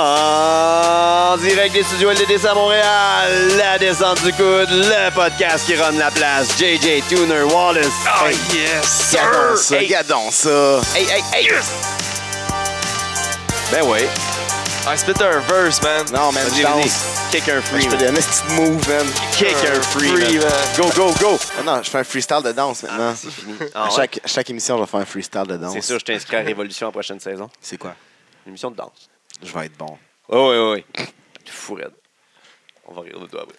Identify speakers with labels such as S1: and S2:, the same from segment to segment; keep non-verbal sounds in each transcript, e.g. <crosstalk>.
S1: En direct des studios LDDC à Montréal, la descente du coude, le podcast qui run la place, JJ Tuner Wallace.
S2: Oh
S1: Hey,
S2: yes,
S1: gardons
S2: sir!
S1: ça,
S2: Hey.
S1: gardons ça. Hey, hey, hey! Ben oui.
S2: I spit un verse, man.
S1: Non, man,
S2: J'ai
S1: Ben, je danse.
S2: dit, Kick un
S1: Je
S2: free.
S1: fais
S2: man.
S1: des petit move, man.
S2: Kick un free, man.
S1: Go, go, go!
S3: Ah non, je fais un freestyle de danse maintenant.
S1: Ah, C'est fini.
S3: à, chaque, à chaque émission, je vais faire un freestyle de danse.
S1: C'est sûr, je t'inscris à Révolution la prochaine saison.
S3: C'est quoi?
S1: Une émission de danse.
S3: Je vais être bon.
S1: Oh, oui, oui, oui. Fourette. On va rire de toi après.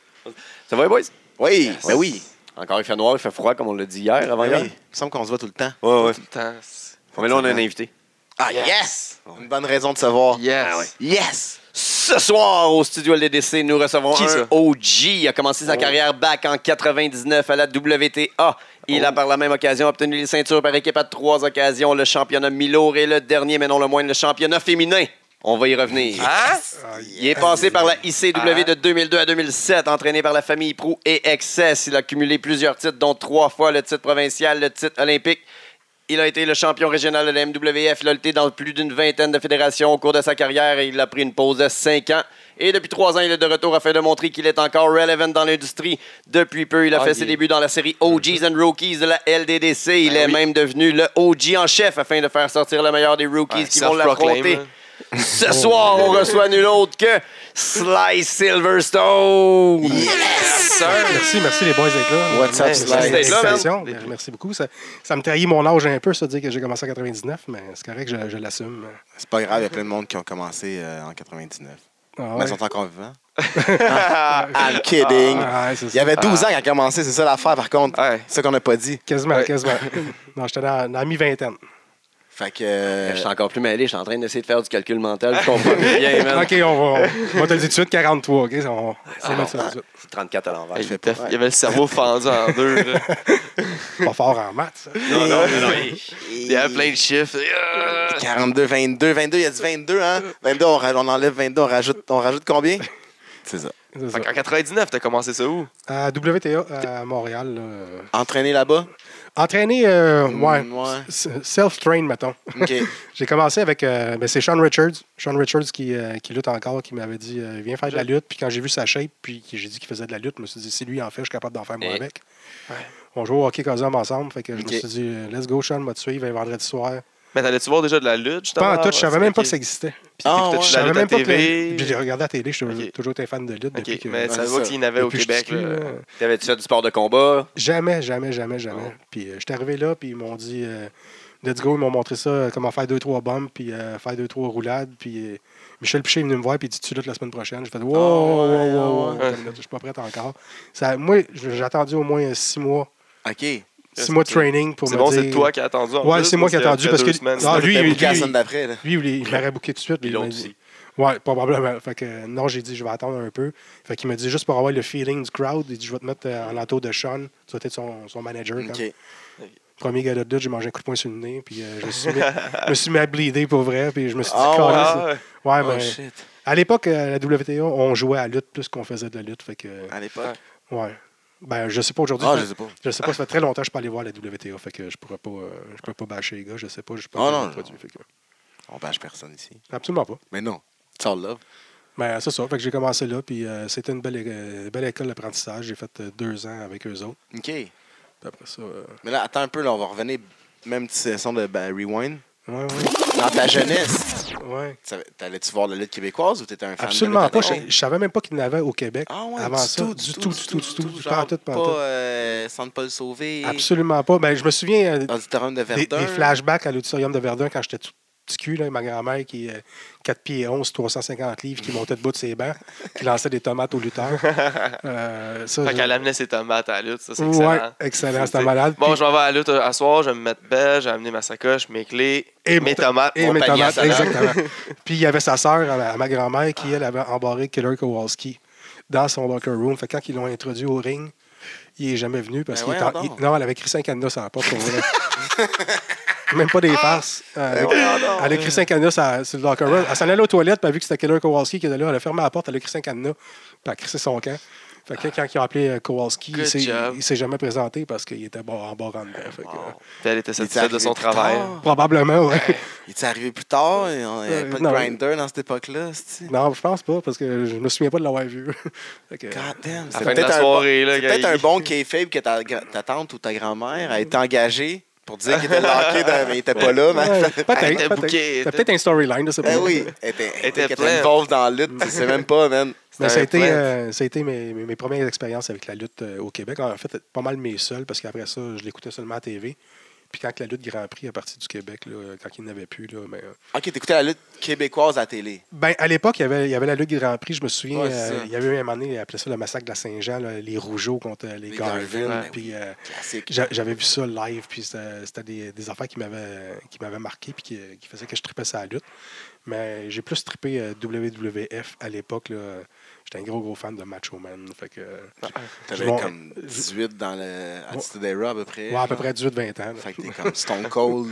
S1: Ça va, les boys?
S3: Oui, ben oui.
S1: Encore, il fait noir, il fait froid, comme on l'a dit hier, avant
S3: Ben
S1: hier.
S3: oui. Il me semble qu'on se voit tout le temps.
S1: Ouais, ouais.
S2: Tout le temps. c'est-
S1: Mais là, on a un invité.
S3: Ah, yes! Une bonne raison de se voir.
S2: Yes.
S1: Ah ouais.
S3: Yes!
S1: Ce soir, au studio LDDC, nous recevons
S2: Qui,
S1: un
S2: ça?
S1: OG. Il a commencé sa carrière back en 99 à la WTA. Il a par la même occasion obtenu les ceintures par équipe à trois occasions, le championnat Milor et le dernier, mais non le moindre, le championnat féminin. On va y revenir.
S2: Hein?
S1: Il est passé par la ICW de 2002 à 2007, entraîné par la famille Prou et Excess. Il a cumulé plusieurs titres, dont trois fois le titre provincial, le titre olympique. Il a été le champion régional de la MWF. Il a lutté dans plus d'une vingtaine de fédérations au cours de sa carrière et il a pris une pause de cinq ans. Et depuis trois ans, il est de retour afin de montrer qu'il est encore relevant dans l'industrie. Depuis peu, il a
S2: Ah,
S1: fait
S2: il
S1: ses
S2: est-
S1: débuts dans la série OGs and Rookies de la LDDC. Il
S2: Ben
S1: est
S2: oui.
S1: même devenu le OG en chef afin de faire sortir le meilleur des rookies
S2: Ouais,
S1: qui vont
S2: self-proclaim,
S1: l'affronter.
S2: là.
S1: Ce soir, on reçoit nul autre que Sly Silverstone.
S2: Yes,
S4: <laughs>
S2: sir!
S4: Merci, merci les boys d'être là.
S3: What's up,
S4: Merci
S3: Sly?
S4: de
S1: D'être là, man.
S4: l'invitation. Merci, beaucoup. Ça, ça me trahit mon âge un peu, ça, de dire que j'ai commencé en 99, mais c'est correct, je, je l'assume.
S3: C'est pas grave, il y a plein de monde qui ont commencé euh, en 99.
S4: Ah,
S3: Mais
S4: ouais.
S3: ils sont encore vivants. I'm kidding.
S4: Ah, ouais, c'est
S3: il y
S4: ça.
S3: avait 12 ans quand il a commencé, c'est ça l'affaire par contre.
S2: Ouais.
S3: C'est ça qu'on n'a pas dit.
S4: Quasiment,
S2: Ouais.
S4: quasiment.
S3: <laughs>
S4: non, j'étais dans, dans la mi-vingtaine.
S3: Fait que. euh,
S1: Je suis encore plus mêlé, je suis en train d'essayer de faire du calcul mental, je comprends <laughs> plus rien, man.
S4: OK, on va, on va te le dire tout de suite, 43, OK? On, on
S3: Ah,
S4: va mettre ça tout de suite.
S1: C'est 34 à l'envers.
S2: Hey,
S3: fais
S2: il
S3: pas.
S2: était- il avait le cerveau fendu en deux. là.
S4: Pas fort en maths, ça.
S1: Non, non, non, non. hey.
S2: Il y avait plein de chiffres. Yeah.
S3: 42, 22, 22, il y a dit 22,
S4: <laughs>
S3: hein? 22, on, ra- on enlève 22, on rajoute, on rajoute combien? C'est ça.
S4: C'est ça.
S2: Fait qu'en 99, t'as commencé ça où?
S4: À WTA à Montréal. là, euh,
S3: Entraîner <laughs> là-bas?
S4: Entraîner, euh, ouais,
S3: Mm, ouais.
S4: s- self-train, mettons.
S3: OK.
S4: J'ai commencé avec. euh, ben, c'est Sean Richards. Sean Richards qui, euh, qui lutte encore, qui m'avait dit euh, Viens faire de la lutte. Puis quand j'ai vu sa shape, puis que j'ai dit qu'il faisait de la lutte, je me suis dit Si lui en fait, je suis capable d'en faire moi
S2: Et-
S4: avec. On jouait au hockey cause hommes ensemble. Fait que je
S3: Ok.
S4: me suis dit euh, Let's go, Sean, m'a te suivre un vendredi soir.
S2: Mais t'allais-tu voir déjà de la lutte?
S4: Pas en
S2: justement?
S4: tout, je savais même pas que ça
S2: Ok.
S4: existait.
S2: Puis
S3: Ah,
S2: t'écoutais-tu
S3: ouais.
S4: Je
S2: la
S4: savais
S2: lutte
S4: même
S2: à
S4: pas
S2: TV?
S4: que. Puis j'ai regardé à la télé, j'ai
S2: Ok.
S4: toujours été fan de lutte depuis
S2: Ok,
S4: que.
S2: mais ça
S3: Ouais,
S2: se voit
S3: ça.
S2: qu'il y en avait au
S4: depuis que je
S2: Québec.
S4: suis petit,
S2: là.
S4: là.
S1: T'avais-tu fait du sport de combat?
S4: Jamais, jamais, jamais, jamais. Puis euh, j'étais arrivé là, puis ils m'ont dit, euh, let's go, ils m'ont montré ça, euh, comment faire deux, trois bombes, puis euh, faire deux, trois roulades. Puis euh, Michel Piché est venu me voir, puis il dit, tu luttes la semaine prochaine. J'ai fait, wow, wow, wow, wow,
S2: Ah, ouais.
S4: attends une minute, je suis pas prête encore. Ça, moi, je- j'ai attendu au moins euh, six mois,
S3: OK.
S4: six mois de training pour me
S2: C'est bon,
S4: dire...
S2: c'est toi qui as attendu. en
S4: Ouais,
S2: plus,
S4: c'est moi qui ai
S2: parce
S4: attendu
S2: qu'il y a
S4: parce
S2: deux
S4: que.
S2: semaines,
S4: Ah,
S2: c'était
S4: lui,
S3: T'as
S4: lui,
S3: bouqué la semaine
S4: lui,
S3: Ben, d'après, là.
S4: lui, il- il m'a rabouqué tout de suite.
S1: Puis
S4: il m'a
S1: l'autre
S4: dit-
S1: aussi.
S4: Ouais, probablement. Fait que euh, non, j'ai dit, je vais attendre un peu. Fait qu'il m'a dit, juste pour avoir le feeling du crowd, il dit, je vais te mettre euh, en entour de Sean. Tu vas être son, son manager. comme.
S3: OK.
S4: Premier gala de lutte, j'ai mangé un coup de poing sur le nez, puis euh, je
S3: <laughs>
S4: me suis mis, je me suis mis à bleeder pour vrai, puis je me suis dit,
S3: Ah ouais.
S4: Calisse.
S2: Ah
S4: ouais,
S3: Oh,
S4: ben,
S3: shit.
S4: à l'époque, euh, la WTA, on jouait à la lutte plus qu'on faisait de la lutte, fait que, euh,
S3: À l'époque.
S4: ouais. Ben, je sais pas aujourd'hui.
S3: Ah,
S4: ça-
S3: je sais pas.
S4: Je sais pas, ça fait très longtemps que je suis pas allé voir la WTA, fait que je pourrais pas, euh, je pourrais pas bâcher les gars, je sais pas, je suis pas
S3: Ah,
S4: dans
S3: non,
S4: le produit,
S3: non.
S4: fait que-
S3: On bâche personne ici.
S4: absolument pas.
S3: Mais non. It's all love.
S4: Mais euh, c'est ça, fait que j'ai commencé là, puis euh, c'était une belle, é- belle école d'apprentissage, j'ai fait euh, deux ans avec eux autres,
S3: OK. Mais
S4: puis après ça, euh,
S3: là, attends un peu, là, on va revenir. Même petite session de ben, Rewind.
S4: ouais, ouais,
S3: Dans ta jeunesse,
S4: ouais.
S3: ça- t'allais-tu voir la lutte québécoise ou t'étais un fan
S4: Absolument
S3: de
S4: pas.
S3: lutte
S4: Je,
S3: à
S4: je savais même pas qu'il y en avait au Québec
S3: Ah ouais,
S4: avant
S3: du
S4: ça.
S3: tout,
S4: du tout, du tout, du tout. Pas en
S3: Genre
S4: tout, pas en tout.
S3: pas euh, sans ne pas le sauver.
S4: Absolument pas. Ben, je me souviens euh,
S3: Auditorium de Verdun.
S4: des, des flashbacks à l'auditorium de Verdun quand j'étais tout petit cul. Là, ma grand-mère qui est 4 pieds 11, 350 livres, qui montait debout de ses bancs, qui lançait des tomates aux lutteurs. Euh, ça,
S2: ouais. Fait
S4: je-
S2: qu'elle amenait ses tomates à la lutte, ça c'est excellent.
S4: Ouais, excellent, c'était malade.
S2: Bon,
S4: Puis-
S2: je m'en vais à la lutte euh, à soir, je vais me mettre belle, j'ai amené ma sacoche, mes clés,
S4: Et
S2: mes
S4: mon-
S2: tomates,
S4: et
S2: mon
S4: mes
S2: panier à
S4: tomates,
S2: salade.
S4: exactement. <laughs> Puis il y avait sa sœur, à ma- à ma grand-mère, qui, elle, avait embarré Killer Kowalski dans son locker room. Fait que quand ils l'ont introduit au ring, il est jamais venu parce
S3: Ben
S4: qu'il était
S3: voyons
S4: en- il-
S3: donc.
S4: Non, elle avait crissé un cadenas sur la porte.
S3: <laughs>
S4: pour vrai. Même pas des farces.
S3: Ah!
S4: Euh,
S3: Ben
S4: elle- elle a crissé un cadenas sur- sur le locker room. Elle s'en allait aux toilettes, puis elle a vu que c'était Killer Kowalski qui était là. Elle a fermé la porte, elle a crissé un cadenas, puis elle a crissé son camp. Fait que quand ils ont appelé euh, Kowalski, il
S2: Good
S4: s'est-
S2: job.
S4: il s'est jamais présenté parce qu'il était bas- en barre en dedans. Fait que, euh,
S3: Ben
S2: Wow. Puis elle était
S3: Il était
S2: satisfaite de son
S3: arrivé plus
S2: travail.
S3: tard.
S4: probablement, ouais.
S3: Il était arrivé plus tard. Il n'y avait
S4: Euh,
S3: pas de
S4: non.
S3: grinder dans cette époque-là. c'est-tu?
S4: non, je pense pas parce que je me souviens pas de l'avoir vu. <laughs> Fait que, euh,
S3: God damn.
S2: À la fin
S3: C'est
S2: de
S3: peut-être
S2: la
S3: un, bon-
S2: soirée, là,
S3: c'est peut-être
S2: gars,
S3: un
S2: il-
S3: bon qui est faible que ta, gra- ta tante ou ta grand-mère a été engagée pour dire qu'il était locké, dans- mais il était pas là. mais-
S4: ouais,
S2: Elle
S4: peut-être.
S2: était
S4: peut-être.
S2: bouquée,
S4: T'as
S2: elle était-
S4: peut-être un storyline de ce
S3: Ben oui, elle était, elle
S2: était
S3: était
S2: pleine.
S3: involved dans la lutte, tu sais même pas, man.
S4: Mais ça a
S2: un
S4: été,
S2: plan.
S4: euh, ça a été mes, mes- mes premières expériences avec la lutte euh, au Québec. En fait, pas mal mes seules, parce qu'après ça, je l'écoutais seulement à TV. Puis quand la lutte Grand Prix est partie du Québec, là, euh, quand il n'avait plus, là, mais, euh,
S3: Ok, t'écoutais la lutte québécoise à la télé.
S4: ben, à l'époque, il y, avait, il y avait la lutte Grand Prix, je me souviens,
S3: Ouais, c'est
S4: euh,
S3: ça.
S4: il y avait eu un moment donné, ils appelaient ça le massacre de la Saint-Jean, là, les Rougeaux contre euh, les,
S3: Les
S4: Garvin.
S3: Garvin, ouais.
S4: puis euh,
S3: Classique.
S4: j'a- j'avais vu ça live, puis c'était c'était des, des affaires qui m'avaient qui m'avaient marqué, puis qui, qui faisaient que je tripais ça la lutte. Mais j'ai plus trippé euh, WWF à l'époque. là. J'étais un gros, gros fan de Macho Man. Fait que,
S3: T'avais
S4: Bon.
S3: comme 18 dans le Attitude Era à peu près.
S4: Ouais, à peu
S3: genre.
S4: près 18-20 ans. là.
S3: Fait que t'es comme Stone Cold.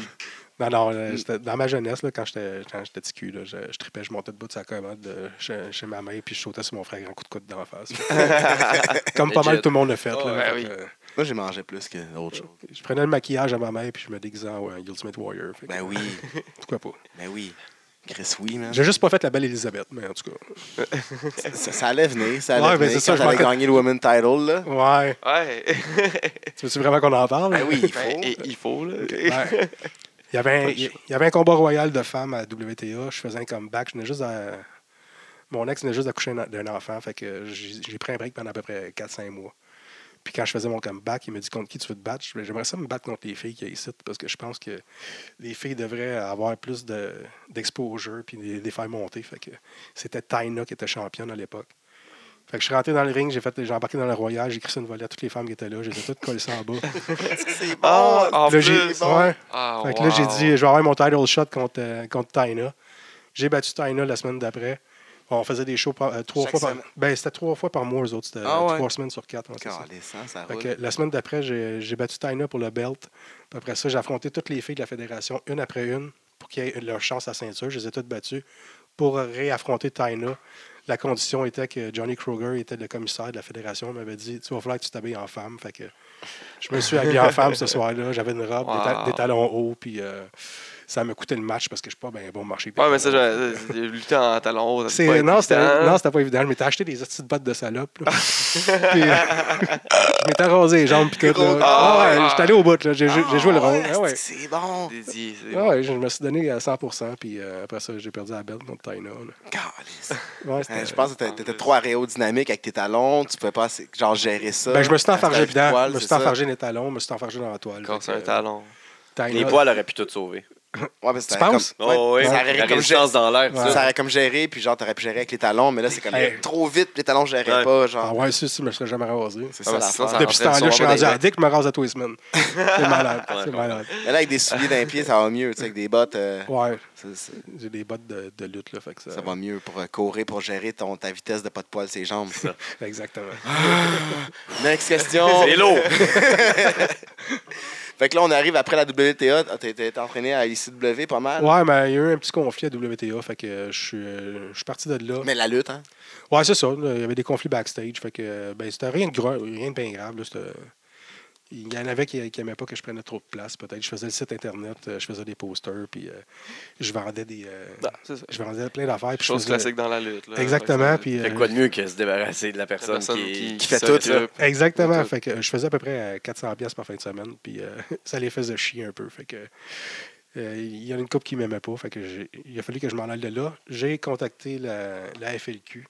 S4: Non, non, là, j'étais- dans ma jeunesse, là, quand j'étais quand j'étais petit cul, là, je, je tripais, je montais debout de sa commode euh, chez, chez ma mère, puis je sautais sur mon frère un coup de coude dans la face. Comme pas mal
S2: Legit.
S4: tout le monde le fait.
S2: Oh,
S4: là.
S2: ben
S4: Fait
S2: oui.
S4: que, euh,
S3: Moi, j'ai mangé plus que d'autres choses.
S4: je prenais le maquillage à ma mère, puis je me déguisais en ouais, Ultimate Warrior. Fait que,
S3: Ben oui,
S4: Pourquoi pas?
S3: ben oui. Chris, oui, man.
S4: J'ai juste pas fait la belle Elisabeth, mais en tout cas.
S3: Ça, ça allait venir, ça
S4: Ouais,
S3: allait
S4: ben
S3: venir.
S4: c'est ça,
S3: Quand
S4: je
S3: j'avais
S4: manquais-
S3: gagné le Women Title, là.
S4: Ouais.
S2: Ouais.
S4: Tu veux-tu vraiment qu'on en parle?
S3: Ben oui, il faut.
S2: <laughs> Ben, et- il faut, là. <laughs>
S4: Ouais. Il y, avait un, il y avait un combat royal de femmes à WTA. Je faisais un comeback. Je venais juste à- Mon ex venait juste d'accoucher d'un- d'un enfant. Fait que j'ai j'ai pris un break pendant à peu près 4-5 mois. Puis quand je faisais mon comeback, il me dit contre qui tu veux te battre. Je- ben, J'aimerais ça me battre contre les filles qui ici parce que je pense que les filles devraient avoir plus de- d'exposure puis les, les faire monter. Fait que c'était Taina qui était championne à l'époque. Fait que je suis rentré dans le ring, j'ai fait- j'ai embarqué dans le royal, j'ai crissé une volée à toutes les femmes qui étaient là, je les ai toutes collées en bas.
S3: C'est
S2: Ah, en
S4: Là,
S2: plus.
S4: j'ai- ouais.
S2: Ah,
S4: Fait que là, j'ai
S2: wow.
S4: dit, je vais avoir mon title shot contre, euh, contre Taina. J'ai battu Taina la semaine d'après. On faisait des shows par- euh, trois
S3: Chaque
S4: fois par
S3: semaine.
S4: Ben, c'était trois fois par mois, eux autres. C'était euh,
S3: Ah ouais.
S4: trois semaines sur quatre. ouais, c'est ça.
S3: Calissant, hein, ça
S4: Fait
S3: roule.
S4: que la semaine d'après, j'ai j'ai battu Taina pour le belt. Puis après ça, j'ai affronté toutes les filles de la fédération, une après une, pour qu'ils aient leur chance à ceinture. Je les ai toutes battues pour réaffronter Taina. La condition était que Johnny Kroger était le commissaire de la fédération. Il m'avait dit Tu vas falloir que tu t'habilles en femme. Fait que je me suis habillé en femme ce soir-là. J'avais une robe, des, ta-
S2: Wow.
S4: des talons hauts. Puis euh, ça m'a coûté le match parce que je suis pas bien bon marché.
S2: Ouais, mais ça, j'ai- j'ai lutté en talon haut. ça
S4: euh, C'est-
S2: peut pas être
S4: non, c'était
S2: évident.
S4: non, c'était pas évident. Je m'étais acheté des petites bottes de salope. là. Puis, euh, je m'étais rasé les jambes. Puis tout, là.
S3: Gros-
S4: Ah, ouais,
S2: Ah!
S4: j'étais allé au bout. là. J'ai j'ai- j'ai joué le
S3: Ah
S4: rôle.
S3: ouais,
S4: Ah ouais.
S3: C'est c'est bon.
S2: Des- des- des-
S4: Ah ouais, je me suis donné à 100%. Puis euh, après ça, j'ai perdu la belle contre Taina. là.
S3: Calisse.
S4: Ouais,
S3: Hein,
S4: <laughs> c'était-
S3: Je pense que t'étais- t'étais trop aérodynamique avec tes talons. Tu pouvais pas assez- genre gérer ça.
S4: Ben, je me suis
S3: Quand
S4: enfargé
S3: t'avais
S4: dedans.
S3: une toile,
S4: je me suis
S3: c'est ça.
S4: enfargé dans les talons. Je me suis enfargé dans la toile.
S2: Quand c'est
S4: Fait
S2: un
S4: que, euh,
S2: talon.
S4: Taina-
S1: Les poils auraient pu tout sauver.
S3: Ouais, mais c'était
S4: Tu penses?
S3: comme- ouais,
S1: Oh, oui,
S3: ça
S1: la
S3: aurait comme
S1: résistance dans l'air.
S4: Ouais.
S1: ça.
S3: Ça aurait comme géré, puis genre, t'aurais pu gérer avec les talons, mais là, c'est comme
S4: Hey.
S3: trop vite, les talons géraient
S1: Ouais.
S3: pas,
S4: Ah
S3: genre.
S4: ouais, si, si, je me serais jamais rasé.
S3: hein. C'est
S2: Ah,
S3: ça
S2: mais
S3: la
S2: sinon, ça
S4: Depuis ce
S2: en train de
S4: temps-là, je suis
S2: sauver
S4: rendu
S2: des
S4: addict, je me rase à tous
S3: <laughs>
S4: les semaines. C'est malade. C'est malade.
S3: Mais là, avec des souliers d'un pied, ça va mieux, tu sais, avec des bottes, euh,
S4: Ouais,
S3: c'est- c'est-
S4: j'ai des bottes de, de lutte. Là, fait que ça,
S3: ça va mieux pour euh, courir, pour gérer ton, ta vitesse de pas de poil ses jambes.
S4: <laughs> Exactement.
S3: Next question.
S1: C'est
S2: <laughs>
S1: lourd.
S3: Fait que là, on arrive après la WTA. Ah, T'as t'as été entraîné à ICW pas mal.
S4: Ouais, mais il y a eu un petit conflit à WTA, fait que euh, je suis, euh, je suis parti de là.
S3: Mais la lutte, hein.
S4: Ouais, c'est ça. là, Il y avait des conflits backstage, fait que euh, ben, c'était rien de grave, rien de bien grave. là, c'était- Il y en avait qui n'aimaient pas que je prenais trop de place, peut-être. Je faisais le site internet, euh, je faisais des posters, puis euh, je vendais des, euh,
S2: Ah, c'est ça.
S4: je vendais plein d'affaires. puis je
S2: Chose
S4: faisais-
S2: classique dans la lutte. là.
S4: Exactement,
S2: Fait que
S4: puis
S1: Fait
S4: euh,
S1: quoi de mieux que se débarrasser de la
S2: c'est
S1: personne,
S2: la personne
S1: qui,
S2: qui,
S3: fait tout,
S2: s'occupe.
S3: là.
S4: Exactement. Fait que euh, je faisais à peu près euh, 400 pièces par fin de semaine, puis euh, <laughs> ça les faisait chier un peu. Fait que euh, il y en a une couple qui m'aimait pas, fait que j'ai- il a fallu que je m'en aille de là. J'ai contacté la, la FLQ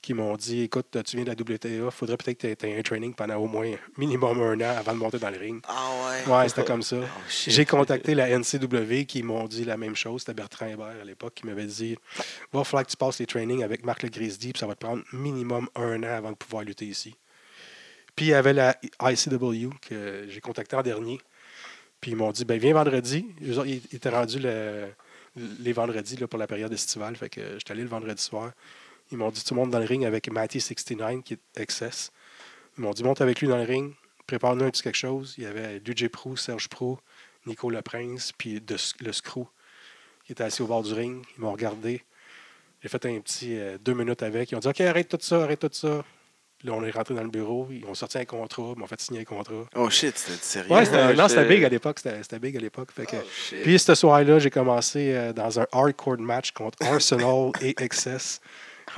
S4: qui m'ont dit écoute, tu viens de la WTA, faudrait peut-être que tu aies un training pendant au moins minimum un an avant de monter dans le ring.
S3: Ah ouais.
S4: Ouais, c'était comme ça.
S3: Oh, shit.
S4: J'ai contacté la NCW qui m'ont dit la même chose. C'était Bertrand Hébert à l'époque qui m'avait dit Va falloir que tu passes les trainings avec Marc Le Grisdy, puis ça va te prendre minimum un an avant de pouvoir lutter ici. Puis il y avait la ICW que j'ai contacté en dernier. Puis ils m'ont dit ben Viens vendredi. Eux autres, Ils ils étaient rendus le- les vendredis là, pour la période estivale. Fait que j'étais allé le vendredi soir. Ils m'ont dit Tout le monde dans le ring avec Matty69 qui est Excess. Ils m'ont dit Monte avec lui dans le ring prépare-nous un petit quelque chose. Il y avait DJ Prou, Serge Prou, Nico Leprince, puis de- le Screw qui était assis au bord du ring. Ils m'ont regardé. J'ai fait un petit euh, deux minutes avec. Ils ont dit OK, arrête tout ça, arrête tout ça. Là, on est rentré dans le bureau, ils ont sorti un contrat, ils m'ont fait signer un contrat.
S3: Oh shit, c'était du sérieux.
S4: Ouais, c'était-
S2: ouais,
S4: non, c'était
S2: c'est-
S4: big à l'époque. C'était c'était big à l'époque. Fait que-
S3: Oh, shit.
S4: Puis ce soir-là, j'ai commencé euh, dans un hardcore match contre Arsenal et XS.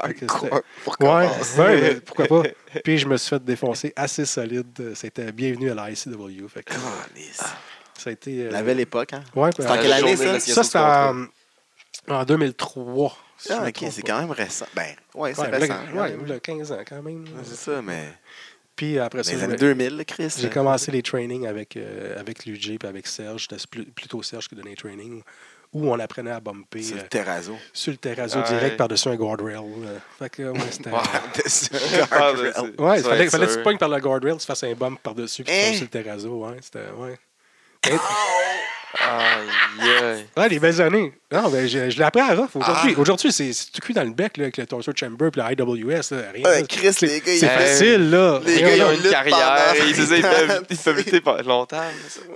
S4: Fait que c'était-
S3: Hardcore, pour
S4: Ouais,
S3: commencer.
S4: ouais,
S3: <laughs>
S4: mais pourquoi pas. Puis je me suis fait défoncer assez solide. C'était bienvenue à la ICW. Fait que
S3: Calisse.
S4: Ah. ça a été. euh,
S3: La belle époque, hein?
S4: ouais,
S3: C'était
S4: euh,
S3: en quelle année,
S2: journée de la
S3: ça?
S2: signature
S4: Ça,
S2: du
S4: c'était
S2: contrat.
S4: en, en 2003. si je
S3: Ah,
S4: me
S3: OK,
S4: trompe
S3: c'est
S4: pas.
S3: quand même récent. Ben, ouais, c'est
S4: Ouais,
S3: récent.
S4: là,
S3: quand
S4: ouais,
S3: même.
S4: là, 15 ans quand même.
S3: Ouais, C'est ça, mais...
S4: Puis après ça,
S3: Les
S4: j'ai-
S3: années 2000, là, Chris. euh,
S4: j'ai commencé les trainings avec, euh, avec Luigi et avec Serge. C'était plus- plutôt Serge qui donnait les trainings où on apprenait à bumper
S3: C'est
S4: euh,
S3: le terrazzo.
S4: sur le terrazzo
S2: Ouais.
S4: direct par-dessus un guardrail. euh. Fait que, euh, ouais,
S3: <laughs>
S4: c'était.
S2: <laughs> Ah, ben,
S3: Guardrail.
S2: c'est-
S4: <laughs> Ouais,
S2: ça va
S4: il fallait, fallait
S2: être
S4: que tu
S2: sûr.
S4: pognes par le guardrail, tu fasses un bump par-dessus, puis tu
S3: Hein?
S4: tombes sur le terrazzo. Ouais, c'était. Ouais.
S2: Aïe, aïe.
S4: Ouais, les belles années. Non, ben, je, je l'ai appris à Ruff aujourd'hui.
S3: Ah.
S4: Aujourd'hui, c'est c'est tout cul dans le bec là, avec le Torture Chamber et la IWS. Là, rien,
S3: Ouais,
S4: là.
S3: Chris,
S4: c'est
S3: les gars, ils
S4: c'est
S2: fait-
S4: facile, là.
S3: Les
S2: Les gars,
S4: Rien,
S2: ils
S4: là.
S2: ont
S3: ils
S2: une
S3: luttent
S2: carrière.
S3: pendant
S2: Ils se ils
S3: <laughs>
S2: peuvent,
S3: 30
S2: ils peuvent lutter pendant longtemps.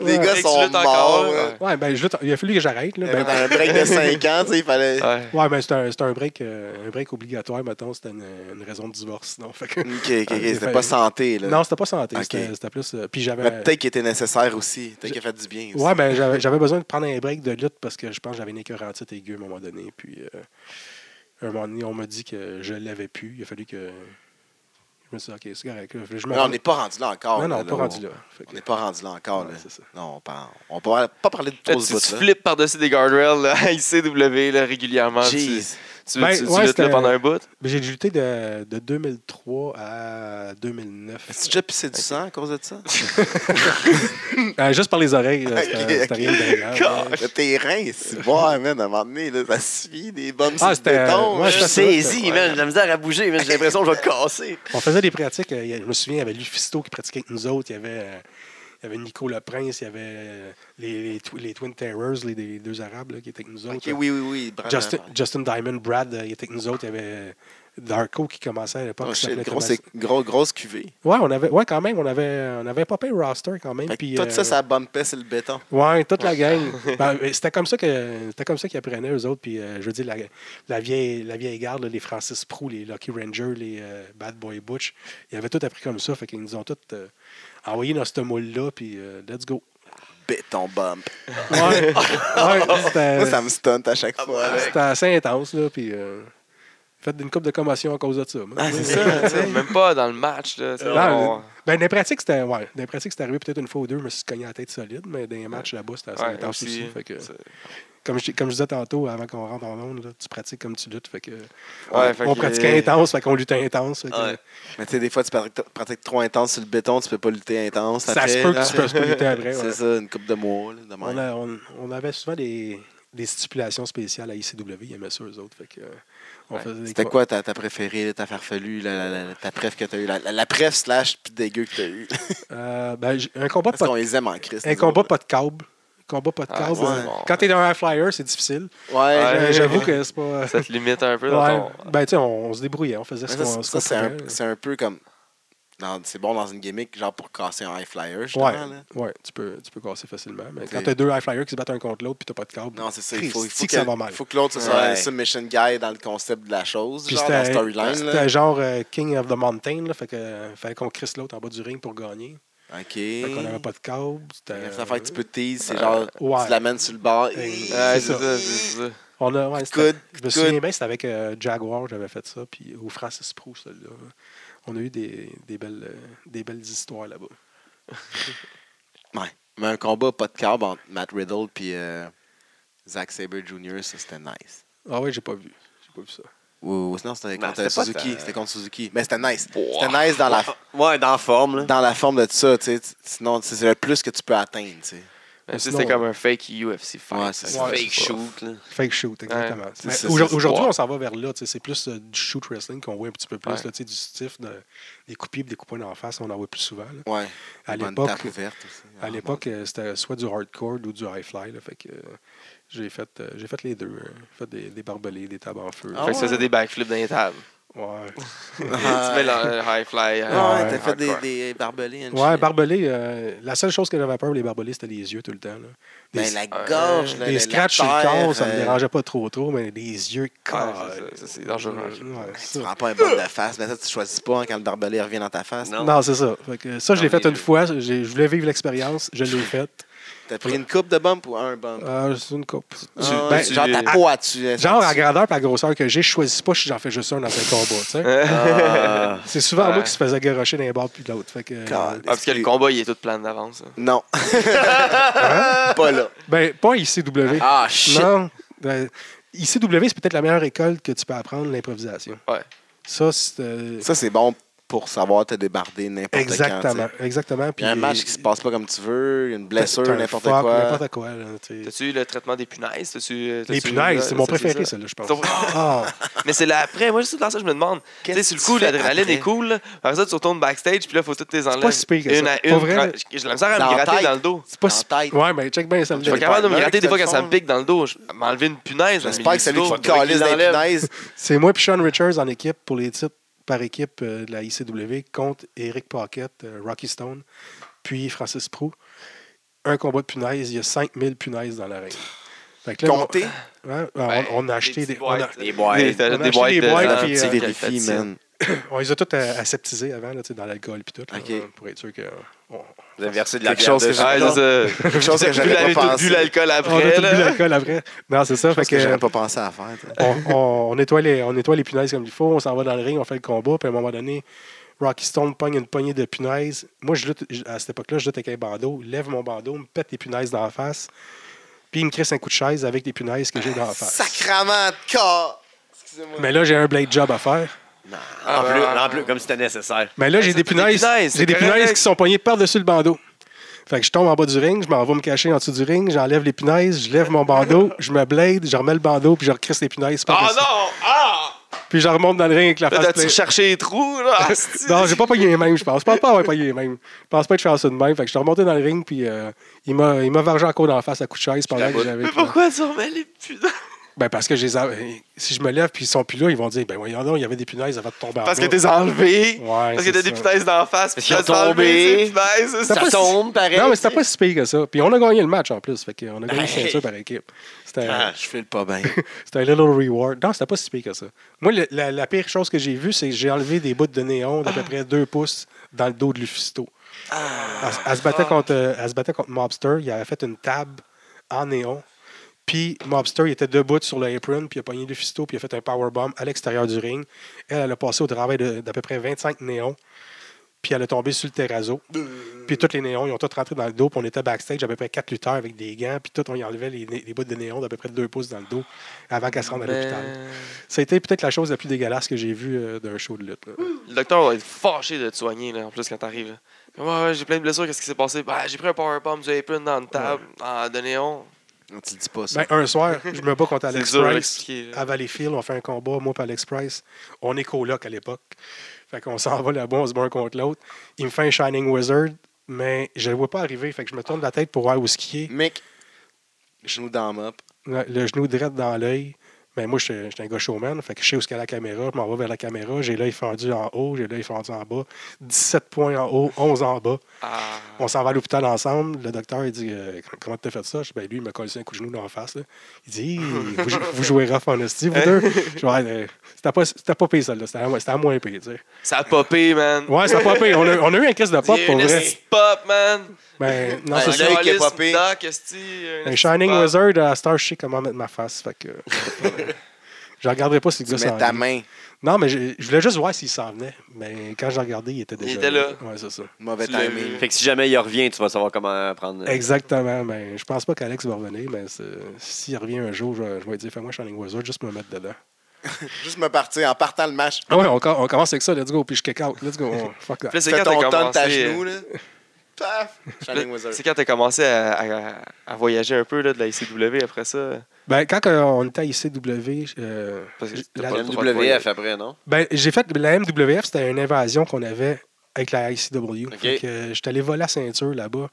S3: Les gars
S2: Hey, tu
S3: sont
S2: luttes encore,
S3: morts.
S2: ouais.
S3: là.
S4: Ouais, ben, je veux t'en- il a fallu que j'arrête. là,
S3: Dans
S4: ben,
S3: un break de 5 ans, tu sais, il fallait...
S2: Ouais.
S4: ouais, mais c'était un, c'était un break, euh, un break obligatoire, mettons. C'était une, une raison de divorce.
S3: <laughs>
S4: Non, fait que-
S3: OK, OK, OK,
S4: Ouais,
S3: c'était
S4: fait-
S3: pas santé, là.
S4: Ah, ben, non c'était pas santé.
S3: Ok.
S4: c'était- C'était plus. euh, puis
S3: Mais
S4: j'avais.
S3: peut-être qu'il était nécessaire aussi. Peut-être qu'il a fait du bien aussi.
S4: Ouais, ben, j'avais j'avais besoin de prendre un break de lutte parce que je pense que j'avais une écœurantite aiguë à un moment donné. Puis, euh, à un moment donné, on m'a dit que je l'avais plus. Il a fallu que. Je me suis dit, OK, c'est correct. là. Je me
S3: Là, on n'est pas rendu là encore.
S4: Non, non,
S3: Ah, ben, là,
S4: pas rendu là. Fait
S3: On
S4: que-
S3: n'est pas rendu là encore.
S4: Ouais,
S3: là.
S4: c'est ça.
S3: Non, on parle. On peut pas parler de trop
S2: tu,
S3: ce
S2: tu
S3: bout-là.
S2: flippes par-dessus des guardrails là, à ICW là, régulièrement. hein, Tu, tu,
S3: Jeez.
S2: tu-
S4: Ben,
S2: tu
S4: ouais,
S2: luttes
S4: c'était-
S2: là pendant un bout.
S4: Mais J'ai lutté de, de 2003 à 2009.
S3: Est-ce que tu as déjà pissé du sang à cause de ça?
S4: Euh, juste par les oreilles, là, c'était
S3: Ok,
S4: c'était
S3: ok.
S4: rien de grave.
S3: Le terrain, c'est bon, hein, man, à un moment donné, là, ça suffit des bombes sur
S4: Ah,
S3: le
S4: c'était-
S3: béton.
S4: ouais,
S3: là.
S1: Je
S4: c'est
S1: suis
S4: ça,
S1: saisi, man. J'ai la misère à bouger, man. J'ai l'impression que je vais te <laughs> casser.
S4: On faisait des pratiques. euh, il y a- Je me souviens, il y avait Lufisto qui pratiquait avec nous autres. Il y avait, euh, il y avait Nico Le Prince. Il y avait euh, les, les, Twi- les Twin Terrors, les, les deux Arabes là, qui étaient avec nous autres.
S3: Ok,
S4: là.
S3: oui, oui, oui. Brandon.
S4: Justin, Justin Diamond, Brad, euh, il était avec nous autres. Il y avait Darko qui commençait à l'époque.
S3: Oh,
S4: qui
S3: shit,
S4: s'appelait
S3: gros,
S4: Thomas-
S3: c'est gros, grosse cuvée.
S4: ouais, on avait, ouais, quand même, on avait, on avait pas payé roster quand même.
S3: Fait que
S4: Puis,
S3: tout
S4: euh,
S3: ça, ça bumpait sur le béton.
S4: Ouais, toute
S3: <laughs>
S4: la gang. Ben, euh, c'était comme ça que c'était comme ça qu'ils apprenaient eux autres. Puis euh, je veux dire la, la vieille la vieille garde, là, les Francis Prou, les Lucky Rangers, les euh, Bad Boy Butch, ils avaient tout appris comme ça. Fait qu'ils nous ont tous euh, envoyés dans ce moule là. Puis euh, let's go.
S3: Béton bump. <laughs>
S4: Ouais, Ouais, c'était-
S3: Moi, ça me stunt à chaque fois. là.
S4: c'était assez intense là. Puis euh, faites une coupe de commotion à cause de ça. moi.
S3: Ah, c'est
S2: Tu
S3: ça.
S2: sais, Même pas dans le match. Là, tu sais,
S4: Non,
S2: on-
S4: ben, dans les pratiques, c'était ouais, dans les pratiques, c'était arrivé peut-être une fois ou deux, je me suis cogné la tête solide, mais dans les matchs là-bas, c'était assez
S2: ouais,
S4: intense aussi.
S2: aussi,
S4: fait que-
S2: c'est-
S4: comme, je, comme je disais tantôt, avant qu'on rentre en monde, tu pratiques comme tu luttes. Fait que,
S2: Ouais,
S4: on,
S2: fait
S4: on
S2: que-
S4: pratiquait intense, fait qu'on luttait intense. fait que-
S1: Ouais.
S3: Mais tu sais, des fois, tu pratiques, pratiques trop intense sur le béton, tu peux pas lutter intense.
S4: Ça
S3: après,
S4: se peut
S3: là.
S4: que tu peux se
S3: <laughs>
S4: lutter après. ouais.
S3: C'est ça, une coupe de mois. Là, de même.
S4: On, a- on- on avait souvent des, des stipulations spéciales à ICW, ils aimaient ça eux autres. Fait que, euh, on
S2: Ouais.
S4: faisait des
S3: C'était quoi ta, ta préférée, ta farfelue, la, la, la- ta préf que t'as eue, la, la, la préf slash pis dégueu que t'as
S4: <laughs>
S3: eue?
S4: Euh, ben, j'ai- un combat
S3: Parce qu'on
S4: pas,
S3: les aime en Christ.
S4: un
S3: nous
S4: combat
S3: autres,
S4: pas de câble. Combat pas de
S2: Ah,
S4: câble.
S2: ouais.
S4: euh,
S2: Bon.
S4: Quand t'es dans un flyer, c'est difficile.
S3: là. Ouais.
S4: Euh, J'avoue que c'est pas.
S2: Ça te limite un peu dans
S4: Ouais.
S2: ton.
S4: Ben, tu sais, on, on se débrouillait, on faisait ce
S3: Mais ça,
S4: qu'on
S3: c'est-
S4: ce
S3: ça,
S4: qu'on
S3: c'est un,
S4: pouvait.
S3: c'est un peu comme. dans- C'est bon dans une gimmick, genre pour casser un high flyer, justement.
S4: Ouais,
S3: Là.
S4: ouais tu, peux, tu peux casser facilement. Mais
S3: C'est-
S4: quand tu as deux high flyers qui se battent un contre l'autre puis tu n'as pas de câble,
S3: Non, c'est ça. Il faut, il
S4: Christi
S3: faut
S4: que ça
S3: que,
S4: va mal.
S3: faut que l'autre ce soit un
S1: Ouais.
S3: submission guy dans le concept de la chose,
S4: Puis
S3: genre dans la
S4: c'était
S3: storyline. là.
S4: c'était genre euh, King of the Mountain, là, fait que euh, fallait qu'on crisse l'autre en bas du ring pour gagner. Fait qu'on n'avait
S3: Ok.
S4: pas de câble. c'était- euh,
S3: Ça affaire que tu peux tease, c'est genre,
S4: ouais.
S3: tu l'amènes sur le bord.
S4: Hey.
S3: et-
S2: Ouais,
S4: c'est
S2: c'est
S4: ça.
S2: ça, c'est ça.
S4: On a, ouais, c'était-
S3: Good,
S4: je me
S3: good.
S4: souviens bien, c'était avec euh, Jaguar, j'avais fait ça, puis ou Francis Proust, celui-là. On a eu des, des, belles, euh, des belles histoires là-bas.
S3: Ouais. Mais un combat pas de câble entre Matt Riddle puis euh, Zack Sabre Jr., ça c'était nice.
S4: Ah ouais, j'ai pas vu. J'ai pas vu ça.
S3: Ou ou sinon c'était
S1: Ben,
S3: contre
S1: c'était pas
S3: Suzuki.
S1: tant-
S3: C'était contre Suzuki. Mais c'était nice.
S1: Ouah.
S3: C'était nice dans la,
S1: Ouais, dans la forme, là.
S3: dans la forme de ça. tu sais. T- Sinon, tu sais, c'est le plus que tu peux atteindre. tu sais.
S2: Mais ça,
S4: sinon-
S2: C'était comme un fake UFC fight.
S3: Ouais, c'est
S2: ça.
S3: ça.
S1: Fake shoot, là.
S4: Fake shoot, exactement.
S3: C'est-
S4: Mais
S3: c'est-
S4: aujourd-
S3: c'est-
S4: Aujourd'hui,
S2: wow.
S4: on s'en va vers là. tu sais, C'est plus euh, du shoot wrestling qu'on voit un petit peu plus.
S2: Ouais.
S4: là, tu sais, du stiff, de- des coupés des coupons en face, on en voit plus souvent. là.
S3: Ouais.
S4: À
S3: Une bonne
S4: l'époque-
S3: tape ouverte aussi. Ah,
S4: À l'époque, euh, c'était soit du hardcore ou du high fly. là, fait que, euh, j'ai euh, fait, euh, j'ai fait les deux. hein. J'ai fait des, des barbelés, des tables en feu.
S3: Ah
S2: Fait que ça
S3: ouais.
S2: faisait des backflips dans les tables.
S4: Ouais.
S2: tu mets le high fly. euh,
S4: Ah
S3: ouais,
S4: ouais,
S3: t'as fait des,
S2: hardcore.
S3: des barbelés. and <laughs> shit.
S4: Ouais, barbelé, euh, la seule chose que j'avais peur, les barbelés, c'était les yeux tout le temps. là. Des,
S3: Ben, la gorge, là, la-
S4: des
S3: la
S4: scratchs sur le
S3: terre,
S4: corps, ça me
S3: euh,
S4: dérangeait pas trop, trop, mais des yeux,
S2: Ah, c'est
S4: câlin.
S2: ça, ça, c'est dangereux.
S4: Ouais,
S3: Tu
S4: ça.
S3: prends pas un bon de
S4: <laughs>
S3: face, mais ça, tu choisis pas hein, quand le barbelé revient dans ta face.
S1: Non.
S4: Non, c'est ça. Fait que ça, je l'ai
S2: Dans
S4: fait
S2: les
S4: une
S2: yeux.
S4: fois. J'ai- Je voulais vivre l'expérience. Je l'ai faite.
S3: T'as pris une coupe de bump ou un bump?
S4: Euh, c'est une coupe.
S3: Ah,
S4: Ben,
S3: genre ta peau à tu
S4: Genre, à la grandeur et à la grosseur que j'ai, je choisis pas si j'en fais juste un dans un combat. tu sais.
S1: Ah.
S4: C'est souvent
S2: Ouais.
S4: moi qui se faisais garocher d'un bord puis de l'autre. Fait que, euh,
S2: Ah,
S3: God.
S2: parce que le combat, il est tout plein d'avance. hein.
S3: Non, <laughs>
S4: hein?
S3: pas là.
S4: Ben, pas ICW.
S3: Ah, shit!
S4: non. Ben, ICW, c'est peut-être la meilleure école que tu peux apprendre l'improvisation.
S2: Ouais.
S4: Ça, c'est. euh,
S3: Ça, c'est bon pour savoir te débarder n'importe quand.
S4: exactement.
S3: tu sais.
S4: Exactement.
S3: Il y a un match qui se passe pas comme tu veux, il y a une blessure,
S4: T'as un
S3: n'importe
S4: fuck,
S3: quoi.
S4: N'importe quoi. là, tu sais.
S2: T'as-tu eu le traitement des punaises? T'as-tu, euh,
S4: Les
S2: t'as-tu eu-
S4: punaises, c'est mon
S2: ça,
S4: préféré,
S2: ça.
S4: celle-là, je pense.
S2: Ton-
S4: Ah,
S2: <laughs> Mais c'est l'après. Moi, juste dans ça, je me demande. Tu sais, sur
S3: Qu'est-ce
S2: le
S3: que
S2: coup,
S3: tu fais
S2: l'adrénaline
S3: après?
S2: est cool. là. Après ça, tu retournes backstage, puis là, faut toutes tes enlever.
S4: pas si pire que ça.
S2: Une à
S4: Pour
S2: une.
S4: vrai,
S2: quand- J'ai de la misère à
S3: dans
S2: me
S3: la
S2: gratter
S3: tête.
S2: dans le dos.
S4: c'est pas
S3: En
S4: si-
S3: tête.
S4: Ouais, mais check bien ça. me
S2: Je suis
S3: J'ai
S2: pas capable de me
S3: partners
S2: gratter des
S3: qui
S2: fois
S3: te
S2: quand ça me
S3: font,
S2: pique dans le dos. Je- M'enlever une punaise. dans le
S3: J'espère
S2: milieu
S3: que celui
S2: du
S3: qui
S2: dos.
S3: te calisse dans les punaises,
S4: C'est moi puis Sean Richards en équipe pour les titres par équipe euh, de la ICW contre Eric Pocket, euh, Rocky Stone, puis Francis Prou. Un combat de punaises, il y a 5000 punaises dans l'arène. Fait que là,
S3: compter.
S4: on, hein, on- on a acheté des.
S2: petites
S4: on a-
S2: Ben, boîtes.
S1: des boîtes.
S2: Des- t'as
S4: On a
S2: des
S4: acheté
S2: boîtes.
S4: des
S2: de-
S4: boîtes,
S2: dans-
S4: puis,
S3: C'est
S4: euh,
S3: des
S2: dans-
S3: défis,
S2: dans-
S3: man.
S4: on les a toutes euh, aseptisées avant, là, tu sais, dans l'alcool puis tout, là,
S3: Ok.
S4: pour être sûr que. on-
S1: Vous avez versé de la
S3: Quelque
S1: bière
S3: chose que
S1: dessus.
S2: Ouais,
S3: Non.
S2: c'est ça.
S3: Quelque chose que
S2: Vous
S3: j'avais
S2: avez
S3: pas
S2: tout bu
S3: pensé.
S2: l'alcool
S4: on a
S2: après.
S4: tout bu
S2: là.
S4: l'alcool après. Non, c'est ça. Fait
S3: Parce que
S4: que,
S3: j'aurais pas pensé à faire. toi.
S4: on, on- on nettoie les, on nettoie les punaises comme il faut, on s'en va dans le ring, on fait le combat, puis à un moment donné, Rocky Stone pogne une poignée de punaises. Moi, je lutte, je- à cette époque-là, je lutte avec un bandeau, il lève mon bandeau, me pète les punaises dans la face, puis il me crisse un coup de chaise avec les punaises que j'ai dans la face.
S3: Sacrament de corps! Excusez-moi.
S4: Mais là, j'ai un blade job à faire.
S1: En plus, en plus, comme si c'était nécessaire.
S4: Mais là, j'ai
S2: c'est
S4: des
S2: des
S4: punaises,
S2: punaises, c'est
S4: j'ai des
S2: correct.
S4: punaises qui sont poignées par-dessus le bandeau. Fait que je tombe en bas du ring, je m'en vais me cacher en dessous du ring, j'enlève les punaises, je lève mon bandeau, je me blade, je remets le bandeau, puis je recrisse les punaises.
S2: Ah
S4: par-dessus.
S2: non! Ah!
S4: Puis je remonte dans le ring avec la
S2: Là,
S4: face pleine.
S2: t'as-tu cherché les trous? <laughs> Là? Asti.
S4: Ah, Non, j'ai pas pogné les mêmes, je pense. Je pense pas avoir pogné les mêmes. Je pense pas être chanceux de même. Fait que je suis remonté dans le ring, puis euh, il m'a il m'a vargé encore dans la face à coup de chaise pendant que j'avais.
S2: Mais pourquoi tu remets les punaises?
S4: Ben, parce que je les ai- si je me lève, puis ils sont plus là, ils vont dire, ben voyons donc, il y avait des punaises avant de tomber en
S2: Parce que
S4: bas.
S2: t'es enlevé.
S4: Ah, Ouais,
S2: parce que
S4: c'est
S2: t'as des
S4: ça.
S2: punaises d'en face. Puis
S1: qu'ils
S2: t'as
S1: ont tombé.
S2: tombé. punaises.
S4: Ça
S1: Ça
S4: pas si-
S1: tombe, pareil.
S4: Non, mais c'était pas si pire que ça. Puis on a gagné le match en plus. Fait qu'on a gagné une
S1: Hey.
S4: ceinture par équipe. C'était
S1: Ah.
S3: Ben. Je file pas bien.
S4: <laughs> c'était un little reward. Non, c'était pas si pire que ça. Moi, le- la, la pire chose que j'ai vue, c'est que j'ai enlevé des bouts de néon d'à peu
S3: Ah.
S4: près deux pouces dans le dos de Lufisto.
S3: Ah,
S4: Elle, elle se battait contre, euh, elle se battait contre Mobster. Il avait fait une table en néon. Puis Mobster, il était debout sur le apron, puis il a pogné Lufisto, puis il a fait un powerbomb à l'extérieur du ring. Elle, elle a passé au travail de- d'à peu près 25 néons. Puis elle a tombé sur le terrazzo. Puis tous les néons, ils ont tous rentré dans le dos. Puis on était backstage à peu près 4 lutteurs avec des gants. Puis tout, on y enlevait les, né- les bouts de néon d'à peu près 2 pouces dans le dos avant qu'elle se rende à
S2: Ben.
S4: l'hôpital. Ça a été peut-être la chose la plus dégueulasse que j'ai vue euh, d'un show de lutte. là.
S2: Le docteur va être fâché de te soigner, là, en plus, quand t'arrives. là. Comme, Ouais, ouais, j'ai plein de blessures. Qu'est-ce qui s'est passé? Bah, j'ai pris un powerbomb du apron dans une table, en de néon.
S3: Non, Tu dis pas ça.
S4: Ben,
S2: <laughs>
S4: un soir, je me bats contre
S2: C'est
S4: Alex
S2: dur à
S4: Price.
S2: l'expliquer. là.
S4: À Valleyfield, on fait un combat, moi et Alex Price. On est coloc à l'époque. Fait qu'on s'en va là-bas, on se bat un contre l'autre. Il me fait un Shining Wizard, mais je le vois pas arriver. Fait que je me tourne la tête pour voir où ce qui est.
S3: Mick, genou dans la mop.
S4: Ouais, le genou direct dans l'œil. Mais moi, je suis- je suis un gars showman. Fait que je sais où est la caméra. Je m'en vais vers la caméra. J'ai l'œil fendu en haut, j'ai l'œil fendu en bas. 17 points en haut, 11 en bas.
S2: Ah.
S4: On s'en va à l'hôpital ensemble. Le docteur, il dit euh, Comment t'as fait ça Je dis, ben, Lui, il m'a collé un coup de genou dans la face. là. Il dit Hi, vous, jou- vous jouez rough en esti, vous deux. Je dis, Ouais, euh, C'était pas, c'était pas pire, celle-là. C'était à- c'était à moins pire. tu sais.
S2: Ça a popé, man.
S4: Ouais, c'était pas pire. On a, on a eu un crise de pop
S2: Il y a
S4: pour
S2: une
S4: vrai.
S2: esti de pop, man.
S4: Ben, non,
S1: Ouais,
S4: c'est
S1: un
S4: ça.
S1: œil qui est
S2: Calice
S1: popé.
S2: doc, esti, une
S4: Un
S2: esti de
S4: Shining
S2: pop.
S4: Wizard à Star, je sais comment mettre ma face. Fait que. Je regarderai pas si le
S3: Tu
S4: gars s'en
S3: mets ta
S4: vient.
S3: main.
S4: Non, mais je, je voulais juste voir s'il s'en venait. Mais quand j'ai regardé, il était déjà
S2: était là.
S4: Ouais, c'est ça.
S3: Mauvais
S2: Tu l'as
S3: timing.
S2: vu.
S1: Fait que si jamais il revient, tu vas savoir comment prendre. euh,
S4: Exactement. Mais je pense pas qu'Alex va revenir, mais c'est- s'il revient un jour, je, vais- je vais lui dire fais-moi Shining Wizard, juste me mettre dedans.
S3: Juste me partir en partant le match.
S4: Ah ouais, on, co- on commence avec ça, let's go, puis je kick out. Let's go. <laughs> on- fuck that.
S2: Puis là, c'est
S3: Fais
S2: quand
S3: ton
S2: t'as
S3: ton de ta
S2: commencé, euh,
S3: genou, là. Paf! Shining Wizard.
S2: C'est quand t'as commencé à, à- à voyager un peu là, de la ICW après ça.
S4: Ben, quand euh, on était à ICW, euh,
S2: Parce que
S4: la-
S2: t'as pas
S1: La
S2: le droit de voyager.
S1: MWF après, non?
S4: ben, j'ai fait la MWF, c'était une invasion qu'on avait avec la ICW.
S1: Ok.
S4: Fait que, euh, j'étais allé voler la ceinture là-bas.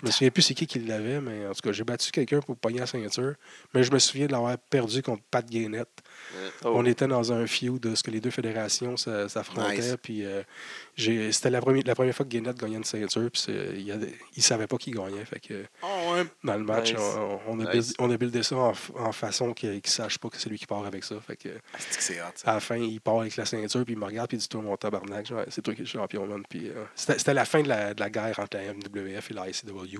S4: Je me souviens plus c'est qui qui l'avait, mais en tout cas, j'ai battu quelqu'un pour pogner la ceinture. Mais je me souviens de l'avoir perdu contre Pat Gainette.
S2: Oh.
S4: On était dans un feud de ce que les deux fédérations se- s'affrontaient.
S3: Nice.
S4: Puis euh, j'ai- c'était la première, la première fois que Guinette gagnait une ceinture. Puis c'est- il, y avait- il savait pas qui gagnait. Fait que
S3: Oh, ouais.
S4: dans le match,
S2: Nice.
S4: on, on a
S1: Nice.
S4: build- on a buildé ça en, f- en façon qu'il ne sache pas que c'est lui qui part avec ça. Fait que
S3: Asti que c'est hot, ça.
S4: à la fin, il part avec la ceinture, puis il me regarde, puis il dit Toi, mon tabarnak, genre, c'est toi qui es le champion, man. Puis, euh, c'était, c'était la fin de la, de la guerre entre la MWF et la ICW.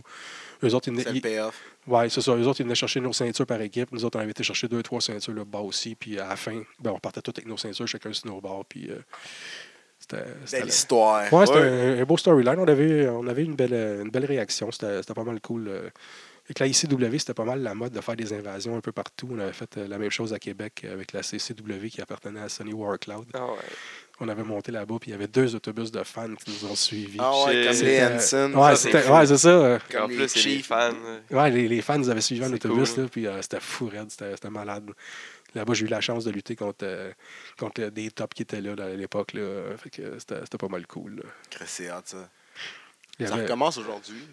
S4: Eux autres,
S3: C'est
S4: ils venaient,
S3: le
S4: ils-
S3: payoff.
S4: ouais, c'est ça. Eux autres, ils venaient chercher nos ceintures par équipe. Nous autres, on avait été chercher deux, trois ceintures là-bas aussi. Puis à la fin, ben, on partait tous avec nos ceintures, chacun sur nos bords. Puis euh, c'était. c'était
S3: Belle
S4: la-
S3: histoire.
S4: Ouais, c'était un, un beau storyline. On avait, on avait une, belle, une belle réaction. C'était c'était pas mal cool. euh. Avec la ICW, c'était pas mal la mode de faire des invasions un peu partout. On avait fait euh, la même chose à Québec avec la CCW qui appartenait à Sony Warcloud.
S2: Ah ouais.
S4: On avait monté là-bas, puis il y avait deux autobus de fans qui nous ont suivis.
S3: Ah ouais,
S2: Chez-
S3: Ah, comme les
S4: C'était- euh,
S3: Hanson.
S4: Ouais,
S2: Ça, c'est
S4: c'était-
S2: fou.
S4: ouais, c'est ça.
S2: Puis En
S3: Comme
S2: plus,
S3: les
S2: c'est les
S3: Chiefs.
S2: fans. euh,
S4: Ouais, les, les fans nous avaient suivi en
S2: C'est
S4: autobus,
S2: cool.
S4: là, puis euh, c'était fou, raide, c'était c'était malade. Là-bas, j'ai eu la chance de lutter contre, euh, contre euh, des tops qui étaient là, là, à l'époque. là. Fait que C'était c'était pas mal cool. là.
S3: Chris, C'est hot, ça.
S4: Il y
S3: Ça
S4: avait
S3: recommence aujourd'hui.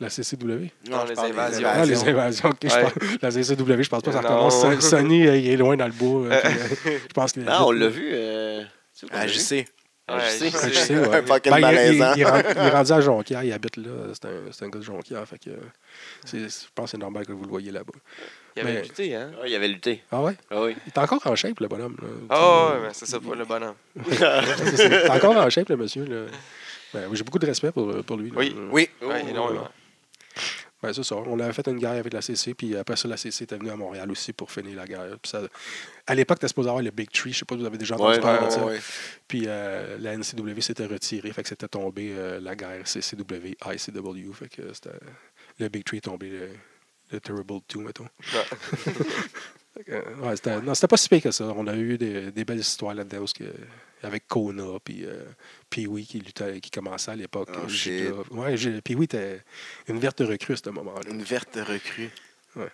S4: la CCW.
S2: Dans
S3: je
S2: les
S3: parle des
S2: invasions.
S4: Ah, les invasions. ok, je
S2: Ouais.
S4: pense- la CCW, je pense pas que ça
S2: Non.
S4: recommence. Son- Sony, euh, il est loin dans le bois. euh, puis, euh, je pense que.
S1: Non, Ah, on l'a vu. euh, c'est où qu'on l'a vu?
S3: Agissez.
S1: Ah, je
S2: ouais,
S1: sais.
S2: je
S4: Ah, je
S2: sais.
S4: sais, ouais.
S3: Un fucking
S4: Ben, il- il,
S3: malaisant.
S4: il est ren- il est rendu à Jonquière, il habite là. C'est un, c'est un gars de Jonquière. Fait que, euh, c'est- je pense que c'est normal que vous le voyez là-bas.
S2: Il y avait
S4: Mais-
S2: lutté, hein?
S1: Ah, il avait lutté.
S4: Ah ouais?
S1: Ah oui.
S4: Il est encore en shape, le bonhomme. là.
S2: Ah ouais, mais c'est ça, pas le bonhomme.
S4: C'est- c'est- T'es encore en shape, le monsieur. là. Ben, J'ai beaucoup de respect pour, pour lui. là.
S2: Oui.
S3: Oui.
S2: Ouais, énormément.
S4: Ben, c'est ça. On avait fait une guerre avec la CC, puis après ça, la CC était venue à Montréal aussi pour finir la guerre. Puis ça- à l'époque, t'es supposé avoir le Big Tree. Je sais pas si vous avez déjà entendu
S1: Ouais,
S4: parler
S3: Ouais,
S4: de ça.
S3: ouais.
S4: Puis euh, la NCW s'était retirée, fait que c'était tombé euh, la guerre CCW, ICW. Fait que c'était le Big Tree est tombé, le, le Terrible 2,
S3: <laughs>
S4: mettons.
S2: Ouais.
S4: Fait que, euh, ouais, c'était, non, c'était pas si pire que ça. On a eu des, des belles histoires là-dedans, parce que- avec Kona, puis euh, Pee-Wee qui, luttait, qui commençait à l'époque.
S3: Oh,
S4: Euh,
S3: shit.
S4: Judas. Ouais, j'ai- Pee-Wee était une verte recrue à ce moment-là.
S3: Une verte recrue.
S4: Ouais.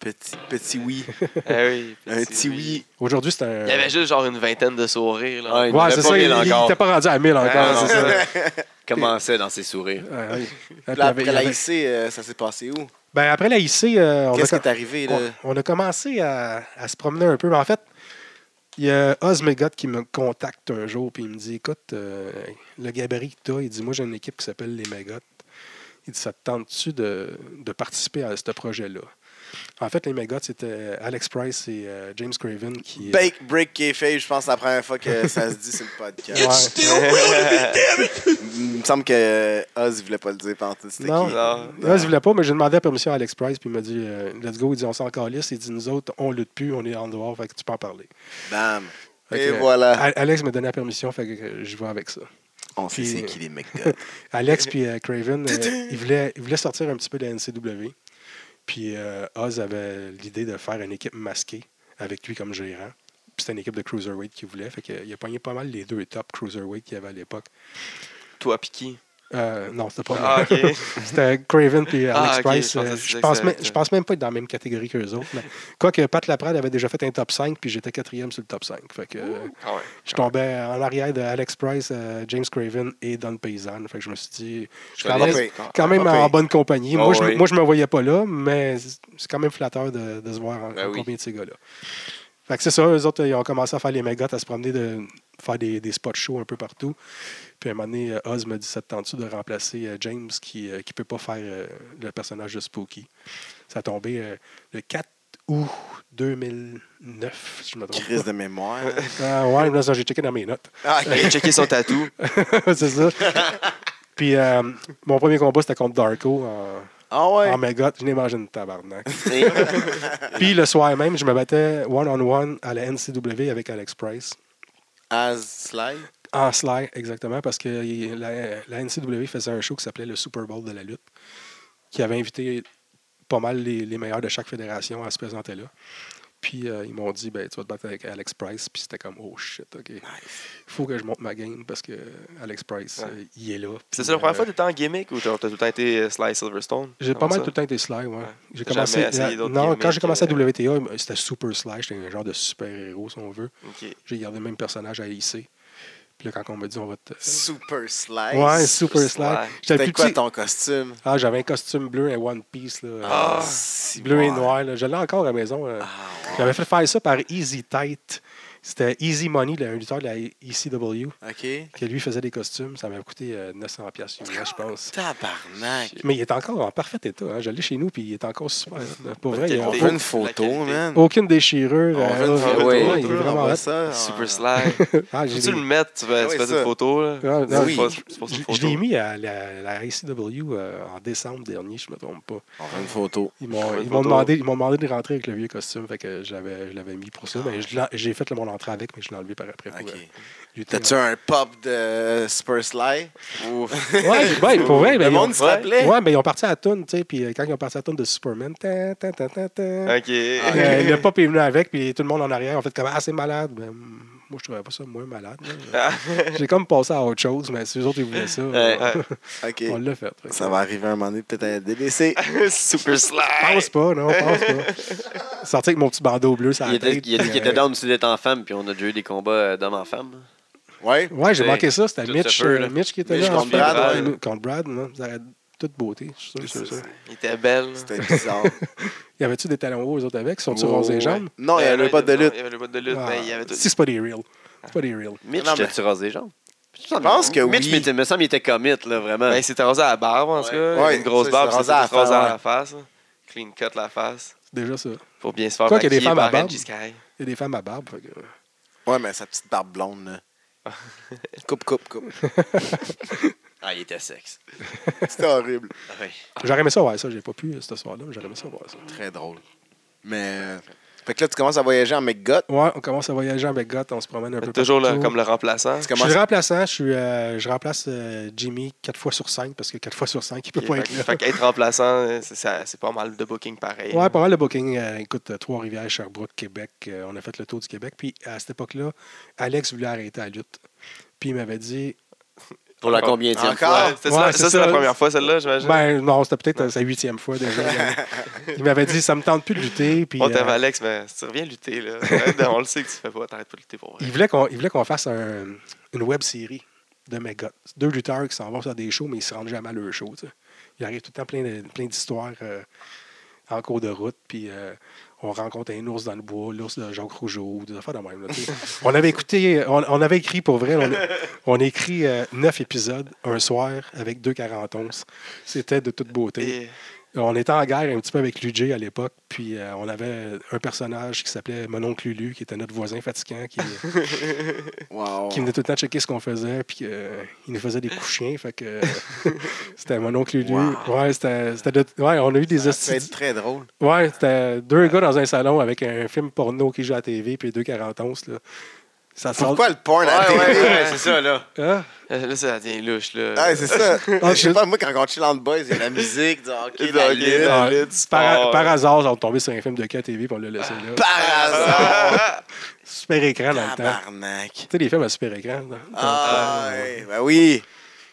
S3: Petit, petit
S4: <laughs>
S3: oui.
S2: Eh oui.
S3: Un petit oui.
S4: Aujourd'hui, c'est un.
S2: Il y avait juste genre une vingtaine de sourires. Là.
S1: Ouais, il y en
S4: Ouais,
S1: avait
S4: c'est
S1: pas
S4: ça, il
S1: mille
S4: il
S1: encore.
S4: était pas rendu à 1000 encore.
S2: Ah, non,
S4: c'est ça.
S2: <laughs> c'est
S1: Commençait dans ses <laughs> sourires.
S4: Ouais, ouais.
S3: Puis là,
S4: Puis il y avait-
S3: après
S4: il y
S3: la
S4: avait-
S3: IC, euh, ça s'est passé où?
S4: Ben, après la IC, euh, on Oh, a
S3: Qu'est-ce qui
S4: com-
S3: est arrivé, là?
S4: on, on a commencé à, à se promener un peu. Mais en fait, il y a Oz Megot qui me contacte un jour puis il me dit Écoute, euh, le gabarit que tu il dit Moi, j'ai une équipe qui s'appelle les Megot. Il dit Ça te tente-tu de, de participer à ce projet-là En fait, les Megot, c'était Alex Price et euh, James Craven qui.
S3: Bake Break Café, je pense que c'est la première fois que ça se dit sur le podcast.
S4: Ouais.
S3: Il me semble que euh, Oz, il voulait pas le dire pendant tout. C'était
S4: Non.
S3: qui?
S2: Non.
S4: Là, je voulais pas, mais j'ai demandé la permission à Alex Price, puis il m'a dit euh, Let's go. Il dit On s'en calisse. Il dit Nous autres, on lutte plus, on est en dehors, fait que tu peux en parler.
S3: Bam.
S4: Fait
S3: Et
S4: que, euh,
S3: voilà.
S4: A- Alex m'a donné la permission, fait que euh, je vais avec ça.
S3: On sait
S4: puis-
S3: c'est qui les
S4: <laughs>
S3: McDonald's.
S4: Alex puis euh, Craven,
S2: <laughs>
S4: euh, ils, voulaient, ils voulaient sortir un petit peu de la NCW. Puis euh, Oz avait l'idée de faire une équipe masquée avec lui comme gérant. Puis c'était une équipe de cruiserweight qu'il voulait. Fait qu'il a pogné pas mal les deux top cruiserweight qu'il y avait à l'époque.
S2: Toi, Piki.
S4: Euh, non, c'était pas
S2: Ah,
S4: moi.
S2: ok.
S4: <laughs> C'était Craven puis Alex
S2: Ah, ok,
S4: Price.
S2: je pensais
S4: euh,
S2: que
S4: Je
S2: c'était
S4: pense,
S2: que
S4: même-
S2: c'était-
S4: je pense même pas être dans la même catégorie qu'eux autres. Mais quoique Pat Laprade avait déjà fait un top 5, puis j'étais quatrième sur le top 5. Fait que euh,
S2: Ah ouais.
S4: je tombais en arrière de Alex Price, euh, James Craven et Don Paysan. Fait que je me suis dit, je suis quand
S3: Pas
S4: même,
S3: pire.
S4: quand même
S3: Pas
S4: en
S3: pire.
S4: bonne compagnie.
S2: Oh
S4: moi, je,
S2: oui.
S4: moi, je me voyais pas là, mais c'est c'est quand même flatteur de, de se voir en,
S1: Ben
S4: en
S1: oui.
S4: combien de ces gars-là. Fait que c'est ça, eux autres, ils ont commencé à faire les mégots, à se promener, de faire des, des spots shows un peu partout. Puis à un moment donné, euh, Oz me dit ça te tente-tu de remplacer euh, James qui ne peut pas faire euh, le personnage de Spooky Ça a tombé euh, le 4 août 2009, si je me trompe.
S3: Crise
S4: pas.
S3: de mémoire.
S4: <laughs> Ah, ouais, mais ça, j'ai checké dans mes notes. <laughs>
S3: Ah,
S2: Il a checké son tatou.
S4: c'est ça. Puis euh, mon premier combat, c'était contre Darko en,
S3: ah ouais.
S4: en mégot. Je n'ai mangé une tabarnak.
S1: Et-
S4: Puis le soir même, je me battais one-on-one à la NCW avec Alex Price. Ah.
S3: As Sly.
S4: En Sly, exactement, parce que il- la, la NCW faisait un show qui s'appelait le Super Bowl de la lutte, qui avait invité pas mal les, les meilleurs de chaque fédération à se présenter là. Puis euh, ils m'ont dit, ben, tu vas te battre avec Alex Price. Puis c'était comme, oh shit, OK. Il faut que je monte ma game parce que Alex Price,
S2: Ouais.
S4: euh, il est là.
S2: C'est
S4: Puis,
S2: la première
S4: euh,
S2: fois que t'étais en gimmick ou t'as t'as tout le temps été euh, Sly Silverstone?
S4: J'ai pas mal
S2: Comment
S4: tout le temps été Sly, ouais. J'ai
S2: T'as
S4: commencé.
S2: jamais essayé d'autres
S4: non, quand
S2: gimmicks,
S4: j'ai commencé à
S2: euh,
S4: WTA, c'était super Sly, j'étais un genre de super-héros, si on veut.
S2: ça? Ok.
S4: J'ai gardé le même personnage à IC. Puis là, quand on me dit on va te.
S3: Super Sly.
S4: Ouais,
S2: Super
S4: super
S2: Sly.
S4: Sly. J'étais
S3: C'était
S4: plus
S3: quoi
S4: petit.
S3: ton costume?
S4: Ah, j'avais un costume bleu et One Piece, là.
S2: Ah,
S4: bleu et
S3: bon.
S4: noir, là. Je l'ai encore à la maison. là.
S3: Ah
S4: J'avais fait faire ça par Easy Tight. C'était Easy Money, le lutteur de la E ECW,
S3: OK.
S4: qui lui faisait des costumes. Ça m'avait coûté euh, 900$ piastres US,
S3: Ah,
S4: je pense.
S3: Tabarnak.
S4: Mais il est encore en parfait état. Hein. Je l'ai chez nous, puis il est
S3: <laughs>
S4: encore super. là. Pour vrai, il n'y a
S3: On
S2: Des-
S3: veut une
S2: la
S3: photo,
S2: qualité.
S3: man.
S4: aucune déchirure.
S3: On veut
S4: euh,
S3: une photo.
S1: ouais,
S4: il est
S3: on
S4: Oh, vraiment
S3: voit
S4: hot.
S3: ça.
S2: Super
S3: euh,
S2: slack.
S4: Ah, j'ai
S2: Peux-tu le
S4: des-
S2: mettre? Tu fais
S3: Ah oui,
S2: tu fais
S3: ça.
S2: une photo, là.
S4: Ah, non,
S3: Oui.
S2: C'est pas- c'est pas
S4: Je,
S2: une
S4: je l'ai
S2: photo.
S4: mis à la, la ICW euh, en décembre dernier, je me trompe pas.
S3: On veut une photo.
S4: Ils m'ont
S2: Ouais,
S4: ils
S2: photo.
S4: m'ont demandé, ils m'ont demandé de rentrer avec le vieux costume, fait que je l'avais je l'avais mis pour ça. mais je l'en- J'ai fait le- mon entrée avec, mais je l'ai enlevé par après. pour,
S3: OK.
S4: euh, lutter.
S3: T'as-tu un pop de Super Sly?
S2: Ouf.
S4: Ouais, ben, ouais, pour vrai,
S3: Le
S4: mais ils ont-
S3: monde se rappelait.
S4: Ouais, mais ils ont parti à la toune, tu sais, puis euh, quand ils ont parti à la toune de Superman, tan, tan, tan, tan, tan,
S2: OK.
S4: euh, le pop est venu avec, puis tout le monde en arrière, en fait, comme, ah, c'est malade. Ben, moi, je trouvais pas ça moins malade. là. <laughs> J'ai comme passé à autre chose, mais si eux autres, ils voulaient ça, euh,
S1: Ouais.
S3: <laughs> OK.
S4: <laughs> on l'a fait. fait que-
S3: Ça va arriver un moment donné, peut-être à la DDC.
S2: <laughs> Super slack.
S4: Pense pas, non, pense pas. Sorti avec mon petit bandeau bleu, ça
S1: Il, était, il a dit qu'il
S4: euh,
S1: était down s'il était en femme, puis on a déjà eu des combats euh, d'hommes en femme.
S3: <laughs> Ouais.
S4: Ouais, j'ai manqué ça, c'était
S2: Tout
S4: Mitch,
S2: se peut,
S4: euh,
S2: là.
S4: Mitch qui était
S3: Mitch
S4: là. en
S3: contre
S4: fait.
S3: Brad,
S4: Ouais, Contre Brad, non, ça aurait toute beauté, je suis sûr, je suis sûr.
S2: Il était belle.
S3: C'était
S4: <laughs>
S3: bizarre.
S4: Y avait-tu des talons hauts, eux autres, avec? Sont-tu
S3: Ouais,
S4: roses et
S3: ouais.
S4: jambes?
S3: Non, il y
S2: Euh,
S3: avait
S2: non,
S3: pas de lutte.
S2: Il y avait le mode de lutte,
S4: Ah,
S2: mais ben, il y avait tout.
S4: Si c'est pas des reels. C'est pas des reels.
S1: Mitch,
S3: Non, mais-
S1: t'as-tu rasé les jambes? Je
S3: pense que
S1: Mitch,
S3: oui.
S1: mais t'es- me semble, il était commit, là, vraiment.
S2: Ben, il s'était rasé à la barbe, en tout cas.
S3: Ouais,
S2: une grosse
S3: ça,
S2: barbe,
S3: il s'est
S2: c'était
S3: rasé
S2: rasé
S3: à la
S2: à la face. là. Clean cut la face.
S4: C'est déjà ça.
S2: Pour bien se faire
S4: Quoi qu'il y ait des
S2: maquiller
S4: femmes à
S2: par
S4: barbe.
S2: Angie Sky.
S4: Y a des femmes à barbe. fait que- euh,
S3: Ouais, mais sa petite barbe blonde, là. <laughs> Coupe, coupe, coupe.
S1: Ah, il était sexe.
S3: C'était horrible.
S1: Ah, oui.
S4: J'aurais aimé ça voir ça, j'ai pas pu euh, ce soir-là, mais j'aurais aimé ça voir ça.
S3: Très drôle. Mais. euh, Fait que là, tu commences à voyager en McGot.
S4: Ouais, on commence à voyager avec Got, on se promène un peu.
S2: Toujours là,
S4: partout.
S2: comme le remplaçant.
S3: Tu
S4: Je suis
S3: commences
S4: le remplaçant, je, suis, euh, je remplace euh, Jimmy 4 fois sur 5 parce que 4 fois sur 5, il peut
S2: Fait
S4: pas être
S2: que-
S4: là.
S2: fait qu'être remplaçant, euh, c'est- ça- c'est pas mal de booking pareil.
S4: Ouais,
S2: là.
S4: pas mal le booking. Euh, écoute, euh, Trois-Rivières, Sherbrooke, Québec. euh, on a fait le tour du Québec. Puis à cette époque-là, Alex voulait arrêter la lutte. Puis il m'avait dit.
S1: Pour la combien
S3: Encore?
S2: Ouais, c'est
S4: Ouais,
S2: ça,
S4: c'est
S2: ça, c'est
S4: ça.
S2: la première fois, celle-là, j'imagine.
S4: Ben non, c'était peut-être euh, sa huitième fois déjà. il m'avait dit, ça me tente plus de lutter. Puis,
S2: on
S4: euh,
S2: t'aime, Alex, mais si tu reviens lutter,
S4: <laughs>
S2: là. Arrête de- on le sait que tu fais pas, t'arrêtes pas de lutter pour vrai.
S4: il voulait qu'on il voulait qu'on fasse un- une web série de Megot. Deux lutteurs qui s'en vont sur des shows, mais ils se rendent jamais à leur show. tu sais. Il arrive tout le temps plein de- plein d'histoires euh, en cours de route. Puis euh, on rencontre un ours dans le bois, l'ours de Jacques Rougeau, des affaires de même. là, tu sais. on avait écouté, on, on avait écrit pour vrai, on a, on a écrit euh, neuf épisodes un soir avec deux 41. C'était de toute beauté.
S2: Et-
S4: On était en guerre un petit peu avec Lujay à l'époque, puis euh, on avait un personnage qui s'appelait Mononcle Lulu, qui était notre voisin fatigant, qui,
S3: Wow.
S4: qui venait tout le temps checker ce qu'on faisait, puis euh, il nous faisait des coups chiens,
S3: <laughs>
S4: fait que euh, c'était Mononcle Lulu.
S3: Wow.
S4: Ouais, c'était, c'était de- ouais, on a eu des
S3: Ça va être
S4: hosties.
S3: très drôle.
S4: Ouais, c'était deux gars dans un salon avec un film porno qui joue à la TV, puis deux 40 onces, là. Ça sort...
S3: Pourquoi le porn à la
S1: Ouais, ouais,
S3: télé?
S1: ouais, c'est ça, là.
S4: Ah,
S2: Euh, Là, ça devient louche,
S4: Euh,
S2: là.
S3: Ouais, Ah, c'est
S4: <laughs>
S3: ça. Je sais
S4: je-
S3: pas, moi, quand on chill entre boys, il y a la musique, du hockey,
S2: Du
S3: de la
S2: hockey,
S3: lutte.
S2: la
S4: ah,
S2: lutte, du
S4: par,
S2: sport.
S4: par hasard, on est tombé sur un film de KTV, puis on l'a laissé là.
S3: Par hasard.
S4: Super écran Ah, dans le temps.
S3: bah! Tabarnak.
S4: Tu sais, les films à super écran. là.
S3: Ah, ouais, ben oui.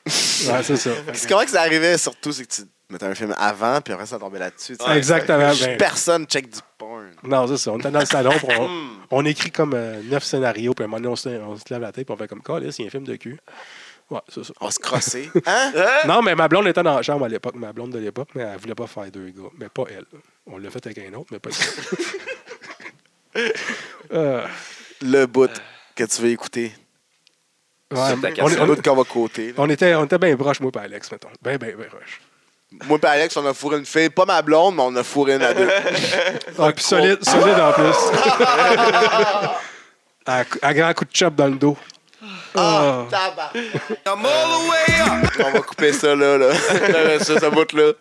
S4: Ouais, c'est ça.
S3: C'est comment que ça arrivait, surtout, c'est que tu mettais un film avant, puis après, ça tombait là-dessus. tu sais.
S4: Exactement.
S3: Je-
S4: ben,
S3: Personne check du porn.
S4: non, c'est ça. On était dans le salon. puis
S3: <laughs>
S4: on, on écrit comme euh, neuf scénarios. Puis à un moment donné, on se, on se lève la tête. Puis on fait comme, Calisse, il y a un film de cul. Ouais, c'est ça.
S3: On se crossait.
S4: <laughs>
S3: Hein?
S4: Non, mais ma blonde était dans la chambre à l'époque. Ma blonde de l'époque, mais elle voulait pas faire deux gars. Mais pas elle. On l'a fait avec un autre,
S3: <laughs>
S4: mais pas elle. Euh,
S3: Le bout que tu veux écouter.
S4: ouais,
S2: C'est ta
S4: on,
S3: C'est le
S4: on-
S3: bout qu'on va côté. là.
S4: on était, on était bien proches, moi et Alex, mettons. Ben, ben, ben proches.
S3: Moi et Alex, on a fourré une fille. Pas ma blonde, mais on a fourré une à deux.
S4: Ah, puis solide, solide
S3: <laughs>
S4: en plus. à, à grand coup de chop dans le dos. Ah.
S3: Tabarnak. On va couper ça là. <laughs> là. ça, ça bout là.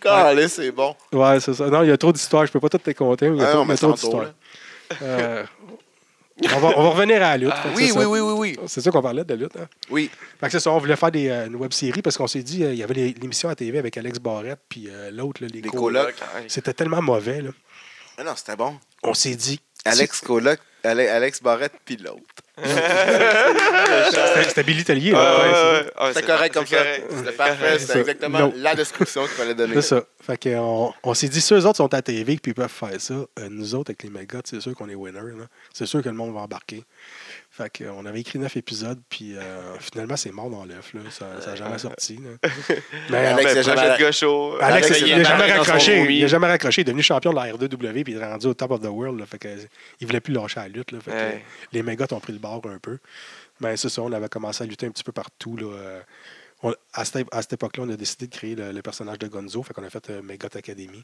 S3: Calais, c'est bon.
S4: Ouais, c'est ça. Non, il y a trop d'histoires. Je peux pas toutes te compter. mais Il y a
S3: Ah,
S4: trop,
S3: non, mais
S4: mais trop
S3: tantôt,
S4: d'histoires. Euh, on, va, on va revenir à la lutte. Fait que
S3: Ah, Oui,
S4: c'est
S3: oui,
S4: ça.
S3: oui, oui, oui.
S4: C'est ça qu'on parlait de la lutte. Hein?
S3: Oui.
S4: Fait que c'est ça, on voulait faire des, euh, une web-série parce qu'on s'est dit, euh, il y avait les- l'émission à TV avec Alex Barrette puis euh, l'autre, là, les,
S3: Les
S4: colocs.
S3: colocs.
S4: C'était tellement mauvais. là.
S3: Ah non, c'était bon.
S4: On s'est dit,
S3: Alex Coloc, Ale- Alex Barrette, puis l'autre.
S4: c'était c'était Billy Tellier.
S2: Ouais,
S4: là.
S2: ouais,
S4: Ouais, c'est-
S2: ouais. Ah,
S3: C'était correct comme ça.
S2: correct.
S3: C'était parfait.
S4: ça.
S3: C'était exactement
S4: Non.
S3: la description qu'il fallait donner.
S4: C'est ça. Fait que, euh, on, on s'est dit, si eux autres sont à TV puis ils peuvent faire ça, euh, nous autres, avec les mégots, c'est sûr qu'on est winners. là. C'est sûr que le monde va embarquer. Fait que, euh, on avait écrit neuf épisodes, puis euh, finalement, c'est mort dans l'œuf. là. Ça n'a jamais sorti. là. Mais
S1: Alex,
S2: Alex,
S1: il a
S2: ben,
S1: jamais-
S2: projet de gaucho.
S4: Alex,
S1: Alex,
S4: il
S1: il
S4: n'a
S1: est dans
S4: jamais
S1: son
S4: raccroché.
S1: vomi.
S4: Il n'a jamais raccroché. Il est devenu champion de la R2W puis il est rendu au top of the world. là. Fait que, euh, il ne voulait plus lâcher la lutte. là. Fait que,
S2: Ouais.
S4: euh, les mégots ont pris le bord un peu. Mais c'est ça, on avait commencé à lutter un petit peu partout. là. Euh, on- à cette, à cette époque-là, on a décidé de créer le, le personnage de Gonzo. Fait qu'on a fait euh, Megot Academy.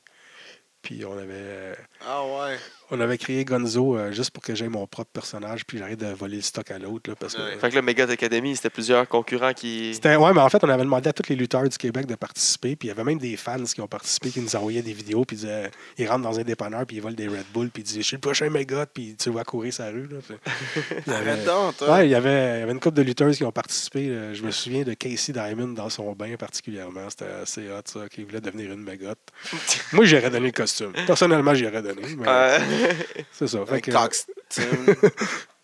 S4: Puis on avait, euh,
S3: Ah ouais.
S4: on avait créé Gonzo euh, juste pour que j'aie mon propre personnage puis j'arrête de voler le stock à l'autre. là, parce que-
S3: Ouais.
S2: Fait que là, Megat Academy, c'était plusieurs concurrents qui.
S4: c'était, ouais, mais en fait, on avait demandé à tous les lutteurs du Québec de participer. Puis il y avait même des fans qui ont participé, qui nous envoyaient des vidéos. Puis ils disaient, ils rentrent dans un dépanneur, puis ils volent des Red Bull, puis ils disent, je suis le prochain mégot, puis tu vois courir sa rue. Là.
S3: <laughs>
S4: Il y avait-
S3: Arrête donc, toi.
S4: Ouais, il y avait, il y avait une couple de lutteurs qui ont participé. là. Je me souviens de Casey Diamond dans son bain particulièrement. C'était assez hot, ça, qui voulait devenir une mégotte. Moi, j'aurais donné le costume. Personnellement, j'aurais donné. mais
S2: Euh,
S4: C'est ça. Fait
S3: Un
S4: que-
S3: costume.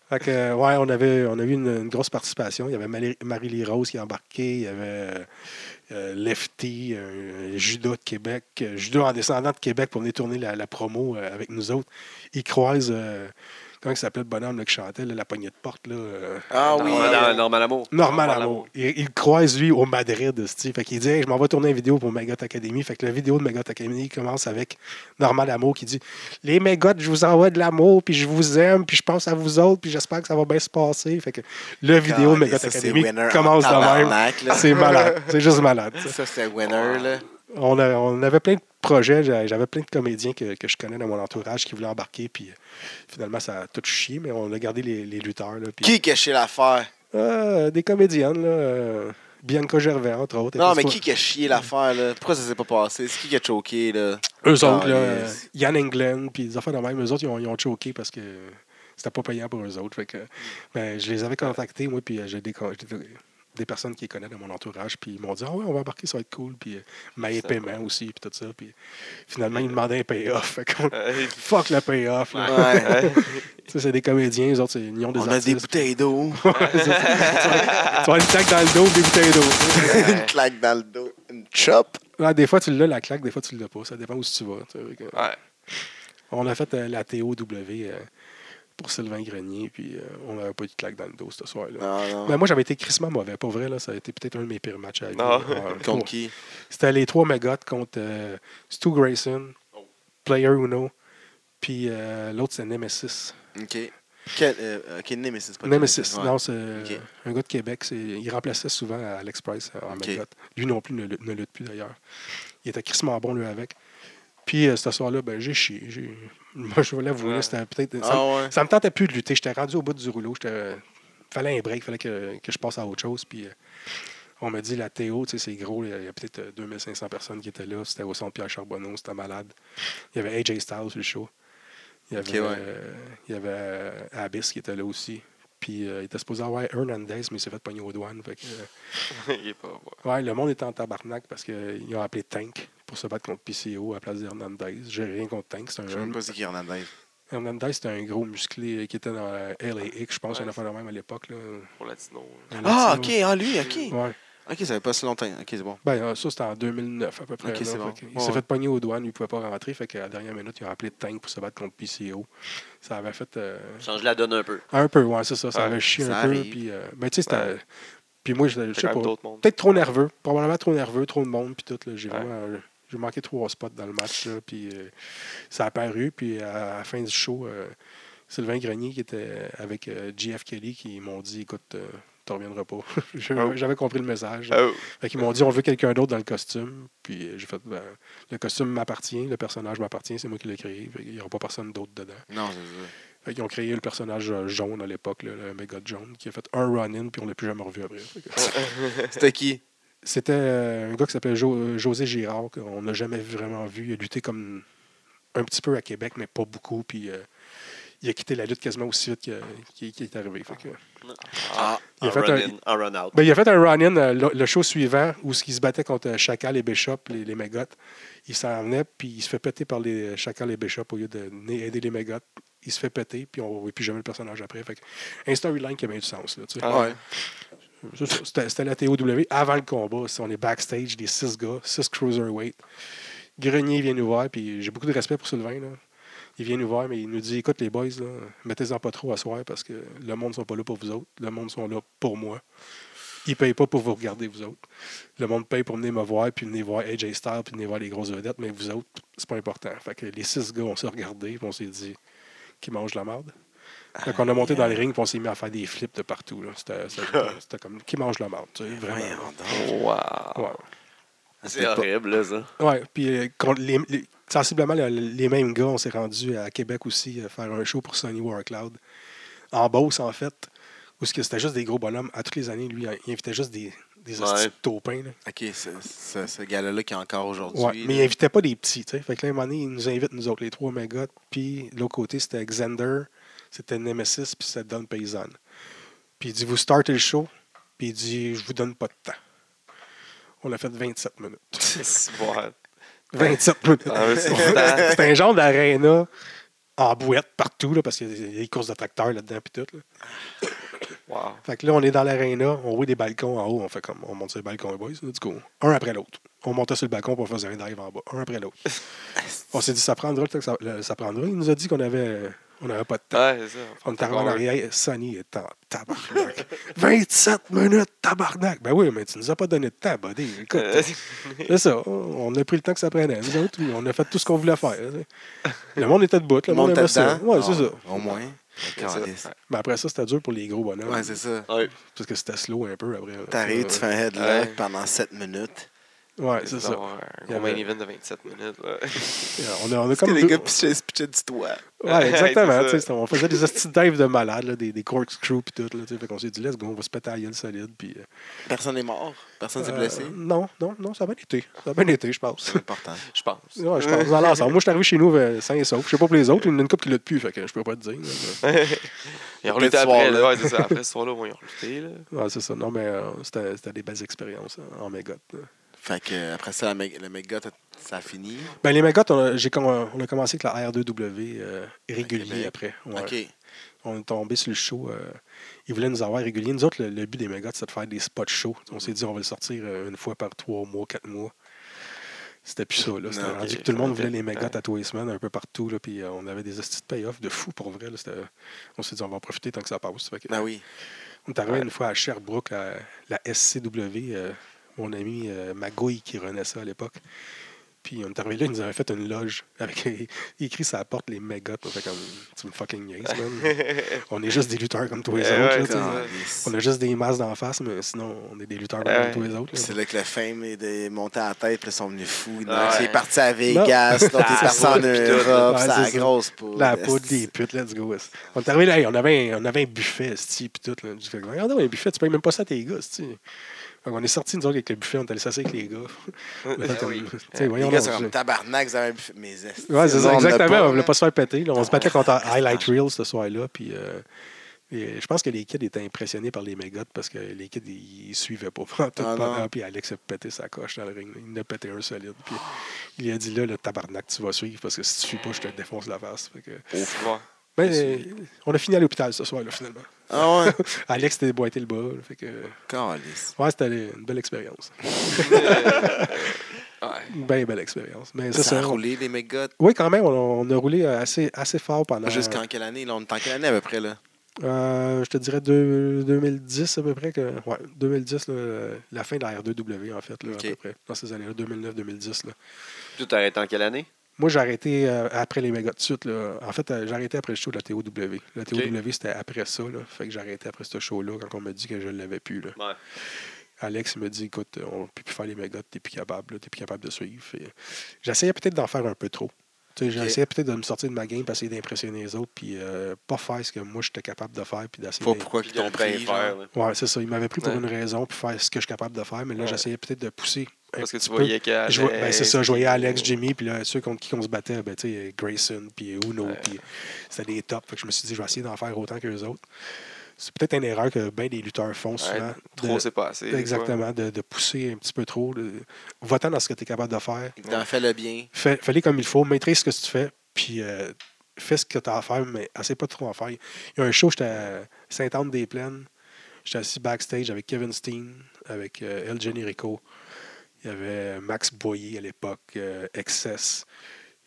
S4: fait que, euh, ouais, on, avait, on a eu une, une grosse participation. Il y avait Malé- Marie-Lee Rose qui a embarqué. Il y avait euh, euh, Lefty, euh, Judas de Québec. euh, Judas en descendant de Québec pour venir tourner la, la promo euh, avec nous autres. Il croise, euh, comment il s'appelait le bonhomme là, qui chantait, là, la poignée de porte. Là, euh,
S3: Ah oui.
S1: Normal,
S3: euh,
S1: normal amour.
S4: Normal
S2: Normal
S4: Amour.
S2: Amour.
S4: Il, il croise, lui, au Madrid. c'ti. Fait qu'il dit Hey, Je m'en vais tourner une vidéo pour Megot Academy. Fait que la vidéo de Megot Academy commence avec Normal Amour qui dit Les Megot, je vous envoie de l'amour, puis je vous aime, puis je pense à vous autres, puis j'espère que ça va bien se passer. Fait que la vidéo
S3: Calais,
S4: Megot
S3: ça, c'est
S4: Academy
S3: winner en
S4: commence de même.
S3: tabarnak, là.
S4: C'est malade. C'est juste malade. t'sais.
S3: Ça, c'est winner, là.
S4: On, a- on avait plein de projets. J'a- J'avais plein de comédiens que, que je connais dans mon entourage qui voulaient embarquer, puis euh, finalement, ça a tout chié, mais on a gardé les, les lutteurs. là, puis-
S3: Qui cachait l'affaire?
S4: euh, des comédiennes, là. euh, Bianca Gervais, entre autres.
S3: Non,
S4: Et
S3: mais
S4: pas-
S3: qui qui a chié l'affaire, là? Pourquoi ça s'est pas passé? C'est qui qui a choqué, là?
S4: Eux autres, là,
S3: Ah,
S4: euh,
S3: yes.
S4: Yann England, puis des affaires de même. Eux autres, ils ont, ils ont choqué parce que c'était pas payant pour eux autres. Fait que, ben, je les avais contactés, moi, puis euh, j'ai des, con- j'ai des- des personnes qui les connaissent dans mon entourage, puis ils m'ont dit « Ah ouais, on va embarquer, ça va être cool. » Puis euh, maillet de paiement aussi, puis tout ça. Puis finalement, ils me demandaient un payoff. Fait qu'on-
S2: euh,
S4: Fuck le payoff, là.
S3: Ouais.
S4: Tu sais, c'est des comédiens, eux autres, c'est ils ont des
S3: On a des
S4: artistes.
S3: bouteilles d'eau.
S4: Tu vas le tac dans le dos, des bouteilles d'eau.
S3: <laughs> Une claque dans le dos. Une chop.
S4: Ouais, Ah, des fois, tu l'as, la claque, des fois, tu l'as pas. Ça dépend où tu vas. tu sais, fait
S2: <laughs>
S4: que-
S2: ouais.
S4: On a fait euh, la TOW euh, pour Sylvain Grenier, puis euh, on n'avait pas eu de claque dans le dos ce soir-là.
S3: Non,
S4: Mais
S3: non.
S4: moi, j'avais été crissement mauvais. Pour vrai, là, ça a été peut-être un de mes pires matchs à vie.
S2: Non.
S4: Ouais.
S3: Ah. <laughs> Contre qui?
S4: C'était les trois mégottes contre euh, Stu Grayson,
S3: Oh.
S4: Player Uno, puis euh, l'autre, c'est Nemesis.
S3: OK. Quel, euh, OK, Nemesis. pas
S4: Nemesis,
S3: Ouais.
S4: non, c'est
S3: Ok.
S4: un gars de Québec. c'est- Il remplaçait souvent Alex Price euh, en
S3: Ok.
S4: mégotte. Lui non plus ne, lutte- ne lutte plus d'ailleurs. Il était crissement bon, lui, avec. Puis euh, ce soir-là, ben, j'ai chié. j'ai- <laughs> Moi, je voulais l'avouer,
S2: Ouais.
S4: c'était peut-être. ça
S3: Ah ouais.
S4: Ça me tentait plus de lutter. J'étais rendu au bout du rouleau. J'étais... Fallait un break, fallait que, que je passe à autre chose. Puis euh, on me dit, la Théo, tu sais, c'est gros. Il y a peut-être euh, 2500 personnes qui étaient là. C'était au centre Pierre Charbonneau, c'était malade. Il y avait AJ Styles sur le show. Il y avait,
S3: Ok, ouais.
S4: euh, il y avait euh, Abyss qui était là aussi. Puis euh, il était supposé avoir Hernandez, mais il s'est fait pogner aux douanes. Fait que, euh,
S2: Il est pas. ouais.
S4: ouais, le monde était en tabarnak parce qu'ils ont appelé Tank pour se battre contre PCO à la place d'Hernandez. J'ai rien contre Tank. C'est un,
S3: Je sais même pas c'est qui Hernandez.
S4: Hernandez, c'était un gros musclé euh, qui était dans euh, LAX, je pense,
S2: Ouais.
S4: on a fait le même à l'époque. là.
S2: Pour Latino.
S4: Un
S3: Ah, OK.
S4: Latino.
S3: Ah, lui, OK.
S4: Ouais.
S3: OK, ça fait pas si longtemps. OK, c'est bon.
S4: Ben, euh, ça, c'était en 2009 à peu près.
S3: Ok,
S4: là.
S3: c'est bon.
S4: Fait que il
S3: Ouais,
S4: s'est
S3: ouais.
S4: fait pogner aux douanes, il ne pouvait pas rentrer. Fait qu'à la dernière minute, il a appelé Tank pour se battre contre PCO. Ça avait fait euh,
S1: Change la donne un peu.
S4: un peu, ouais, c'est ça. Ça
S2: Ouais,
S4: avait chié
S3: ça
S4: un peu.
S3: arrive.
S4: Puis, euh, ben, tu sais, c'était. Puis moi, je je
S2: C'est
S4: sais
S2: quand
S4: pas.
S2: même d'autres mondes.
S4: Peut-être trop nerveux. Probablement trop nerveux, trop de monde, puis tout. là. J'ai
S2: Ouais.
S4: vraiment. euh, J'ai manqué trois spots dans le match, là, puis euh, ça a apparu. Puis à la fin du show, euh, Sylvain Grenier qui était avec euh, JF Kelly qui m'ont dit Écoute, euh, t'en reviendras pas. <laughs> Je-
S2: Oh.
S4: J'avais compris le message.
S2: Oh.
S4: Fait qu'ils m'ont dit On veut quelqu'un d'autre dans le costume. Puis euh, j'ai fait Ben, Le costume m'appartient, le personnage m'appartient, c'est moi qui l'ai créé. Il n'y aura pas personne d'autre dedans.
S3: Non, c'est
S4: Fait qu'ils ont créé le personnage euh, jaune à l'époque, là, le méga jaune, qui a fait un run-in, puis on l'a plus jamais revu après. Fait que-
S3: ça. C'était qui?
S4: C'était euh, un gars qui s'appelait Jo- euh, José Girard, qu'on n'a jamais vraiment vu. Il a lutté comme un petit peu à Québec, mais pas beaucoup. Puis euh, il a quitté la lutte quasiment aussi vite que- qu'il qu'il est arrivé. Fait que-
S3: Ah,
S4: il,
S1: Un
S4: a fait un,
S1: run-in, un run-out.
S4: ben, il a fait un run-in euh, le, le show suivant où il se battait contre euh, Chacal et Bishop, les, les mégottes. Il s'en venait, puis il se fait péter par les euh, Chacal et Bishop au lieu de venir aider les mégottes. Il se fait péter, puis on ne voit plus jamais le personnage après. Fait que, un storyline qui a bien du sens. Là, tu sais.
S2: Ah.
S3: ouais.
S4: C'est ça, C'était c'était la TOW avant le combat. ça, on est backstage, des six gars, six cruiserweight. Grenier vient nous voir, puis j'ai beaucoup de respect pour Sylvain. là. Il vient nous voir, mais il nous dit Écoute, les boys, là, mettez-en pas trop à soir parce que le monde ne sont pas là pour vous autres. Le monde sont là pour moi. Ils ne payent pas pour vous regarder, vous autres. Le monde paye pour venir me voir, puis venir voir AJ Styles, puis venir voir les grosses vedettes, mais vous autres, c'est pas important. Fait que les six gars, on s'est regardés, puis on s'est dit qu'ils mangent la merde. Fait qu'on a monté dans le ring, puis on s'est mis à faire des flips de partout. là. C'était c'était- c'était comme qui mange la merde, tu sais, vraiment.
S3: Voyons donc.
S2: Wow.
S4: Ouais.
S1: C'est horrible, là, ça.
S4: Ouais, puis euh, qu'on- les- les- sensiblement, le- les mêmes gars, on s'est rendu à Québec aussi euh, faire un show pour Sony Warcloud. En Beauce, en fait, où ce que c'était juste des gros bonhommes. À toutes les années, lui, il invitait juste des, des
S1: Ouais.
S4: hosties de taupins, là.
S3: OK, ce, ce, ce gars-là qui est encore aujourd'hui.
S4: Ouais, mais il
S3: là.
S4: invitait pas des petits, tu sais. Fait que là, à un moment donné, il nous invite, nous autres, les trois mégots. Puis de l'autre côté, c'était Xander, c'était Nemesis, puis c'était Don Paysan. Puis il dit, vous startez le show. Puis il dit, je vous donne pas de temps. On l'a fait 27 minutes.
S2: <laughs> C'est bon.
S4: 27 minutes.
S2: Ah oui,
S4: <laughs>
S2: c'est important.
S4: C'est un genre d'aréna en bouette partout, là, parce qu'il y a des courses de tracteurs là-dedans, puis tout. là.
S2: Wow.
S4: Fait que là, on est dans l'aréna, on voit des balcons en haut, on fait comme, on monte sur les balcons, les boys, let's go. Un après l'autre. On montait sur le balcon pour faire un dive en bas, un après l'autre. on s'est dit, ça prendra le temps que ça, le- ça prendra. Il nous a dit qu'on avait, on avait pas de temps.
S2: Ouais, c'est ça.
S4: On est arrivé en arrière, Sonny est en tabarnak. 27 minutes, tabarnak! Ben oui, mais tu nous as pas donné de temps, buddy. Écoute,
S2: Euh,
S4: c'est ça. On a pris le temps que ça prenait. Nous autres, oui, on a fait tout ce qu'on voulait faire. tu sais. Le monde était debout. Le
S3: Tout le monde
S4: monde
S3: était
S4: aimait ça.
S3: dedans. Ah
S4: Ouais, c'est ça.
S3: Au moins.
S2: <laughs> c'est
S3: Calisse.
S2: ça.
S4: Mais après ça, c'était dur pour les gros bonhommes.
S3: Ouais, c'est ça.
S1: Ouais.
S4: parce que c'était slow un peu après. là.
S3: T'arrives, tu fais un
S2: Ouais.
S3: headlock pendant 7 minutes.
S4: Ouais, c'est ça.
S2: d'avoir Un
S4: Il y
S2: gros main
S4: avait-
S2: event de 27 minutes.
S4: <laughs>
S2: là.
S4: On a, on a comme. deux-
S3: pitchaient se pitchaient du toit.
S4: <laughs> Ouais, exactement.
S2: C'est ça.
S4: tu sais, on faisait des hosties de dives de malade, là, des, des corkscrews puis tout. Là, tu sais. fait qu'on s'est dit, let's go, on va se péter à la gueule solide. Puis, euh,
S3: Personne n'est mort. Personne s'est
S4: euh,
S3: blessé.
S4: Non, non, non, ça a bien été. Ça a bien été, je pense.
S3: C'est important.
S2: Je pense.
S4: <laughs> Ouais, je pense. Dans l'ensemble. Moi, je suis arrivé chez nous euh, sain et sauf. Je sais pas pour les autres, il y en a une couple qui l'a depuis, fait que je peux pas te dire. là.
S2: Ils ont
S3: Peut-être
S2: lutté
S3: ce
S2: après.
S3: soir-là.
S2: là. Ouais, c'est ça. Après ce soir-là, bon, ils ont lutté. là.
S4: Ouais, c'est ça. Non, mais euh, c'était c'était des belles expériences hein, en mégotte. là.
S3: Fait que euh, après ça, la mé- le méga, t'as- ça a fini.
S4: Ben, les mégottes, on a, j'ai com- on a commencé avec la R2W euh, régulier
S3: Québec.
S4: après. Ouais.
S3: OK.
S4: On est tombé sur le show. euh, ils voulaient nous avoir régulier. Nous autres, le, le but des mégottes, c'est de faire des spots shows. On s'est dit, on va le sortir euh, une fois par trois mois, quatre mois. C'était plus ça. Là. C'était
S3: Non,
S4: rendu
S2: ok.
S4: que tout le monde
S2: Ok.
S4: voulait les mégottes à tous les semaines, un peu partout. Là, puis euh, on avait des hosties de payoff de fou pour vrai. là. C'était- on s'est dit, on va en profiter tant que ça passe. Fait que-
S3: Ben oui.
S4: on est arrivé une fois à Sherbrooke, la, la SCW, euh, mon ami euh, Magouille qui renaissait à l'époque. Puis on est arrivé là, ils nous avaient fait une loge avec écrit sur la porte les mégottes. On fait comme tu me fucking niaises,
S2: <laughs>
S4: man. on est juste des lutteurs comme tous les
S2: Eh
S4: autres.
S2: ouais,
S4: là, tu sais.
S3: Calisse.
S4: on a juste des masses d'en face, mais sinon on est des lutteurs
S2: Eh
S4: comme
S2: ouais.
S4: tous les autres.
S3: Puis
S4: là.
S3: C'est là que le fame est de- est monté à la tête, puis ils sont venus fous.
S2: Ah
S3: Il
S2: ouais.
S3: est parti à
S4: <laughs>
S3: Vegas, l'autre
S2: Ah,
S3: est parti
S2: c'est
S3: en
S2: ça, puis tout,
S3: Europe,
S4: là.
S3: c'est
S4: Ouais,
S3: la
S4: c'est ça.
S3: grosse poudre.
S4: La poudre des putes, let's go. esti. On est arrivé là, hey, on, avait un, on avait un buffet, esti, puis tout. Là. Je fais, regarde, un buffet, tu payes même pas ça à tes gars, esti. Fait qu'on est sortis, nous autres, avec le buffet, on est allé s'asseoir avec les gars. On a fait comme, tu sais,
S3: Euh, Les
S4: voyons
S3: gars
S4: donc,
S3: sont comme
S4: je-
S3: tabarnak, vous avez un buffet. Mais esti,
S4: Ouais, c'est
S3: nous,
S4: ça,
S3: on l'a
S4: exactement. On voulait
S3: là.
S4: pas se faire péter. là. on se
S3: <laughs>
S4: battait contre Highlight Reel ce soir-là. Puis, euh, et je pense que les kids étaient impressionnés par les mégottes parce que les kids, ils ils suivaient pas. pendant tout
S3: Ah,
S4: pendant.
S3: non.
S4: puis Alex a pété sa coche dans le ring. Il en a pété un solide. Puis il a dit là, le tabarnak, tu vas suivre parce que si tu suis pas, je te défonce la face. Fait que-
S2: Ouais.
S4: Ben, euh, on a fini à l'hôpital ce soir-là, finalement.
S3: Ah
S4: <laughs>
S3: ouais,
S4: Alex était déboîté le bas. là. Fait que,
S3: calisse.
S4: ouais, c'était une
S3: <laughs>
S4: belle expérience.
S2: Ouais.
S4: Une bien belle expérience. Mais ça,
S3: Ça
S4: ça
S3: a roulé, les mégottes.
S4: Oui, quand même, on a, on a roulé assez, assez fort pendant.
S3: Jusqu'en quelle année? Là, on est en quelle année à peu près, là?
S4: Euh, je te dirais deux- 2010 à peu près. Que, ouais, 2010, là, la fin de la R2W, en fait, là,
S3: Ok.
S4: à peu près. Dans ces années-là, 2009-2010. là.
S1: Tout arrête en quelle année?
S4: Moi, j'ai arrêté euh, après les méga de suite. là. En fait, euh, j'ai arrêté après le show de la TOW. La TOW, c'était après ça. Là. Fait que j'ai arrêté après ce show-là quand on m'a dit que je ne l'avais plus. Là.
S1: Ouais.
S4: Alex il me dit écoute, on ne peut plus faire les méga, t'es plus capable, là, t'es plus capable de suivre. Fait, euh, J'essayais peut-être d'en faire un peu trop. Tu sais, J'essayais peut-être de me sortir de ma game, pour essayer d'impressionner les autres, puis euh, pas faire ce que moi j'étais capable de faire, puis d'essayer
S3: Pas
S4: d'im-
S3: pourquoi ils t'ont pris. genre.
S1: là.
S4: Ouais, c'est ça. Il m'avait pris pour
S2: Ouais.
S4: une raison, puis faire ce que je suis capable de faire, mais là,
S2: Ouais.
S4: j'essayais peut-être de pousser. un
S2: Parce que
S4: petit
S2: tu
S4: peu.
S2: voyais qu'à.
S4: Euh, Je vois- ben, c'est ça, je voyais Alex, Jimmy, puis là, ceux contre qui on se battait, ben, tu sais, Grayson, puis Uno,
S2: Ouais.
S4: puis c'était des tops. Fait que je me suis dit, je vais essayer d'en faire autant que les autres. C'est peut-être une erreur que bien des lutteurs font souvent.
S2: Trop,
S4: de-
S2: c'est pas assez. des fois.
S4: exactement, de, de pousser un petit peu trop. de- Va-t'en dans ce que tu es capable de faire.
S3: Ils t'ont fait le bien.
S4: Fais, fais-les comme il faut, maîtrise ce que tu fais, puis euh, fais ce que tu as à faire, mais essaie pas de trop en faire. Il y a un show, j'étais à Sainte-Anne-des-Plaines, j'étais assis backstage avec Kevin Steen, avec euh, El Generico, il y avait Max Boyer à l'époque, euh, Excess,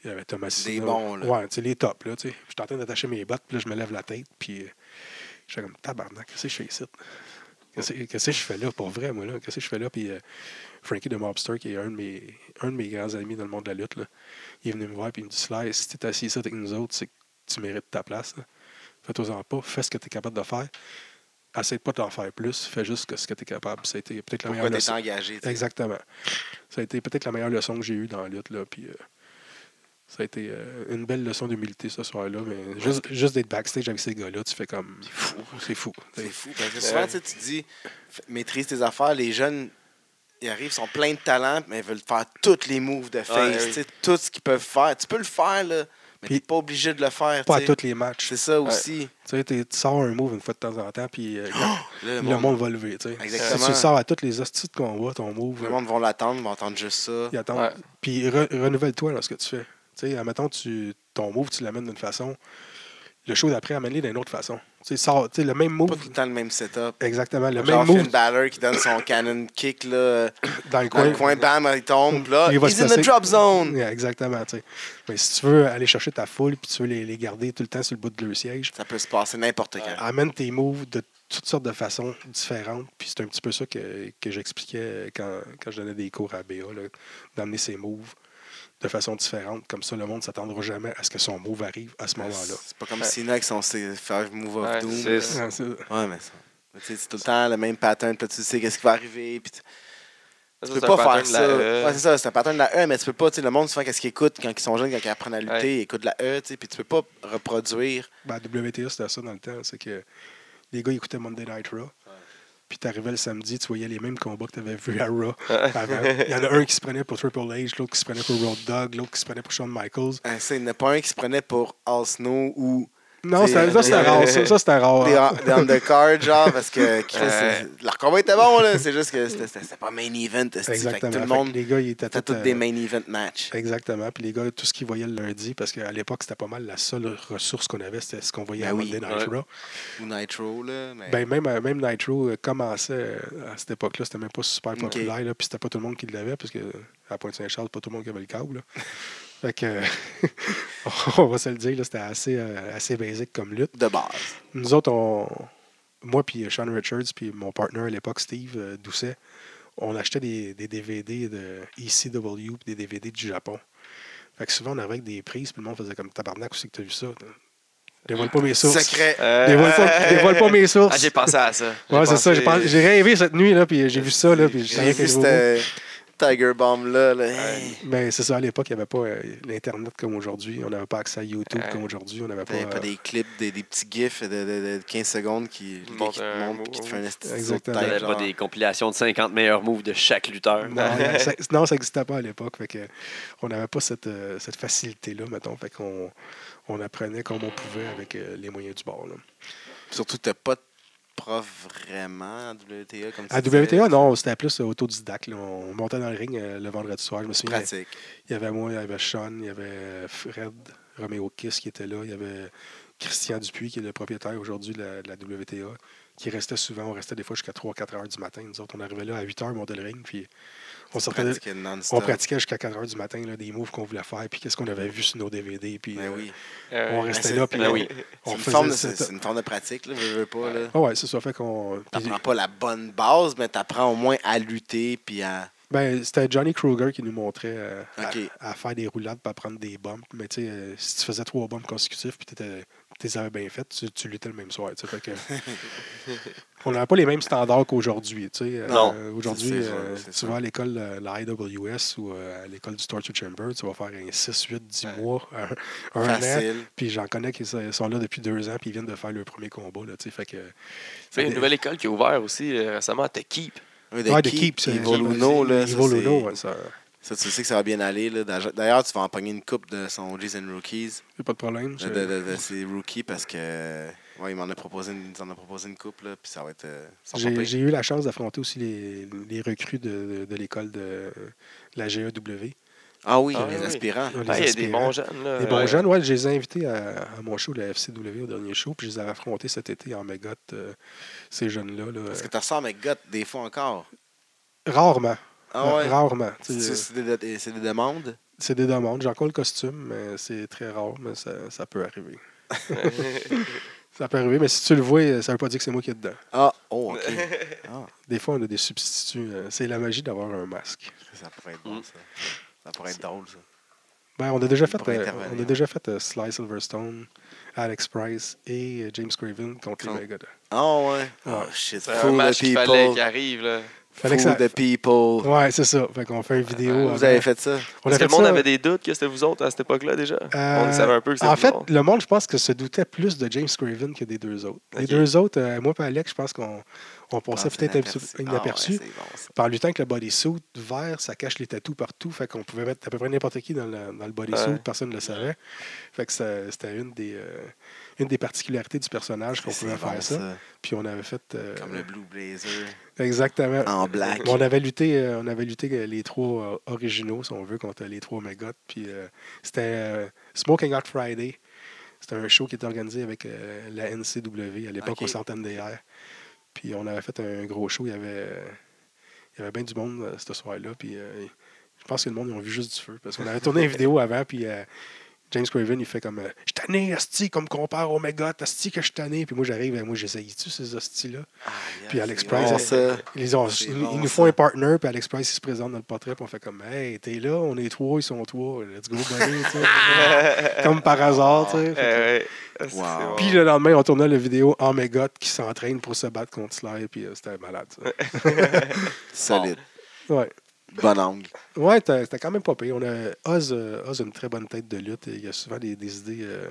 S4: Il y avait Thomas
S3: Des bons, là.
S4: Ouais, tu sais, les tops, là, tu sais. J'étais en train d'attacher mes bottes, puis là, je me lève la tête, puis euh, je suis comme tabarnak, qu'est-ce que je fais ici? Qu'est-ce que- qu'est-ce que je fais là, pour vrai, moi, là? Qu'est-ce que je fais là? Puis euh, Frankie de Mobster, qui est un de, mes, un de mes grands amis dans le monde de la lutte, là, il est venu me voir, puis il me dit Slice, si t'es assis ici avec nous autres, c'est que tu mérites ta place. là. Fais-toi-en pas, fais ce que t'es capable de faire. Essaie pas d'en faire plus, fais juste que ce que t'es capable. C'était peut-être la meilleure
S3: Pourquoi t'es
S4: leçon.
S3: engagé? tu sais.
S4: Exactement. Ça a été peut-être la meilleure leçon que j'ai eue dans la lutte. Là, puis, euh, ça a été euh, une belle leçon d'humilité ce soir-là. Mais juste, juste d'être backstage avec ces gars-là, tu fais comme. C'est fou. C'est fou.
S3: C'est fou. Parce
S2: Euh,
S3: que souvent, tu sais, tu dis, f- maîtrise tes affaires. Les jeunes, ils arrivent, sont pleins de talent, mais ils veulent faire tous les moves de
S2: Ouais,
S3: face,
S2: oui.
S3: tu sais, tout ce qu'ils peuvent faire. Tu peux le faire, là, mais
S4: Puis-
S3: t'es pas obligé de le faire.
S4: Pas
S3: tu
S4: à
S3: sais.
S4: tous les matchs.
S3: C'est ça aussi.
S4: Tu sais, t'es- tu sors un move une fois de temps en temps, puis
S3: <gasps>
S4: euh, quand-
S3: Là,
S4: <gasps> le, monde... va lever. tu sais.
S3: Exactement.
S4: Si tu le sors à toutes les hosties de combat, ton move.
S3: Le
S4: euh,
S3: monde va l'attendre, ils vont entendre juste ça.
S4: Ils attendent.
S2: Ouais.
S4: Puis re- renouvelle-toi dans ce que tu fais. Tu sais, admettons, tu, ton move, tu l'amènes d'une façon. Le show d'après, amène-le d'une autre façon. Tu sais, sors- tu sais, le même
S3: Pas
S4: move.
S3: tout le temps le même setup.
S4: Exactement. Le
S3: Genre
S4: même
S3: Finn
S4: move
S3: Balor qui donne son cannon kick là,
S4: dans
S3: dans
S4: le coin.
S3: le coin, bam, il tombe. Là,
S4: Il va
S3: he's
S4: se
S3: in the
S4: placer.
S3: drop zone.
S4: Yeah, exactement. tu sais. Mais si tu veux aller chercher ta foule puis tu veux les, les garder tout le temps sur le bout de leur siège,
S3: Ça peut se passer n'importe quand.
S4: amène tes moves de toutes sortes de façons différentes. Puis c'est un petit peu ça que, que j'expliquais quand, quand je donnais des cours à BA, là, d'amener ses moves de façon différente. Comme ça, le monde ne s'attendra jamais à ce que son move arrive à ce moment-là.
S3: C'est pas comme Cena avec son five move of
S2: Ouais,
S3: doom.
S2: c'est-
S3: là.
S4: Ouais, c'est-
S3: Ouais, mais ça. mais tu sais, C'est tout le temps le même pattern. puis là, tu sais qu'est-ce qui va arriver. Puis tu
S2: Ça,
S3: tu
S2: c'est
S3: peux
S2: un
S3: pas faire
S2: pattern de la
S3: ça.
S2: E.
S3: Ouais, c'est ça, c'est un pattern de la E, mais tu peux pas. tu sais, Le monde, souvent, qu'est-ce qu'ils écoutent quand ils sont jeunes, quand ils apprennent à lutter,
S2: Ouais.
S3: ils écoutent la E. tu sais, Puis tu peux pas reproduire.
S4: Ben, WTA, c'était ça dans le temps. C'est que les gars ils écoutaient Monday Night Raw. Puis t'arrivais le samedi, tu voyais les mêmes combats que t'avais vus à Raw. <laughs> avant. Il y en a un qui se prenait pour Triple H, l'autre qui se prenait pour Road Dogg, l'autre qui se prenait pour Shawn Michaels.
S3: Hein, c'est- Il n'y en a pas un qui se prenait pour All Snow ou
S4: Non,
S3: C'est-
S4: ça, ça, c'était rare. Ça, ça, c'était rare.
S3: des,
S4: hein.
S3: des undercards, genre, parce que Chris,
S2: Ouais.
S3: c'est- leur combat était bon, là. C'est juste que c'était- c'était c'était pas main event. esti. Fait que
S4: Exactement.
S3: tout le
S4: Fait que
S3: monde
S4: les gars, ils étaient
S3: était
S4: tous,
S3: tous
S4: euh,
S3: des main event matchs.
S4: Exactement. Puis les gars, tout ce qu'ils voyaient le lundi, parce qu'à l'époque, c'était pas mal la seule ressource qu'on avait, c'était ce qu'on voyait
S3: Ben
S4: à
S3: oui,
S4: Monday Night
S2: ouais.
S4: Raw.
S3: Ou Nitro, là. Mais...
S4: Ben, même, euh, même Nitro euh, commençait euh, à cette époque-là, c'était même pas super populaire, là, puis c'était pas tout le monde qui l'avait, parce que euh, à Pointe-Saint-Charles, pas tout le monde qui avait le câble. là. fait que, <laughs> euh, on va se le dire, là, c'était assez, euh, assez basique comme lutte.
S3: de base.
S4: Nous autres, on, moi, puis euh, Sean Richards, puis mon partenaire à l'époque, Steve euh, Doucet, on achetait des, des DVD de ECW, puis des DVD du Japon. Fait que souvent, on arrivait avec des prises, puis le monde faisait comme tabarnak, où c'est que t'as vu ça? Dévoile pas
S3: <laughs>
S4: mes sources.
S3: Secret.
S2: Euh,
S4: Dévoile pas, dévoile pas mes sources.
S2: Ah, j'ai pensé à ça.
S4: Ouais, c'est ça. J'ai
S2: pensé-
S4: pensé- j'ai rêvé cette nuit, là, puis j'ai vu ça, là, puis je savais
S3: J'ai vu
S4: que
S3: cette euh, Tiger Bomb, là. là. Hey,
S4: Mais Ben, c'est ça, à l'époque, il n'y avait pas euh, l'Internet comme aujourd'hui. On n'avait pas accès à YouTube
S2: Ouais.
S4: comme aujourd'hui. On n'avait pas...
S3: Euh, T'avais pas
S4: euh,
S3: des clips, des, des petits gifs de, de- de 15 secondes qui,
S2: Qui
S3: qui
S2: montrent
S3: te
S2: un
S3: montrent puis qui te
S2: mot.
S3: font un esti de saut de
S4: Exactement.
S1: T'avais
S3: tête,
S1: pas
S3: genre.
S1: des compilations de 50 meilleurs moves de chaque lutteur.
S4: Non, ça, non, ça n'existait pas à l'époque. Fait que on n'avait pas cette, euh, cette facilité-là, mettons. Fait qu'on on apprenait comme on pouvait avec euh, les moyens du bord. là.
S3: Surtout, t'as pas de prof vraiment à WTA comme tu
S4: À
S3: disais.
S4: WTA, non, c'était plus euh, autodidacte. là. On montait dans le ring euh, le vendredi soir. Je me souviens,
S3: Pratique.
S4: il y avait moi, il y avait Sean, il y avait Fred, Roméo Kiss qui était là, il y avait Christian Dupuis qui est le propriétaire aujourd'hui de, la- de la WTA, qui restait souvent, on restait des fois jusqu'à 3-4 heures du matin. Nous autres, on arrivait là à 8 heures, on montait le ring, puis on sortait de-
S3: Pratiquer
S4: On
S3: non-stop.
S4: pratiquait jusqu'à 4 heures du matin là, des moves qu'on voulait faire, puis qu'est-ce qu'on avait vu sur nos DVD. Puis,
S3: Ben
S4: euh,
S3: oui.
S2: Euh,
S4: on
S2: ouais.
S4: restait
S3: c'est-
S4: là, puis
S3: ben
S4: on-
S3: oui.
S4: on
S3: C'est une,
S4: faisait
S3: forme de-
S4: le
S3: c'est-
S4: setup.
S3: c'est une forme de pratique, là, veux, veux pas, là.
S4: Ah ouais, c'est ça. Fait qu'on. puis-
S3: T'apprends pas la bonne base, mais t'apprends au moins à lutter, puis à...
S4: Ben, c'était Johnny Kruger qui nous montrait euh, à-
S3: Ok.
S4: à, faire des roulades, pas prendre des bumps. Mais tu sais, euh, si tu faisais trois bumps consécutifs, puis t'étais- tu les avais bien faites, tu, tu luttais le même soir. tu sais.
S3: <laughs>
S4: Fait que- on n'avait pas les mêmes standards qu'aujourd'hui. tu sais. Euh,
S1: Non,
S4: Aujourd'hui,
S3: c'est sûr,
S4: euh,
S3: c'est
S4: tu
S3: sûr.
S4: vas à l'école, euh, la IWS ou euh, à l'école du Torture Chamber, tu vas faire un 6, 8, 10
S2: Ouais.
S4: mois, un, un an.
S3: Facile.
S4: Puis j'en connais qui sont sont là depuis deux ans, puis ils viennent de faire leur premier combat. Là, tu sais. fait que,
S2: Il y a une nouvelle école qui a ouvert aussi euh, récemment à Keep.
S3: Ouais,
S4: Ouais, de
S3: Keep,
S4: Keep, c'est-
S3: Ivo Luno, là. ça,
S4: Ivo
S3: c'est-
S4: Luno, ouais, ça,
S3: Ça, tu sais que ça va bien aller. là. D'ailleurs- D'ailleurs, tu vas empoigner une coupe de son G's and Rookies,
S4: y a pas de problème.
S3: de,
S4: je-
S3: de, de- de ses rookies, parce que. Ouais, il m'en a proposé une, il s'en a proposé une coupe, là, puis ça va être. euh, ça va pas
S4: J'ai
S3: pire.
S4: j'ai eu la chance d'affronter aussi les, les recrues de, de- de l'école de, de la E GEW.
S3: Ah oui,
S2: Ah
S3: les
S2: oui.
S3: aspirants.
S4: Ouais,
S2: Ah, Il y a
S4: les
S2: des
S4: aspirants.
S2: bons jeunes. Là,
S4: Les bons
S2: euh,
S4: jeunes, ouais, je les ai invités à, à mon show, le FCW, au dernier show, puis je les avais affrontés cet été en mégotte, euh, ces jeunes-là. là.
S3: Parce que tu ressors avec Got des fois encore.
S4: Rarement.
S3: Ah ouais.
S4: Rarement. tu
S3: C'est
S4: sais,
S3: c'est des, c'est des demandes.
S4: C'est des demandes. J'ai encore le costume, mais c'est très rare, mais ça, ça
S2: <laughs>
S4: peut arriver. Ça peut arriver, mais si tu le vois, ça veut pas dire que c'est moi qui est dedans.
S3: Ah, <laughs> oh, OK. Ah,
S4: Des fois, on a des substituts. euh, C'est la magie d'avoir un masque.
S3: ça pourrait être bon, ça. Ça pourrait être drôle, ça.
S4: Ben, on a déjà fait,
S3: pourrait
S4: euh,
S3: intervenir.
S4: on a déjà fait euh, Sly Silverstone, Alex Price et euh, James Craven contre les
S3: Contre-
S4: Megadon.
S3: Ah, ouais. Oh, shit.
S2: C'est un
S3: Fool
S2: match
S3: the
S2: qu'il fallait
S3: people.
S2: qu'il arrive. Là.
S4: Fallait que
S3: Fool
S4: ça-
S3: the people.
S4: Ouais, c'est ça. Fait qu'on fait une vidéo.
S2: Ouais,
S3: Vous
S4: avec-
S3: avez fait ça?
S4: On
S2: Parce
S4: a
S2: que
S4: fait
S2: le monde
S4: ça-
S2: avait des doutes que c'était vous autres à cette époque-là déjà.
S4: Euh,
S2: on le savait un peu que c'était
S4: En
S2: vous
S4: fait,
S2: autres. <laughs>
S4: le monde, je pense que se doutait plus de James Craven que des deux autres. Les
S2: Ok. Ah,
S4: deux autres, euh, moi et Alex, je pense qu'on on
S3: Pensez
S4: passait peut-être
S3: Ah, inaperçu.
S4: inaperçu.
S3: Ah,
S4: inaperçu.
S3: ouais, c'est bon, ça.
S4: Par le temps que le bodysuit vert, ça cache les tatous partout. Fait qu'on pouvait mettre à peu près n'importe qui dans le, dans le bodysuit.
S2: Ouais.
S4: Personne ne le savait. Fait que ça- c'était une des, euh, une des particularités du personnage qu'on
S3: C'est
S4: pouvait
S3: bon,
S4: faire ça. Puis on avait fait... euh,
S3: Comme le Ah, Blue Blazer
S4: Exactement.
S3: en black.
S4: Mais On avait lutté, euh, on avait lutté euh, les trois euh, originaux, si on veut, contre les trois mégots. Puis euh, c'était euh, Smoking Hot Friday. C'était un show qui était organisé avec euh, la NCW à l'époque
S3: Ok.
S4: au Centaine des Airs. Puis on avait fait un gros show. Il y avait, euh, il y avait bien du monde euh, ce soir-là. Puis euh, je pense que le monde, ils ont vu juste du feu. Parce qu'on
S3: <laughs>
S4: avait tourné une vidéo avant. Puis euh, James Craven, il fait comme euh, Je suis tanné, hostie, comme compare au mégot, hostie que je suis tanné. Puis moi, j'arrive, et moi, j'essaye-tu ces hosties-là. Puis Alex Price,
S3: Bon,
S4: elle-
S3: ça.
S4: Ils, ont-
S3: Ah, C'est
S4: ils-
S3: bon,
S4: ils nous
S3: ça.
S4: font un partner, puis Alex Price, il se présente dans le portrait, puis on fait comme Hey, t'es là, on est trois, ils sont trois, let's go, buddy, tu
S2: <laughs>
S4: sais. comme par hasard. tu sais.
S2: Eh
S4: <laughs>
S2: ouais. Ah, c'est-
S3: Wow.
S2: c'est bon.
S4: Puis le lendemain, on tournait la vidéo en mégot qui s'entraîne pour se battre contre Sly, puis euh, c'était malade. ça.
S3: Solide.
S4: Ouais,
S3: Bon angle.
S4: ouais t'as- c'était quand même pas payé. On a, Oz, euh, Oz a une très bonne tête de lutte, et il y a souvent des, des idées. euh,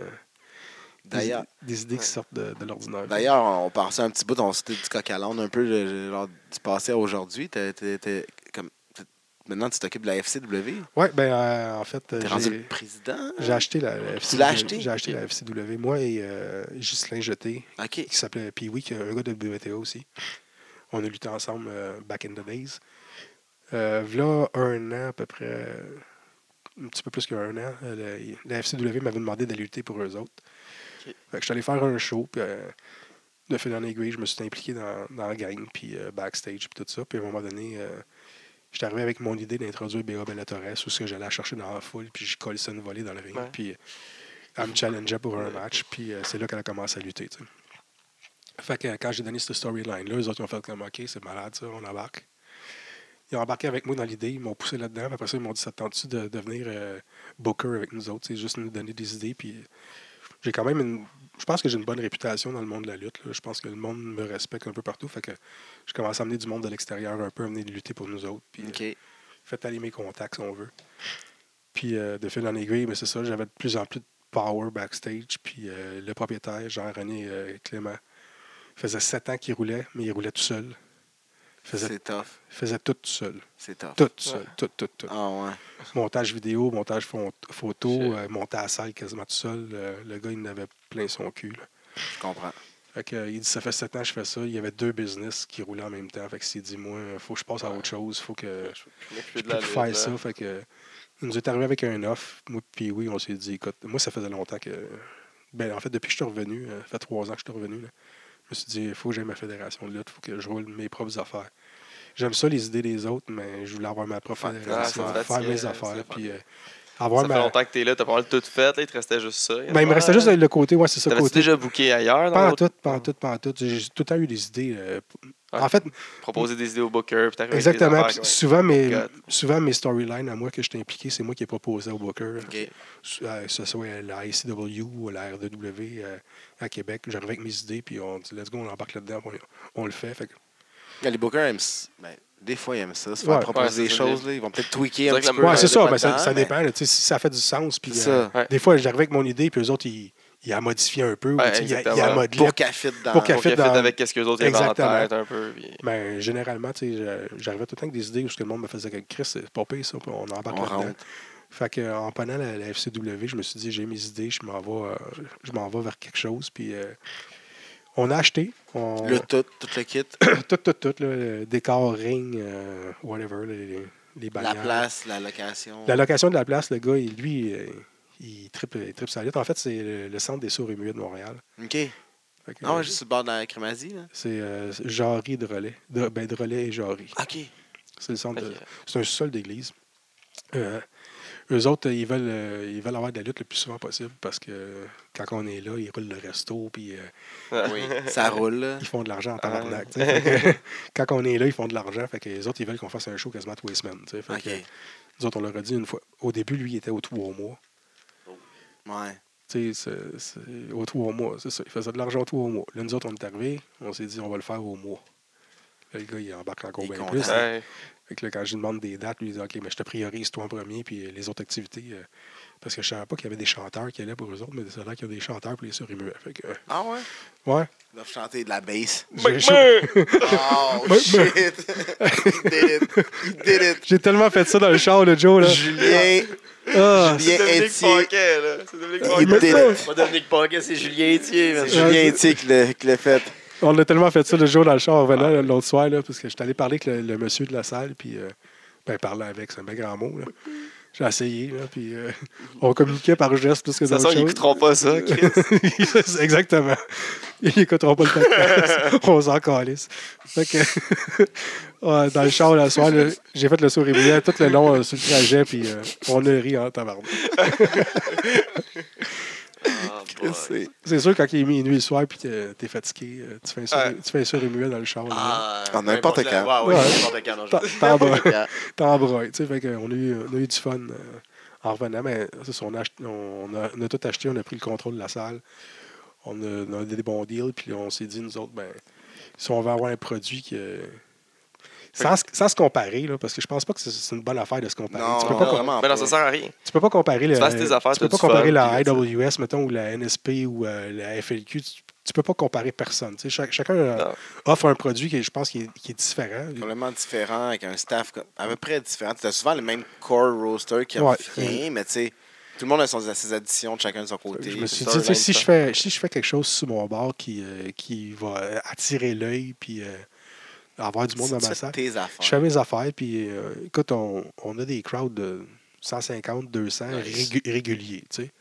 S4: des
S3: D'ailleurs-
S4: idées- des idées qui sortent de, de l'ordinaire.
S3: D'ailleurs, on passait un petit bout, on s'était du coq à l'âne un peu, le- le- genre, du passé à aujourd'hui. T'es- t'es- t'es- comme- t'es- Maintenant, tu t'occupes de la FCW.
S4: Ouais, ben euh, en fait,
S3: T'es
S4: j'ai-
S3: rendu le président.
S4: j'ai acheté la, la
S3: Tu l'as acheté?
S4: J'ai acheté la FCW, moi et euh, Ghislain Jeté.
S3: OK.
S4: qui s'appelait Pee Wee, qui est un gars de WTO aussi. On a lutté ensemble euh, back in the days. Euh, là, un an à peu près, euh, un petit peu plus qu'un an, euh, le- la FCW m'avait demandé d'aller lutter pour eux autres.
S2: Ok.
S4: Fait que je suis allé faire un show, puis euh, de fil en aiguille, je me suis impliqué dans, dans la gang, puis euh, backstage, puis tout ça. Puis à un moment donné, euh, j'étais arrivé avec mon idée d'introduire Béra Bellatorres, où ce que j'allais la chercher dans la foule, puis je collais ça une volée dans le ring,
S2: Ouais.
S4: puis elle me challengeait pour un match, puis euh, c'est là qu'elle a commencé à lutter. tu sais. Fait que euh, quand j'ai donné cette storyline-là, les autres ils ont fait comme OK, c'est malade ça, on embarque. Ils ont embarqué avec moi dans l'idée, ils m'ont poussé là-dedans, puis après ça, ils m'ont dit Ça te tente-tu de devenir euh, booker avec nous autres, c'est juste nous donner des idées, puis euh, j'ai quand même une. Je pense que j'ai une bonne réputation dans le monde de la lutte. là. Je pense que le monde me respecte un peu partout. Fait que je commence à amener du monde de l'extérieur un peu, à venir lutter pour nous autres. Puis, euh,
S3: OK.
S4: faites aller mes contacts si on veut. Puis euh, de fil en aiguille, mais c'est ça, j'avais de plus en plus de power backstage. Puis euh, le propriétaire, Jean-René euh, Clément, faisait sept ans qu'il roulait, mais il roulait tout seul. Faisait,
S3: C'est tough.
S4: faisait tout tout seul.
S3: C'est tough.
S4: Tout seul, tout, tout, tout.
S3: Ah ouais.
S4: Montage vidéo, montage fon- photo,
S2: Shit.
S4: euh, monter à la salle quasiment tout seul. euh, le gars, il en avait plein son cul. là.
S3: Je comprends.
S4: Fait que, euh, il dit, ça fait sept ans que je fais ça. Il y avait deux business qui roulaient en même temps. Fait que s'il dit, moi, faut que je passe à autre chose. Faut que
S2: Je
S4: je peux plus faire ça. Fait que, il nous est arrivé avec un offre. Moi, puis oui, on s'est dit, écoute, moi, ça faisait longtemps que. Ben, en fait, depuis que je suis revenu, euh, ça fait trois ans que je suis revenu, là, je me suis dit, il faut que j'aie ma fédération de lutte, il faut que je roule mes propres affaires. J'aime ça, les idées des autres, mais je voulais avoir ma propre
S3: Faire tes
S4: fédération,
S2: affaires.
S4: faire mes
S2: C'est-
S4: affaires.
S2: c'est
S4: Puis, euh,
S2: Ça
S4: avoir
S2: fait
S4: ma.
S2: longtemps que t'es là, t'as pas mal tout fait, là, il te restait juste ça.
S4: Ben, il me restait juste le côté, ouais, c'est ça,
S2: T'avais-tu
S4: côté.
S2: déjà booké ailleurs?
S4: Pas en
S2: dans
S4: tout,
S2: d'autres-
S4: pas en tout, pas en tout. J'ai tout le temps eu des idées. euh, p-
S2: Ouais.
S4: En fait,
S2: Proposer des idées au booker, puis t'arrives avec des
S4: Exactement.
S2: affaires
S4: Puis
S2: qui-
S4: souvent, mes,
S2: God.
S4: souvent, mes storylines à moi que je t'ai impliqué, c'est moi qui ai proposé au Booker.
S3: OK.
S4: S- euh, Que ce soit la ICW ou la RDW euh, à Québec. J'arrive avec mes idées, puis on dit, let's go, on embarque là-dedans, puis on, on le fait. Fait que-
S3: Les bookers aiment ça. Ben, des fois, ils aiment ça. Se faire
S4: Ouais.
S3: proposer
S2: Ouais,
S3: des
S2: c'est
S3: choses,
S2: ça.
S3: là, ils vont peut-être tweaker
S2: C'est
S3: un
S2: vrai
S3: petit
S2: que
S3: peu.
S2: la-
S4: ouais, c'est ça,
S3: pas
S4: mais ça,
S3: dedans,
S4: ça
S3: mais-
S4: dépend. là, tu sais, si ça fait du sens, puis
S3: C'est
S4: euh,
S3: ça.
S2: Ouais.
S4: des fois, j'arrive avec mon idée, puis eux autres, ils, ils la modifient un peu, ou
S2: Ouais,
S4: tu sais, ils, la- ils la
S2: exactement.
S4: modelent.
S3: Pour qu'elle fit dans.
S4: Pour qu'elle
S2: Pour qu'elle
S4: fit dans-
S2: fit avec ce que les autres avaient en
S4: Exactement.
S2: tête un peu. puis-
S4: Mais Ben, généralement, tu sais, je- j'arrivais tout le temps avec des idées où ce que le monde me faisait comme Chris, c'est pas pire ça, puis on embarque
S3: On
S4: là-dedans.
S3: rentre.
S4: Fait que, en prenant la, la FCW, je me suis dit, j'ai mes idées, je m'en vais, euh, je m'en vais vers quelque chose. Puis euh, on a acheté. On,
S3: Le tout, tout le kit,
S4: tout, tout, tout, là, le décor, ring, euh, whatever, les, les,
S3: la
S4: les bannières.
S3: place, la location.
S4: Ben, euh, La location de la place, le gars, il- lui, euh, il tripe, il tripe sa lutte. En fait, c'est le, le centre des sourds et muets de Montréal.
S3: OK.
S4: Fait que,
S3: Ah
S4: euh,
S3: ouais, juste sur le bord de la crémazie, là.
S4: C'est euh, Jarry de Relais. De, ben, de Relais et Jarry.
S3: OK.
S4: C'est le centre. de-
S2: Ok.
S4: C'est un sous-sol d'église. Euh, Eux autres, euh, ils veulent, euh, ils veulent avoir de la lutte le plus souvent possible parce que euh, quand on est là, ils roulent le resto puis euh,
S3: Oui, <laughs> ça roule. là.
S4: ils font de l'argent en tabarnak. tu
S3: Ah
S4: sais. Fait que, <laughs> quand on est là, ils font de l'argent. Fait que les autres, ils veulent qu'on fasse un show quasiment tous les semaines. tu sais. Fait
S3: OK.
S4: que, nous autres, on leur a dit une fois. Au début, lui, il était au trois mois.
S3: Ouais.
S4: Tu sais, c'est- c'est au trois mois, c'est ça. Il faisait de l'argent au trois mois. Là, nous autres, on est arrivés, on s'est dit, on va le faire au mois. Là, le gars, il embarque encore
S3: Il est
S4: bien
S3: content.
S4: plus.
S2: <laughs> Ouais.
S4: Fait que là, quand je lui demande des dates, lui, il dit OK, mais je te priorise toi en premier, puis euh, les autres activités. euh, parce que je savais pas qu'il y avait des chanteurs qui allaient pour eux autres, mais c'est là qu'il y a des chanteurs pour les souris muets. Fait que, euh,
S3: Ah ouais?
S4: ouais.
S3: Ils doivent chanter de la bass.
S4: J'ai-
S3: <laughs> Oh shit! <laughs> He did it! He did it!
S4: J'ai tellement fait ça dans le char, le Joe.
S3: <laughs>
S4: Là.
S3: Julien,
S4: Ah,
S2: C'est
S3: Julien
S2: Dominique
S3: Etier.
S2: Paquet, là. C'est Dominique
S3: Il
S2: Paquet.
S3: did it.
S1: Pas Dominique Paquet, c'est Julien Etier. man.
S4: Julien.
S3: Julien Etier qui l'a- qui l'a fait.
S4: on a tellement fait ça le Joe dans le char en revenant là, l'autre soir, là, parce que j'étais allé parler avec le, le monsieur de la salle, puis euh, ben, parler avec, c'est un bien grand mot. là. J'ai essayé, là, puis euh, on communiquait par geste plus que
S2: De toute
S4: d'autres
S2: façon, ils
S4: choses.
S2: n'écouteront pas
S4: <laughs>
S2: ça, Chris.
S4: C'est <laughs> Exactement. Ils n'écouteront pas le podcast. On s'en calisse. Fait que, <laughs> ouais, dans le char, la soir, là, j'ai fait le sourire brillant tout le long euh, sur le trajet, puis euh, on a ri en tabarnak.
S2: Ah, boy.
S3: C'est-
S4: C'est sûr, quand il est minuit le soir, puis que t'es fatigué, euh, tu fais un sourire,
S2: Ouais.
S4: tu fais un sourire muet dans le char. là.
S1: Ah,
S3: En n'importe
S1: n'importe
S3: quand.
S1: la- Ouais, ouais,
S4: Ouais.
S1: n'importe quand. non, je- <laughs>
S4: T'en- t'en bats.
S3: Yeah.
S4: t'embrayes. Tu sais, fait qu'on a eu, on a eu du fun euh, en revenant. Mais c'est ça, on, a acheté- on- on a, on a tout acheté, on a pris le contrôle de la salle. On a, on a des bons deals, puis on s'est dit, nous autres, ben, si on veut avoir un produit que. Sans, se- sans se comparer, là, parce que je pense pas que c'est- c'est une bonne affaire de se comparer.
S3: Non,
S4: tu, peux
S3: non,
S4: pas, com-
S3: vraiment
S2: Mais non,
S3: pas.
S2: ça sert à rien.
S4: tu peux pas comparer le-
S2: fasses tes affaires,
S4: tu peux
S2: t'as
S4: pas
S2: du fun,
S4: comparer la
S2: puis-
S4: IWS, mettons, ou la NSP ou euh, la FLQ. Tu, tu peux pas comparer personne. Tu sais, chaque- chacun euh,
S2: Non.
S4: offre un produit qui, est- je pense, qui est, qui est différent.
S3: Complètement différent, avec un staff comme- à peu près différent. Tu as souvent le même core roster qui
S4: Ouais.
S3: revient, mais tu sais, tout le monde a son- ses additions de chacun de son côté.
S4: Je me suis
S2: ça,
S4: dit,
S2: un
S4: tu sais, si
S2: longtemps.
S4: je, fais, si je fais quelque chose sur mon bord qui, euh, qui va euh, attirer l'œil puis euh, avoir du monde dans
S3: C'est
S4: ma
S3: ça,
S4: salle,
S3: tes
S4: je fais
S3: affaires.
S4: mes affaires. Puis euh, écoute, on, on a des crowds de 150, 200
S2: Nice.
S4: régu- réguliers. tu sais.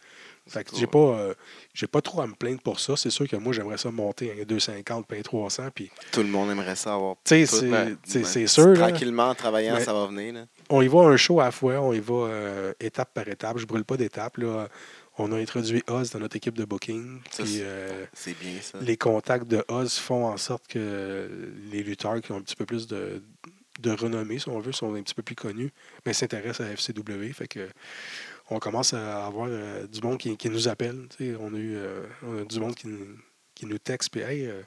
S4: Fait que
S2: cool.
S4: j'ai pas, euh, j'ai pas trop à me plaindre pour ça. C'est sûr que moi, j'aimerais ça monter à 250, puis à 300. Puis,
S3: Tout le monde aimerait ça avoir.
S4: tu sais,
S3: tout,
S4: c'est-
S3: ouais.
S4: tu sais,
S3: Ouais.
S4: c'est sûr. là.
S3: Tranquillement, en travaillant,
S4: Mais-
S3: ça va venir. là.
S4: on y va un show à la fois, on y va euh, étape par étape. Je brûle pas d'étape. là. On a introduit Oz dans notre équipe de booking.
S3: Ça,
S4: puis,
S3: c'est-
S4: euh,
S3: C'est bien ça.
S4: les contacts de Oz font en sorte que les lutteurs qui ont un petit peu plus de, de renommée, si on veut, sont un petit peu plus connus, mais s'intéressent à FCW. Fait que on commence à avoir euh, du monde qui, qui nous appelle. tu sais. On a eu euh, on a du monde qui, nous- qui nous texte puis Hey, euh,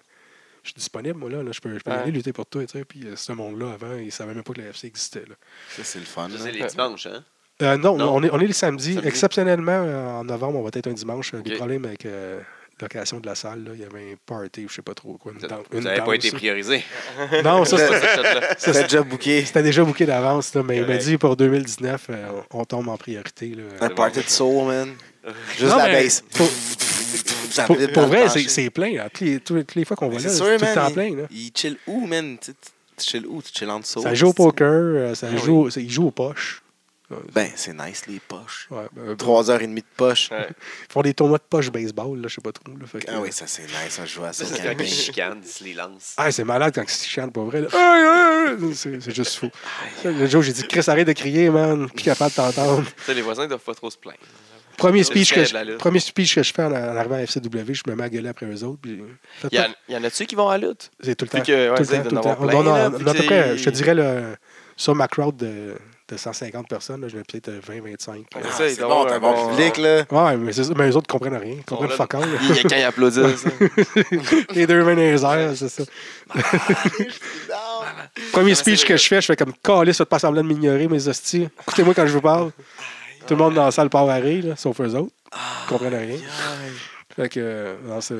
S4: je suis disponible, moi, là, là, je peux, je peux
S2: Ouais.
S4: aller lutter pour toi. tu sais. Puis euh, ce monde-là, avant, il ne savait même pas que la FC existait. là.
S3: Ça, c'est le fun.
S1: Je
S3: là.
S1: sais,
S3: <laughs>
S1: les dimanches, hein?
S4: Euh, non,
S1: Non.
S4: on est, on est le samedi.
S1: Samedi.
S4: Exceptionnellement, euh, en novembre, on va être un dimanche. Euh, Des
S1: Ok.
S4: problèmes avec euh, location de la salle. là. Il y avait un party ou je sais pas trop quoi. Une, dan-
S1: Vous
S4: une
S1: n'avez pas
S4: danse.
S1: été priorisé.
S4: Non,
S3: <laughs>
S4: ça, c'est-
S2: Achète-le.
S4: ça,
S3: T'as
S4: c'est-
S3: déjà booké
S4: c'était déjà booké d'avance. là, Mais il m'a
S2: Correct.
S4: dit pour 2019, euh, on on tombe en priorité. là.
S3: un
S1: bon.
S3: party de soul, man. Juste
S4: Non,
S3: la
S4: mais
S3: base.
S4: pour-
S3: Ça
S4: Pour,
S3: fait
S4: pour
S3: pas
S4: vrai,
S3: de
S4: c'est
S3: tâche.
S4: c'est plein. là. Toutes les, toutes- toutes les fois qu'on va là,
S3: C'est
S4: c'est
S3: sûr,
S4: tout le
S3: man,
S4: temps
S3: il-
S4: plein. là.
S3: Il chill où, man? Tu tu chill où? Tu chill en dessous?
S4: Ça joue au poker, euh, ça
S2: Ah oui.
S4: joue, ça- il joue aux poches. Ouais,
S3: Ben, c'est nice, les poches.
S4: ouais, euh,
S3: Trois heures et demie de poche.
S2: Ouais.
S4: Ils font des tournois de poche baseball, là, je sais pas trop. là, fait que- euh,
S3: Ah oui, ça, c'est nice. On joue à ça
S1: Ça,
S3: au
S1: c'est quand
S3: camping.
S1: ils chicanent, ils se les lancent.
S4: Ah, c'est malade quand ils chantent pour vrai. là. Hey, hey, hey! C'est c'est juste fou. Le jour, j'ai dit, Chris, arrête de crier, man. Plus capable de t'entendre.
S2: Tu sais, Les voisins ne doivent pas trop se
S4: <laughs>
S2: plaindre.
S4: Premier
S2: Le
S4: speech, que
S2: respect de la
S4: je,
S2: lutte.
S4: premier speech que je fais en, en arrivant à FCW, je me mets à gueuler après eux autres. puis faites
S2: Il y,
S4: pas-
S2: en- y en a-tu qui vont à la lutte?
S4: C'est tout le
S2: Vu
S4: temps.
S2: que, ouais,
S4: tout le
S2: c'est d'en
S4: temps, tout le
S2: avoir
S4: temps.
S2: plein,
S4: On- on-
S2: là,
S4: on-
S2: puis
S4: à peu
S2: c'est-
S4: près, je te dirais, le, sur ma crowd de, de 150 personnes, là, je vais peut-être euh, 20, 25.
S2: Ouais.
S3: Ah,
S2: Ça, il
S3: C'est
S2: doit
S3: bon,
S2: avoir
S3: t'as
S2: un
S3: un bon
S2: bon-
S3: public, là.
S4: Ouais, mais, c'est ça, mais eux autres comprennent rien. Ils comprennent
S2: On a- <laughs>
S4: fuck all. <laughs>
S2: Il y a quand ils applaudissent. hein.
S4: Les deux mains dans les airs,
S2: <laughs>
S4: c'est ça. Premier speech que je fais, je fais comme Calisse, faites pas semblant de m'ignorer, mes hosties. Écoutez-moi quand je vous parle. Tout le monde dans la salle part à rire, là, sauf eux autres. Ils comprennent rien. Fait que, euh, non, c'est.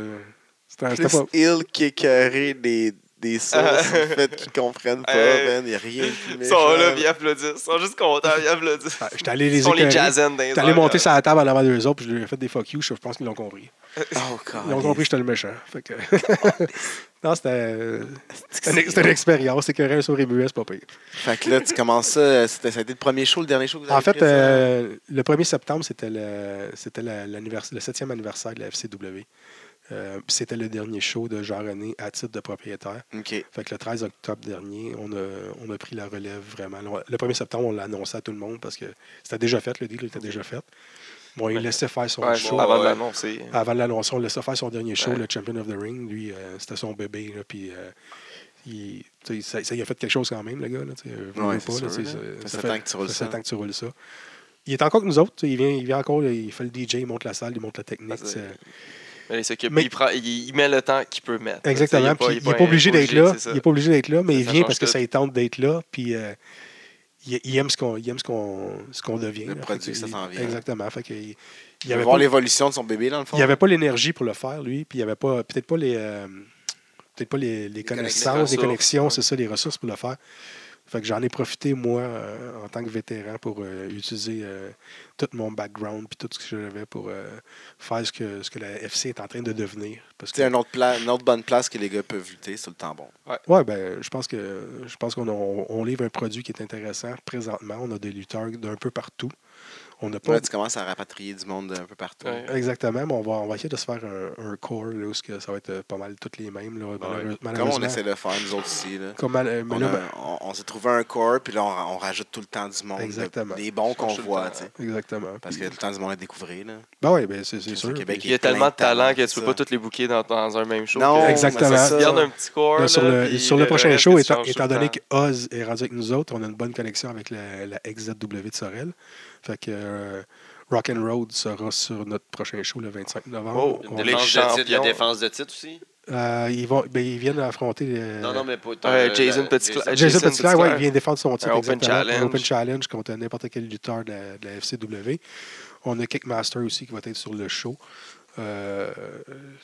S4: C'était Ah, c'était
S3: Chris
S4: pas.
S3: Hill qui écœurait des, des sources, le fait qu'ils comprennent pas,
S2: Hey.
S3: man. Il n'y a rien de plus
S2: Ils
S3: méchant.
S2: sont là, puis ils applaudissent. Ils sont juste contents, ils applaudissent.
S4: Ah, J'étais allé
S2: Ils
S4: les
S2: sont les
S4: écœurer.
S2: jazzen d'un
S4: J'étais allé monter sur la table en avant d'eux autres, puis je leur ai fait des fuck you. Je pense qu'ils l'ont compris.
S3: Oh,
S4: Ils ont
S3: God.
S4: compris que j'étais le méchant. Fait que. <laughs> non, c'était. euh, C'était une, c'était une expérience. C'est que rien sur Rému, c'est pas pire.
S3: Fait que là, tu commences ça. euh, C'était, ça a été le premier show, le dernier show que vous avez
S4: En fait,
S3: pris, ça? hein?
S4: euh, le 1er septembre, c'était le, c'était la- l'annivers- le 7e anniversaire de la FCW. Euh, puis c'était le dernier show de Jean-René à titre de propriétaire.
S3: OK.
S4: Fait que le 13 octobre dernier, on a, on a pris la relève vraiment. Le 1er septembre, on l'a annoncé à tout le monde parce que c'était déjà fait, le deal était déjà fait. Bon, il
S2: Ouais.
S4: laissait faire son
S2: Ouais,
S4: show.
S2: avant
S1: ouais.
S2: de l'annoncer.
S4: Avant de l'annoncer, Ah, on laissait faire son dernier show,
S2: Ouais.
S4: le Champion of the Ring. Lui, euh, c'était son bébé. Là, puis, euh, il, tu sais, ça, ça y a fait quelque chose quand même, le gars. Là, tu sais, euh, veux, veux
S3: Ouais,
S4: pas,
S3: c'est
S4: là,
S3: sûr,
S4: tu sais,
S3: là. Ça fait
S4: fait-
S3: sept ans que tu roules
S4: fait sept
S3: ça.
S4: ans que tu roules ça. Il est encore avec nous autres. tu sais, Il vient, il vient encore, il fait le DJ, il monte la salle, il monte la technique. euh,
S2: Ah, c'est-
S4: tu sais.
S2: Mais il s'occupe,
S4: Mais-
S2: il, prend- il- il met le temps qu'il peut mettre. Tu sais,
S4: Exactement.
S2: est pas-
S4: Puis il n'est pas obligé d'être là.
S2: c'est ça.
S4: Il n'est pas obligé d'être là, mais
S2: Ça,
S4: il
S2: ça
S4: vient
S2: change
S4: parce que
S2: tout.
S4: ça il tente d'être là. Puis euh, il, il aime ce qu'on il aime ce qu'on ce qu'on devient.
S3: Le
S4: là.
S3: produit
S4: Fait
S3: que ça
S4: il-
S3: s'en vient.
S4: Exactement. Fait que il, il
S3: Il
S4: avait
S3: voir
S4: pas,
S3: l'évolution de son bébé, dans le fond.
S4: il avait pas l'énergie pour le faire lui. Puis il avait pas peut-être pas les euh, peut-être pas les, les connaissances, les
S2: ressources.
S4: connexions,
S2: Ouais.
S4: c'est ça, les ressources pour le faire. Fait que j'en ai profité moi euh, en tant que vétéran pour euh, utiliser euh, tout mon background puis tout ce que j'avais pour euh, faire ce que ce que la FC est en train de devenir. Parce
S3: C'est une autre, pla- une autre bonne place que les gars peuvent lutter sur le tambon.
S4: Oui, ben, je pense que je pense qu'on a- on, on livre un produit qui est intéressant présentement. On a des lutteurs d'un peu partout. On n'a pas
S3: Là, tu commences à rapatrier du monde un peu partout.
S2: Ouais.
S4: exactement, mais on va, on va essayer de se faire un, un core là, où ce que ça va être euh, pas mal toutes les mêmes. Là, malheureux-
S3: Comme on
S4: malheureusement.
S3: essaie de le faire, nous autres aussi. Là.
S4: Comme mal- euh, mais
S3: On,
S4: là,
S3: a- on- on s'est trouvé un corps, puis là, on, on rajoute tout le temps du monde. là.
S4: Exactement.
S3: Des bons qu'on
S2: Change tout le
S3: voit,
S2: temps.
S3: tu sais.
S4: ben, exactement.
S3: Parce qu'il y a tout le temps du monde à découvrir. Là.
S4: Ben oui, ben, c'est c'est
S3: Au
S4: sûr.
S3: Québec,
S2: Il y a
S3: plein
S2: tellement de talent que
S3: c'est
S2: tu peux
S3: ça.
S2: pas tous les bouquer dans, dans un même show.
S3: Non,
S2: Fait que
S4: Exactement.
S3: mais c'est
S2: Tu
S3: ça.
S2: gardes un petit corps.
S4: Là, Ben, sur,
S2: là,
S4: le,
S2: puis euh,
S4: sur le prochain
S2: reste,
S4: show,
S2: tu
S4: étant,
S2: changes
S4: étant
S2: tout le
S4: donné
S2: temps.
S4: que Oz est rendu avec nous autres, on a une bonne connexion avec la, la XZW de Sorel. Fait que euh, Rock and Road sera sur notre prochain show le 25 novembre.
S2: Oh,
S4: On-
S2: Les
S1: Défense de titre, il y a
S2: champions.
S1: défense de titre aussi.
S4: Euh, ils, vont, ben, ils viennent affronter. euh,
S1: Non, non, mais pas
S2: Ouais,
S1: euh,
S2: Jason
S1: la-
S2: Petitclerc.
S1: Jason-
S4: Jason
S2: Jason
S4: Petitclerc, ouais,
S2: Petitclerc.
S4: il vient défendre son titre.
S2: Un open
S4: exactement, un
S2: challenge.
S4: open challenge contre n'importe quel lutteur de la, de la FCW. On a Kickmaster aussi qui va être sur le show. Euh,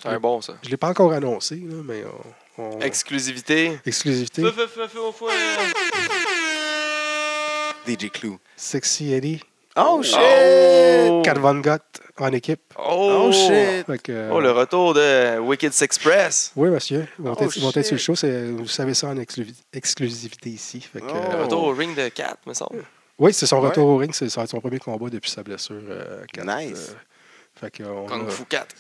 S2: C'est un bon, ça.
S4: je ne l'ai pas encore annoncé, là, mais on, on-
S2: Exclusivité.
S4: exclusivité.
S2: Feu, feu, feu, feu au four.
S3: DJ Clou.
S4: Sexy Eddie,
S3: Oh, shit!
S2: Oh!
S4: Kat Von Gott en équipe.
S2: Oh, shit!
S4: Fait que, euh,
S2: Oh, le retour de Wicked Express.
S4: Oui, monsieur. Ils vont
S2: Oh,
S4: être ils vont être sur le
S2: shit.
S4: show. c'est- Vous savez ça en exclu- exclusivité ici. Fait que,
S3: Oh.
S2: Le
S4: euh,
S2: retour au ring de 4, me semble.
S4: oui, c'est son
S3: Ouais.
S4: retour au ring. c'est- Ça va être son premier combat depuis sa blessure. euh, Kat.
S3: Nice.
S4: Euh, fait que, on
S2: Kung
S4: a-
S2: Fu 4.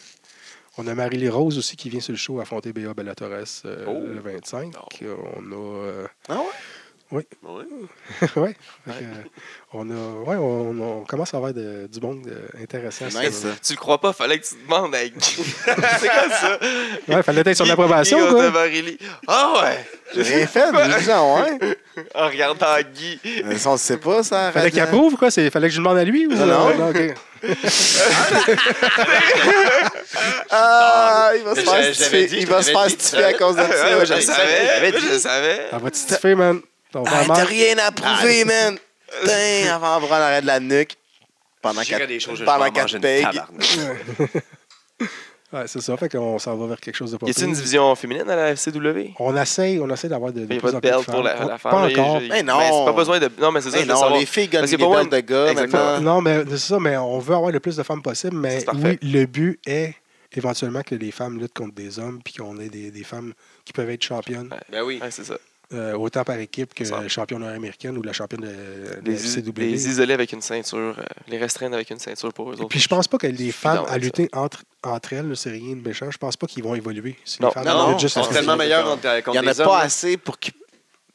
S4: On a Marie-Lee Rose aussi qui vient sur le show affronter Béa Bellatorès euh,
S2: Oh.
S4: le 25. Euh, On a. euh, <laughs>
S3: Ah ouais?
S1: Ouais.
S4: ouais. Fait que, euh, on, a ouais, on, on commence à avoir de- du monde euh, intéressant.
S3: C'est nice, ça.
S2: Tu le crois pas, fallait que tu te demandes à qui. <laughs> C'est quoi ça?
S4: Il ouais, fallait être sur l'approbation.
S2: Guy
S4: quoi.
S2: Contabarilli. Ah ouais!
S3: J'ai rien
S2: <laughs>
S3: fait, les gens, hein?
S2: En regardant Guy.
S3: Mais ça, on le sait pas, ça. à la
S4: Fallait qu'il
S3: radio.
S4: approuve, quoi. C'est- Fallait que je lui demande à lui. Ou... euh,
S3: Non, non.
S4: ok.
S3: Ah, il va se
S1: Mais
S3: faire
S1: j'avais- j'avais
S3: stifier-
S1: dit,
S3: il va se
S1: j'avais
S3: faire
S1: dit,
S3: stifier à cause de
S2: Ouais,
S3: ça.
S2: ouais, <laughs> je
S1: j'avais dit,
S2: le savais,
S1: j'avais
S2: je le
S1: dit.
S2: savais.
S4: Ça va te stiffer, man. Ton
S2: Bah,
S3: Ah,
S4: vraiment-
S3: t'as rien à prouver, man! Putain, avant de prendre l'arrêt de la nuque. Pendant
S1: J'irais
S3: quatre,
S1: des choses, je vais
S3: pendant
S1: en manger
S3: quatre
S1: une
S3: pegs.
S1: tabarnak.
S4: <laughs> Ouais, c'est ça. Fait qu'on s'en va vers quelque chose de pas
S2: Y a-t-il
S4: pire.
S2: une division féminine à la FCW?
S4: On essaye, on essaye d'avoir de, de
S2: Il n'y a pas
S4: plus
S2: de
S4: en plus
S2: belt
S4: femmes.
S2: pour la, la femme.
S4: Pas
S2: là,
S4: encore.
S2: j'ai-
S3: Mais
S2: Ben, c'est
S3: non.
S2: pas besoin de. Non, mais c'est ça,
S3: Mais
S2: je veux
S3: non,
S2: savoir.
S3: les filles gagnent
S2: Parce
S3: des
S2: que pour moi,
S3: belles de gars
S2: exactement.
S3: maintenant.
S4: Non, mais c'est ça, mais on veut avoir le plus de femmes possible, mais
S2: Euh. c'est parfait.
S4: oui, le but est éventuellement que les femmes luttent contre des hommes, puis qu'on ait des, des femmes qui peuvent être championnes,
S1: Ben oui.
S2: Ouais, c'est ça.
S4: euh, autant par équipe que
S2: Ça.
S4: la championne nord-américaine ou la championne de, de
S2: Les,
S4: la FCW.
S2: les isoler avec une ceinture, euh, les restreindre avec une ceinture pour eux autres.
S4: puis je pense pas que les femmes
S2: dans
S4: à
S2: ça.
S4: lutter entre, entre elles, c'est rien de méchant, je pense pas qu'ils vont évoluer. Si
S2: Non.
S4: les femmes
S1: Non,
S4: luttent
S1: non,
S4: juste
S1: c'est
S4: entre
S1: tellement
S4: elles.
S1: meilleur contre,
S3: Il n'y
S1: contre
S3: en a
S1: les hommes.
S3: pas assez pour qu'ils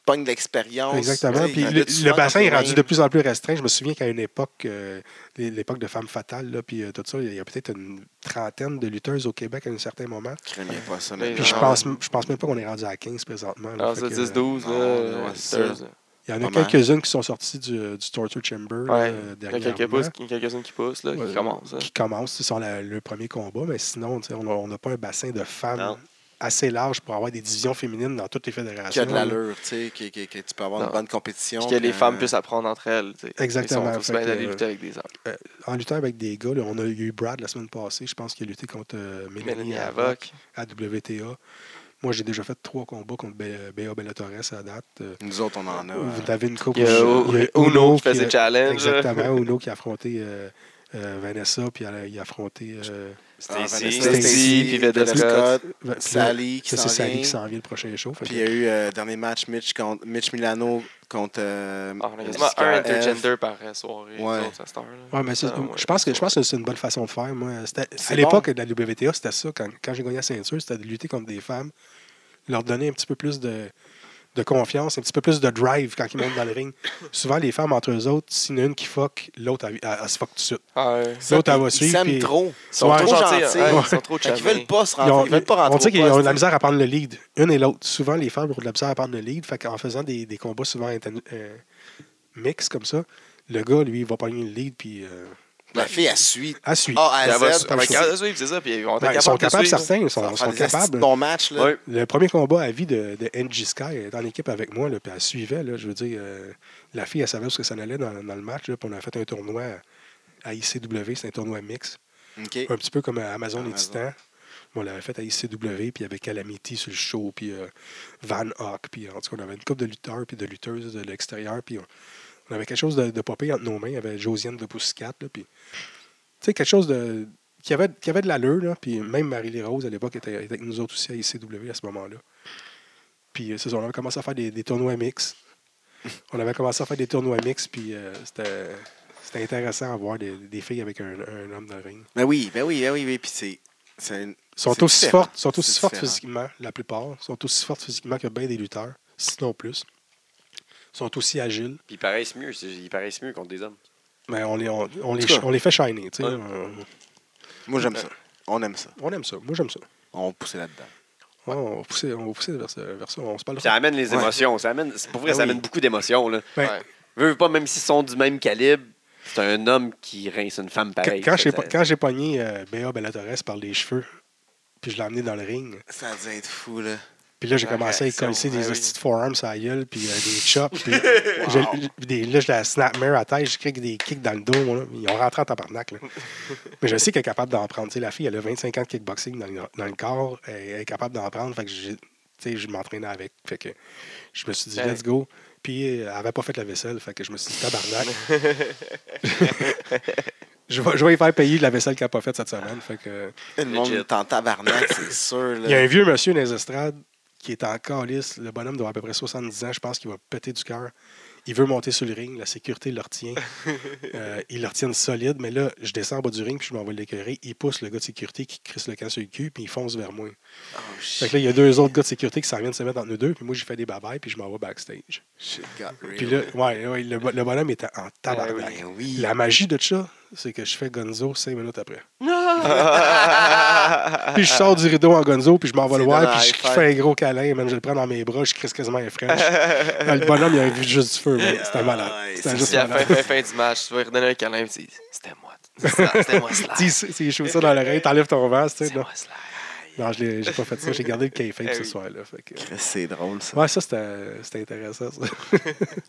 S3: pognent de l'expérience.
S4: Exactement.
S3: Tu sais,
S4: Puis
S3: il y en a
S4: le,
S3: souvent
S4: le bassin est
S3: dans
S4: rendu
S3: les-
S4: de plus en plus restreint. Je me souviens qu'à une époque, euh, les- l'époque de femmes fatales, là, puis euh, tout ça, il y a peut-être une trentaine de lutteuses au Québec à un certain moment.
S3: Craignez pas ça,
S2: Mais
S3: les
S4: Puis je
S3: gens.
S4: pense, je pense même pas qu'on est rendu à 15 présentement. là.
S2: Alors,
S4: Fait
S2: ça,
S4: que,
S2: 10-12, là,
S3: non,
S2: euh,
S3: ouais, c'est ça.
S2: 14, là.
S4: il y en a
S3: pas mal.
S4: quelques-unes qui sont sorties du, du Torture Chamber là,
S2: Ouais,
S4: euh,
S2: il y a
S4: dernièrement,
S2: quelques pouces- il y a quelques-unes qui poussent, là,
S4: Ouais.
S2: qui commencent. là.
S4: qui commencent. Ils sont la- le premier combat, mais sinon, tu sais, on a- on n'a pas un bassin de femmes
S1: Non.
S4: assez large pour avoir des divisions féminines dans toutes les fédérations.
S3: Qu'il y a de l'allure, tu sais, que, que- que tu peux avoir une
S2: Non.
S3: bonne compétition.
S2: Puis que les
S3: puis,
S2: femmes
S3: euh,
S2: puissent apprendre entre elles. tu sais.
S4: Exactement,
S2: Ils sont tous
S4: fait
S2: bien
S4: que-
S2: d'aller lutter avec des hommes.
S4: En luttant avec des gars, là, on a eu Brad la semaine passée, je pense qu'il a lutté contre euh, Mélanie,
S2: Mélanie
S4: Havoc
S2: Havoc.
S4: à WTA. Moi, j'ai déjà fait trois combats contre Bé- Béa Bellatorès à date. euh,
S3: Nous autres, on en a. hein.
S4: Vous avez une coupe.
S2: Il y a Uno qui faisait challenge.
S4: Exactement, Uno qui a affronté euh, euh, Vanessa, puis elle a- il a affronté euh,
S2: Stacy.
S3: Ah, Vanessa
S4: Stacy,
S2: puis Vedette
S3: Vedette
S2: Scott.
S4: Ben, puis là,
S3: Sally qui
S4: ça,
S3: s'en
S4: c'est Sally
S3: vient.
S4: qui s'en vient le prochain show. fait
S3: Puis il
S4: que-
S3: y a eu euh, dernier match Mitch contre Mitch Milano contre euh,
S2: Ah, on a quasiment
S3: Jessica
S2: un
S3: F.
S2: intergender par euh, soirée.
S3: Ouais.
S2: les autres, à cette heure, là.
S4: Ouais, mais c'est-
S2: Ah, ouais,
S4: je, pense que, je pense
S2: soirée.
S4: que c'est une bonne façon de faire. Moi, C'était-
S3: C'est
S4: à l'époque de la WTA, c'était ça. Quand, quand j'ai gagné la ceinture, c'était de lutter contre des femmes, leur donner un petit peu plus de, de confiance, un petit peu plus de drive quand ils montent dans le ring. Souvent, les femmes entre eux autres, s'il y en a une qui fuck, l'autre, elle, elle- elle se fuck tout de suite.
S2: Ah, ouais.
S4: L'autre, elle va
S3: Ils
S4: suivre.
S3: s'aiment
S4: puis-
S3: trop. Ils sont
S4: Ouais.
S3: trop
S2: Trop gentils,
S3: gentils.
S2: hein,
S3: Ouais.
S2: ils sont trop
S3: Fait qu'ils veulent
S2: charmés.
S3: pas se
S4: Ils
S3: rentrer.
S4: ont-
S3: Ils veulent pas rentrer.
S4: on dirait
S3: au
S4: qu'ils ont de la
S3: poste.
S4: misère à prendre le lead, une et l'autre. Souvent, les femmes ont de la misère à prendre le lead. Fait qu'en faisant des, des combats souvent inten- euh, mix comme ça, le gars, lui, il va prendre le lead puis euh,
S3: La fille, elle suit.
S4: à suivre.
S3: A
S2: Elle
S3: à
S2: va-
S3: Z.
S2: elle va être capable de suivre, c'est ça. Puis ils vont être
S4: Ben, ils sont
S2: capables
S4: capables,
S2: de suivre.
S4: certains. Ils sont,
S3: Ils
S4: ils sont capables.
S3: Bon match, là.
S2: Ouais.
S4: Le premier combat à vie de, de NG Sky elle était en équipe avec moi, là, puis elle suivait. Là, je veux dire, euh, la fille, elle savait où ce que ça en allait dans, dans le match. là, puis on a fait un tournoi à ICW, c'est un tournoi mix.
S3: OK.
S4: Un petit peu comme à Amazon, et
S3: Amazon.
S4: Titan. On l'avait fait à ICW, puis avec Calamity sur le show, puis euh, Van Hawk. Puis en tout cas, on avait une couple de lutteurs puis de lutteuses de l'extérieur. Puis on, on avait quelque chose de, de popé entre nos mains. Il y avait Josiane de Poussicat, là, puis tu sais, quelque chose de, qui, avait, qui avait de l'allure. Là. Puis même Marie-Lé Rose, à l'époque, était, était avec nous autres aussi à ICW à ce moment-là. Puis euh, c'est ça, on avait commencé à faire des, des tournois
S3: <laughs>
S4: mix. On avait commencé à faire des tournois mix, puis euh, c'était, c'était intéressant à voir des, des filles avec un, un homme de ring.
S3: Ben oui, ben oui, ben oui, oui. Puis c'est. c'est une-
S4: Ils sont
S3: c'est
S4: aussi
S3: différent.
S4: fortes, sont aussi
S3: C'est
S4: fortes
S3: différent.
S4: physiquement, la plupart. Ils sont aussi fortes physiquement que bien des lutteurs, sinon plus. Ils sont aussi agiles.
S1: Puis ils paraissent mieux, c'est- ils paraissent mieux contre des hommes.
S4: Mais on les, on, on les,
S3: tout cas.
S4: on les fait shiner. tu sais.
S1: Ouais.
S4: On,
S3: Moi, j'aime ça. On aime ça.
S4: on aime ça. Moi, j'aime ça.
S3: On va pousser là-dedans.
S4: Ouais, on va pousser, on va pousser vers, ça- vers ça. On se parle
S1: Ça amène les
S3: Ouais.
S1: émotions. Ça amène, c'est- pour vrai,
S4: Ah
S1: ça
S4: oui.
S1: amène beaucoup d'émotions. là.
S4: Ben, <laughs>
S2: Ouais.
S1: Veux, veux pas, même s'ils sont du même calibre, c'est un homme qui rince une femme
S4: Quand-
S1: pareille.
S4: quand, j'ai,
S1: Ça-
S4: po- quand j'ai pogné euh, Béa Bellatorès par les cheveux, puis je l'ai amené dans le ring,
S3: Ça doit être fou, là.
S4: puis là, j'ai
S2: La
S4: commencé à y
S2: réaction,
S4: coller
S2: ouais,
S4: des
S2: oui.
S4: hosties de forearms à la gueule, puis euh, des
S2: <laughs>
S4: chops. puis je- je- des- là, je la snapmare à la tête, je crique des kicks dans le dos. moi, là. Ils ont rentré en tabarnak.
S2: <laughs>
S4: là. Mais je sais qu'elle est capable d'en prendre. Tu sais, la fille, elle a 25 ans de kickboxing dans, le- dans le corps. Elle, elle est capable d'en prendre. Fait que j'ai- tu sais, je m'entraînais avec. Fait que je me suis dit,
S2: Ouais.
S4: let's go. Puis euh, elle n'avait pas fait la vaisselle. Fait que je me suis dit, tabarnak.
S2: <laughs>
S4: <laughs> je, vais, je vais y faire payer de la vaisselle qu'elle n'a pas faite cette semaine. Fait que...
S3: Le monde
S1: Legit.
S3: est en tabarnak, c'est sûr,
S4: Il y a
S3: là.
S4: un vieux monsieur dans les estrades qui est en calice. Le bonhomme doit avoir à peu près 70 ans. Je pense qu'il va péter du cœur. Il veut monter sur le ring. La sécurité le retient.
S3: <laughs>
S4: Euh, ils le retiennent solide. Mais là, je descends en bas du ring puis je m'en vais l'écœurer. Il pousse le gars de sécurité qui crisse le camp sur le cul puis il fonce vers moi.
S3: Oh,
S4: Fait
S3: shit,
S4: que là, il y a deux autres gars de sécurité qui s'en viennent se mettre entre nous deux. Puis moi, j'ai fait des babayes puis je m'en vais backstage.
S3: shit got real.
S4: Puis là, ouais, ouais, le, bo- le bonhomme était en tabarnak.
S3: Ben oui.
S4: La magie de ça, c'est que je fais Gonzo cinq minutes après. <laughs> puis je sors du rideau en Gonzo, puis je m'en vais le
S3: C'est
S4: voir,
S3: dans
S4: puis
S3: la
S4: je
S3: high five.
S4: fais un gros câlin, même je le prends dans mes bras, je crisse quasiment
S3: <laughs>
S4: un French. Ah, le bonhomme, il a vu juste du feu, man. c'était malade.
S3: Ouais,
S4: C'était
S3: c'est
S4: juste
S2: Puis à la fin,
S4: malade.
S2: fin, fin du match, tu vas lui redonner un câlin et tu dis C'était moi. C'était moi,
S4: <laughs>
S2: Slash.
S4: Si si je ça dans l'oreille, t'enlèves ton vase, tu sais.
S2: C'était
S4: Non,
S2: moi, Slash.
S4: non je l'ai- j'ai pas fait ça, j'ai gardé
S3: <laughs>
S4: le café
S2: Eh
S4: ce
S2: oui.
S4: soir-là. fait que-
S3: C'est drôle, ça.
S4: Ouais, ça, c'était c'était
S3: <laughs>
S4: intéressant, ça.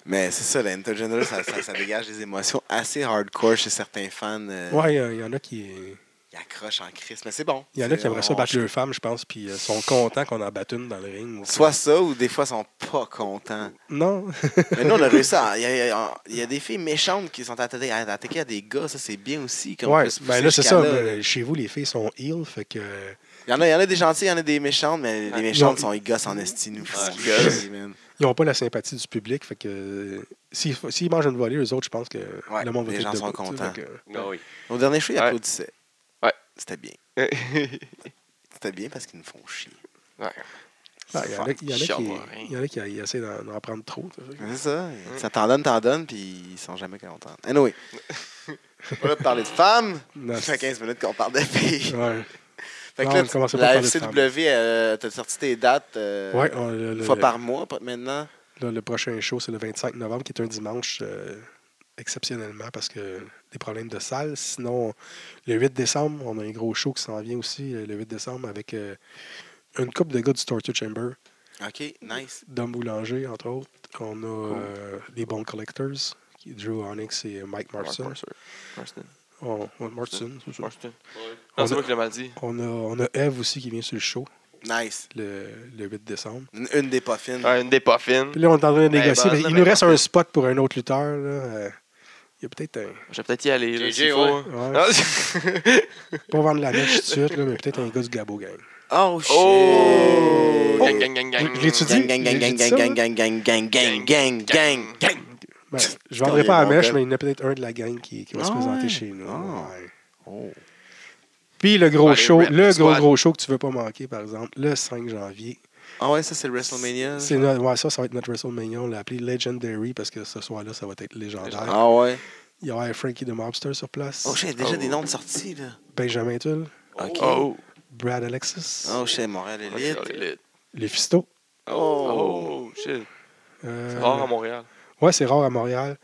S3: Mais c'est ça, l'intergender, ça, ça, ça dégage des émotions assez hardcore chez certains fans. euh,
S4: Ouais, il y a- il y, en a qui...
S3: Ils accrochent en crise, mais c'est bon.
S4: Il y en a
S3: C'est-
S4: qui aimeraient ça
S3: on-
S4: battre leurs femmes, je pense, puis euh, sont contents qu'on en batte une dans le ring. ou-
S3: Soit ça, ou des fois, ils sont pas contents. <laughs>
S4: Non.
S3: Mais nous, on a réussi à... Il y a, il y a- il y a des filles méchantes qui sont attaquées à, attaquées à des gars, ça, c'est bien aussi. comme on
S4: ouais,
S3: peut se
S4: ben là,
S3: pousser
S4: c'est
S3: jusqu'à
S4: ça.
S3: là.
S4: mais chez vous, les filles sont heal, fait que... euh,
S3: Il y, en a, il y en a des gentils, il y en a des méchantes, mais les méchantes
S4: Non.
S3: sont ils gossent en estime.
S1: Ouais.
S4: ils n'ont pas la sympathie du public. Fait que euh, s'ils f- s'ils mangent une volée, eux autres, je pense que
S3: Ouais,
S4: le monde va
S3: les
S4: être
S3: gens sont
S4: debout, tu sais,
S3: contents.
S4: fait que-
S1: Ah oui.
S3: Au dernier show, ils
S2: Ouais.
S3: applaudissaient.
S2: Ouais.
S3: C'était bien.
S2: ouais.
S3: C'était bien parce qu'ils nous font chier.
S4: Ah, Il y en a- il y en a
S2: Fuck,
S4: qui-
S2: chiant, hein.
S4: il y en a qui ils essaient d'en d'en prendre trop. tu sais, fait que-
S3: C'est ça. Ça t'en donne, t'en donne, puis ils sont jamais contents. Anyway. <laughs> On va parler de femmes.
S4: Non,
S3: Ça <laughs> fait
S4: c'est-
S3: 15 minutes qu'on parle de filles.
S4: Ouais.
S3: Fait que
S4: Non,
S3: là,
S4: on commençait pas à
S3: la
S4: parler de
S3: FCW, euh, t'as sorti tes dates euh,
S4: Ouais, on- le,
S3: une
S4: le-
S3: fois par mois pas- maintenant.
S4: le- le prochain show, c'est le 25 novembre, qui est un dimanche, euh, exceptionnellement, parce que des problèmes de salle. Sinon, le 8 décembre, on a un gros show qui s'en vient aussi, euh, le 8 décembre, avec euh, une coupe de gars du Torture Chamber.
S3: OK, nice.
S4: Dom Boulanger, entre autres. On a euh, les Bone Collectors, qui- Drew Onyx et Mike
S2: Mark
S4: Martin.
S2: Marston. Marston.
S4: On, on- Martin, c'est ça.
S2: Marston.
S4: On
S2: Non, c'est
S4: a-
S2: moi qui l'ai mal dit.
S4: On a, on a Eve aussi qui vient sur le show
S3: Nice.
S4: le, le 8 décembre.
S3: Une, une des pas fines.
S2: Ouais, Ah, Une des pas fines.
S4: Puis là, on est en train de
S2: Ben,
S4: négocier.
S2: bonne,
S4: mais il
S2: ben,
S4: nous reste
S2: bonne.
S4: un spot pour un autre lutteur. là. Euh, y a peut-être un.
S2: Je vais peut-être y aller. là,
S1: JJ,
S2: s'il faut.
S4: Ouais,
S2: Ah,
S4: pas vendre la mèche tout de suite, là, mais peut-être un gars du Gabo Gang.
S3: Oh, shit.
S2: Oh!
S4: Oh!
S2: Gang, gang, gang, gang.
S4: Je l'ai-tu dit?
S3: Gang, gang, gang, gang, gang, gang, gang, gang, gang, gang, gang, gang.
S4: Ben, je vendrai pas la
S3: Mon
S4: mèche,
S3: gars.
S4: mais il y en a peut-être un de la gang qui, qui va se
S3: Ah
S4: présenter
S3: ouais.
S4: chez nous.
S3: Ah.
S4: ouais.
S3: Oh.
S4: Puis le gros
S2: Ouais,
S4: show,
S2: Rap
S4: le gros
S2: Squad.
S4: gros show que tu veux pas manquer, par exemple, le 5 janvier.
S3: Ah ouais, ça, c'est le WrestleMania.
S4: C'est notre- ouais, ça, ça va être notre WrestleMania. On l'a appelé Legendary parce que ce soir-là, ça va être légendaire.
S3: Ah ouais.
S4: Il y aura Frankie the Mobster sur place.
S3: Oh, shit, déjà
S2: Oh.
S3: des noms de sortie, là.
S4: Benjamin Tull,
S3: OK.
S2: Oh!
S4: Brad Alexis,
S3: Oh, shit, Montréal
S2: Ok,
S3: Elite.
S2: on est lit.
S4: Les Fistos.
S2: Oh! shit.
S4: Euh,
S2: C'est rare à Montréal.
S4: ouais, c'est rare à Montréal.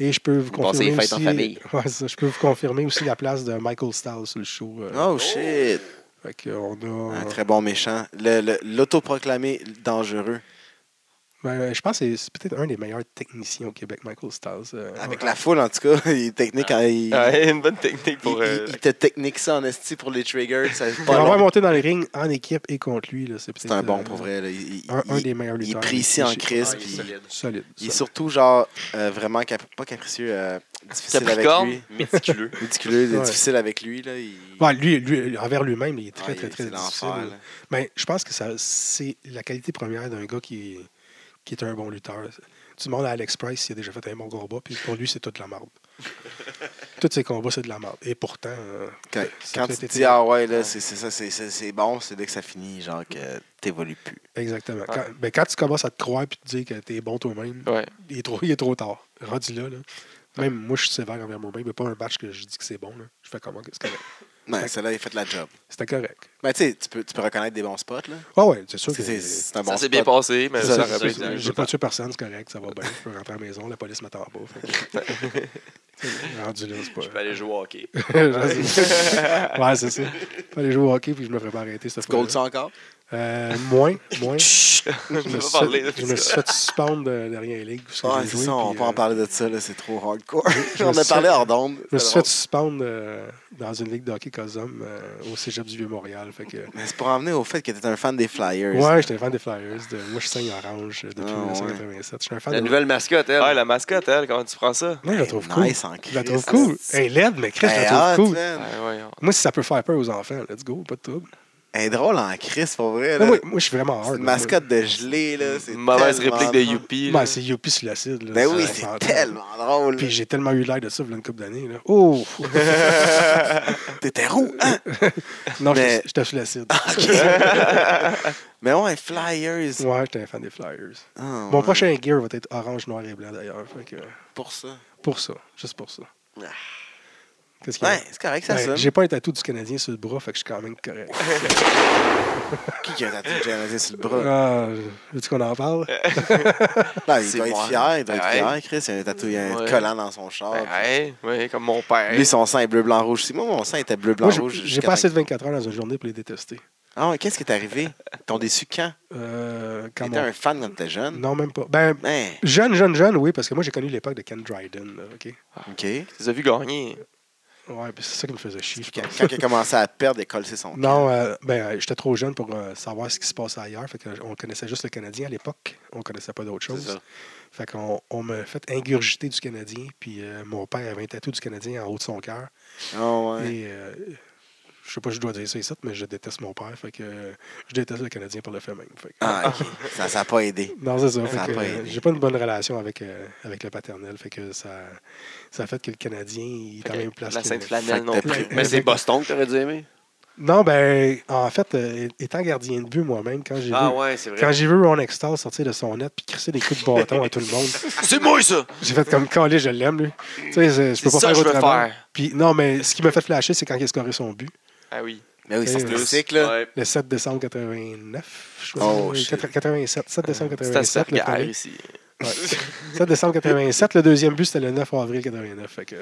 S4: Et je peux vous
S1: Passer les
S4: confirmer
S1: fêtes en
S4: aussi,
S1: famille.
S4: <laughs> Ouais, c'est ça. je peux vous confirmer aussi la place de Michael Stiles sur le show. euh.
S3: Oh, Ah, shit.
S4: Fait qu'on a.
S3: Un très bon méchant. Le- le- L'autoproclamé dangereux.
S4: Ben, je pense que c'est- c'est peut-être un des meilleurs techniciens au Québec, Michael Stiles. euh,
S3: Avec la foule, en tout cas. <laughs> Il est technique. hein, Il
S2: Ouais, une bonne technique
S3: il-
S2: pour. euh,
S3: il- il te technique ça en esti pour les triggers.
S4: <laughs>
S3: ça-
S4: On va
S3: pas long.
S4: monter dans le ring en équipe et contre lui. là, C'est
S3: C'est
S4: peut-être,
S3: un bon,
S4: euh,
S3: pour vrai. là. Il- il-
S4: Un, un
S3: il-
S4: des meilleurs
S3: il est
S4: lutteurs.
S3: précis en crise.
S1: Ah, il est
S3: puis-
S1: solide.
S4: Solide.
S3: Il est
S4: solide.
S3: surtout, genre, euh, vraiment cap- pas capricieux, euh, difficile avec
S2: Capricorne,
S3: lui.
S2: méticuleux.
S3: Ridiculeux,
S4: Ouais.
S3: difficile avec lui. Là, il...
S4: Ouais, lui, lui, envers lui-même, il est très,
S3: Ah,
S4: très,
S3: il-
S4: très
S3: c'est
S4: difficile.
S3: l'enfer, là.
S4: Ben, je pense que ça, c'est la qualité première d'un gars qui, qui est un bon lutteur. Tu demandes à Alex Price s'il a déjà fait un bon combat, puis pour lui, c'est toute de la
S3: <laughs>
S4: merde. Tous ses combats, c'est de la merde. Et pourtant, euh,
S3: Quand,
S4: ça
S3: quand
S4: peut
S3: tu te
S4: être
S3: dis, ah ouais, là, c'est c'est ça, c'est- c'est c'est bon, c'est dès que ça finit, genre, que t'évolues plus.
S4: exactement.
S3: Ah.
S4: Quand, ben, quand tu commences à te croire et te dire que t'es bon toi-même,
S2: Ouais.
S4: il, est trop, il est trop tard. Rendu là, là. Même moi, je suis sévère envers moi-même, mais pas un match que je dis que c'est bon. Là. Je fais comment que c'est correct.
S3: Non,
S4: Fait-
S3: celle-là, il a fait la job.
S4: C'était correct.
S3: Mais tu sais, tu peux, tu peux reconnaître des bons spots, là.
S4: Ah ouais, c'est sûr
S3: C'est-
S4: que
S3: C'est c'est un bon
S2: Ça
S3: spot.
S2: s'est bien passé, mais
S3: C'est ça,
S2: ça
S3: c'est
S2: rappelle.
S3: ça,
S4: J'ai pas tué personne, c'est correct, ça va bien. Je peux rentrer à la maison, la police m'attend pas. Fait
S3: <laughs>
S4: que- Rendu là, c'est pas.
S1: Je peux
S4: <laughs>
S1: aller jouer au hockey.
S4: ouais, c'est ça. Je vais aller jouer au hockey puis je me ferai pas arrêter cette
S3: Tu goals ça
S4: fois.
S3: encore?
S4: Euh, moins,
S3: <laughs>
S4: moins.
S2: Je
S4: Je me
S2: vais
S4: suis
S2: pas parler.
S4: fait- je me suis fait suspendre de dernière ligue. où ce que
S3: Ouais,
S4: j'ai
S3: c'est
S4: joué,
S3: ça, on
S4: puis,
S3: peut
S4: euh,
S3: en parler de ça, là, c'est trop hardcore. <laughs>
S4: je me
S3: on a
S4: suis
S3: parlé
S4: fait-
S3: hors d'onde.
S4: Je me
S3: c'est
S4: suis fait
S3: drôle.
S4: suspendre euh, dans une ligue de hockey Cosum euh, au cégep du Vieux-Montréal.
S3: <laughs>
S4: Fait que.
S3: Mais c'est pour en venir au fait que t'étais un fan des Flyers.
S4: Ouais, j'étais un fan des Flyers. De... Moi, je suis 5 orange euh, depuis
S3: Ah, ouais.
S4: 1987. Je suis un fan
S1: La
S4: de.
S1: nouvelle mascotte, elle.
S2: Ah, la mascotte, elle, comment tu prends ça?
S4: Moi, je la trouve cool.
S3: Nice en
S4: Je la
S3: Christ.
S4: trouve cool. Elle est laide, mais Chris, je
S3: Elle est
S4: la
S3: hot,
S4: trouve cool.
S3: man.
S2: Ouais, ouais, on-
S4: Moi, si ça peut faire peur aux enfants, let's go, pas de trouble.
S3: Elle est drôle en Christ, pour vrai.
S4: Non,
S3: Là.
S4: moi, moi, je suis vraiment
S3: C'est
S4: hard.
S3: une
S4: là,
S3: mascotte de gelée, là. c'est
S2: Une mauvaise
S3: tellement
S2: réplique de
S3: drôle.
S2: Youpi.
S4: moi.
S2: là.
S4: Ben, c'est Youpi sur l'acide. là.
S3: Ben oui,
S4: Ça, ça-
S3: c'est tellement drôle.
S4: Puis j'ai tellement eu l'air de ça, il y a une couple d'années. là. Oh!
S3: T'étais roux, hein?
S4: <laughs> non,
S3: Mais- Ah,
S4: j'étais- j'étais sur l'acide.
S3: Mais ouais, Flyers.
S4: ouais, j'étais un fan des Flyers.
S3: Ah,
S4: Mon
S3: ouais,
S4: prochain gear va être orange, noir et blanc, d'ailleurs. Fait que,
S3: Pour ça.
S4: Pour ça, juste pour ça.
S3: Ah.
S4: Qu'est-ce qu'il y a?
S3: Ouais, c'est correct, ça
S4: Ben,
S3: sonne.
S4: j'ai pas un tatou du Canadien sur le bras, fait que je suis quand même
S3: <laughs>
S4: correct.
S3: Qui qui a tatoué le Canadien sur le bras?
S4: Ah, veux-tu qu'on en parle?
S3: Euh, Là, il
S2: C'est
S3: doit être
S2: moi.
S3: fier, il doit être
S2: Ouais.
S3: fier, Chris. Il y a un tatoué, il y a un
S2: Ouais.
S3: collant dans son char.
S2: Ben, ouais, ouais, comme mon père.
S3: Lui, son sang est bleu, blanc, rouge. Si moi, mon sang était bleu, blanc,
S4: Moi, j'ai-
S3: rouge.
S4: j'ai
S3: jusqu'à
S4: pas assez
S3: temps-
S4: de 24 heures dans une journée pour les détester.
S3: Ah, ouais, qu'est-ce qui est arrivé? T'ont déçu quand?
S4: Euh, quand
S3: T'étais
S4: mon-
S3: un fan quand t'étais jeune?
S4: Non, même pas. Ben,
S3: Ben,
S4: Jeune, jeune, jeune, oui, parce que moi, j'ai connu l'époque de Ken Dryden. là, OK?
S3: OK. Quand
S2: Tu les as vu gagner.
S4: Ouais, puis c'est ça qui me faisait chier. je pense.
S3: quand il a commencé à perdre, il a collé son camp.
S4: Non, euh, ben, euh, j'étais trop jeune pour euh, savoir ce qui se passait ailleurs. Fait que euh, on connaissait juste le Canadien à l'époque. On connaissait pas d'autre
S3: C'est
S4: chose.
S3: ça.
S4: Fait qu'on on m'a fait ingurgiter du Canadien. Puis euh, mon père avait un tatou du Canadien en haut de son cœur.
S3: Ah, ouais.
S4: Et euh, je sais pas si je dois dire ça ici, mais je déteste mon père. Fait que euh, je déteste le Canadien pour le fait même. Fait que-
S3: Ah, ok. Ça n'a pas aidé.
S4: Non, c'est ça.
S3: Ça
S4: Fait
S3: a
S4: que,
S3: pas
S4: euh,
S3: aidé.
S4: j'ai pas une bonne relation avec, euh, avec le paternel. Fait que ça, ça a fait que le Canadien il est
S2: Fait
S4: à
S2: que
S4: la même place
S2: La
S4: que-
S2: sainte
S3: Fait
S2: flanelle
S3: que
S2: non
S3: t'as
S2: plus.
S4: pris-
S1: Mais c'est Boston que t'aurais dû aimer.
S4: Non, ben, en fait, euh, étant gardien de but moi-même, quand j'ai
S3: Ah
S1: Ah
S4: vu,
S1: ouais, c'est
S4: quand j'ai vu Ron Extall sortir de son net puis crisser des coups de bâton à tout le monde,
S2: Ah, C'est moi, ça!
S4: j'ai fait comme calé, je l'aime, lui. Tu sais, c'est- je
S2: C'est
S4: peux pas
S2: ça que
S4: faire
S2: je veux
S4: autrement.
S2: faire.
S4: Puis, non, mais ce qui m'a fait flasher, c'est quand il a scoré son but.
S2: Ah oui.
S3: Mais oui,
S4: Et
S3: c'est
S4: le-
S3: classique, là.
S1: Ouais.
S4: Le 7 décembre 89, je
S3: Oh,
S4: crois.
S3: shit.
S4: 87, 7 décembre
S2: C'est à se faire
S4: 87. le
S2: guerre
S4: premier.
S2: ici.
S4: Ouais. 7 décembre 87. Le deuxième but, c'était le 9 avril 89. Fait que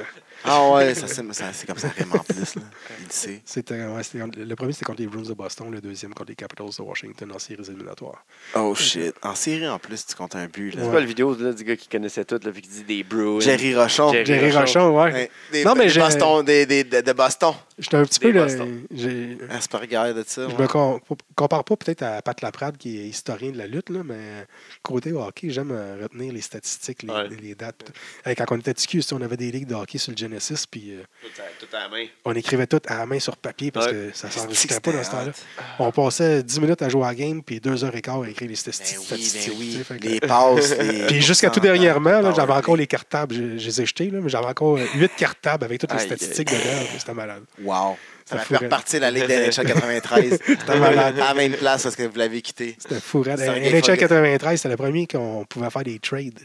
S3: Ah ouais, ça c'est ça, c'est comme ça rime en plus. Là. Il le sait.
S4: c'était, ouais, c'était contre- le premier, c'était contre les Bruins de Boston. Le deuxième, contre les Capitals de Washington en séries éliminatoires.
S3: Oh shit. En série en plus, tu comptes un but. Là.
S1: C'est quoi la vidéo là, du gars qui connaissait tout, là, puis qui dit des Bruins?
S3: Jerry Rochon.
S1: Jerry
S4: Jerry
S1: Rochon.
S4: Rochon, ouais.
S3: Ouais. Des,
S4: Non, mais
S3: des
S4: j'ai-
S3: Boston, des, des, de, de Boston.
S4: J'étais un petit
S1: Des
S4: peu. le-
S1: Boston.
S4: j'ai-
S3: Asperger de ça.
S4: Je
S3: ouais. Ben
S4: me com- compare pas peut-être à Pat Laprade, qui est historien de la lutte, là, mais côté hockey, j'aime euh, retenir les statistiques, les,
S1: Ouais.
S4: les dates. pis tout. Hey, quand on était TQ, on avait des ligues de hockey sur le Genesis, puis euh,
S1: Tout à, tout à la main.
S4: on écrivait tout à la main sur papier parce
S1: Ouais.
S4: que ça
S3: C'était
S4: s'enregistrait pas dans ce
S3: hot.
S4: temps-là. On passait 10 minutes à jouer à la game, puis 2 heures et quart à écrire les stati-
S3: Ben
S4: statistiques.
S3: oui, ben
S4: tu sais,
S3: oui.
S4: fait que-
S3: Les
S4: <laughs>
S3: passes, les. Ah
S4: Puis jusqu'à tout dernièrement, là, j'avais encore
S3: les.
S4: les cartables. Je, je les ai jetés, là, mais j'avais encore 8 cartables avec toutes les
S2: Aïe, aïe.
S4: statistiques dedans. C'était malade.
S3: Wow.
S4: Ça
S3: Ça va
S4: fourrait.
S3: faire partie de la Ligue de NHL
S4: <laughs>
S3: 93.
S4: malade.
S3: à la même place parce que vous l'avez quitté.
S4: C'était fou. raide.
S3: Ça vient
S4: NHL
S3: fucker.
S4: 93, c'était le premier qu'on pouvait faire des trades.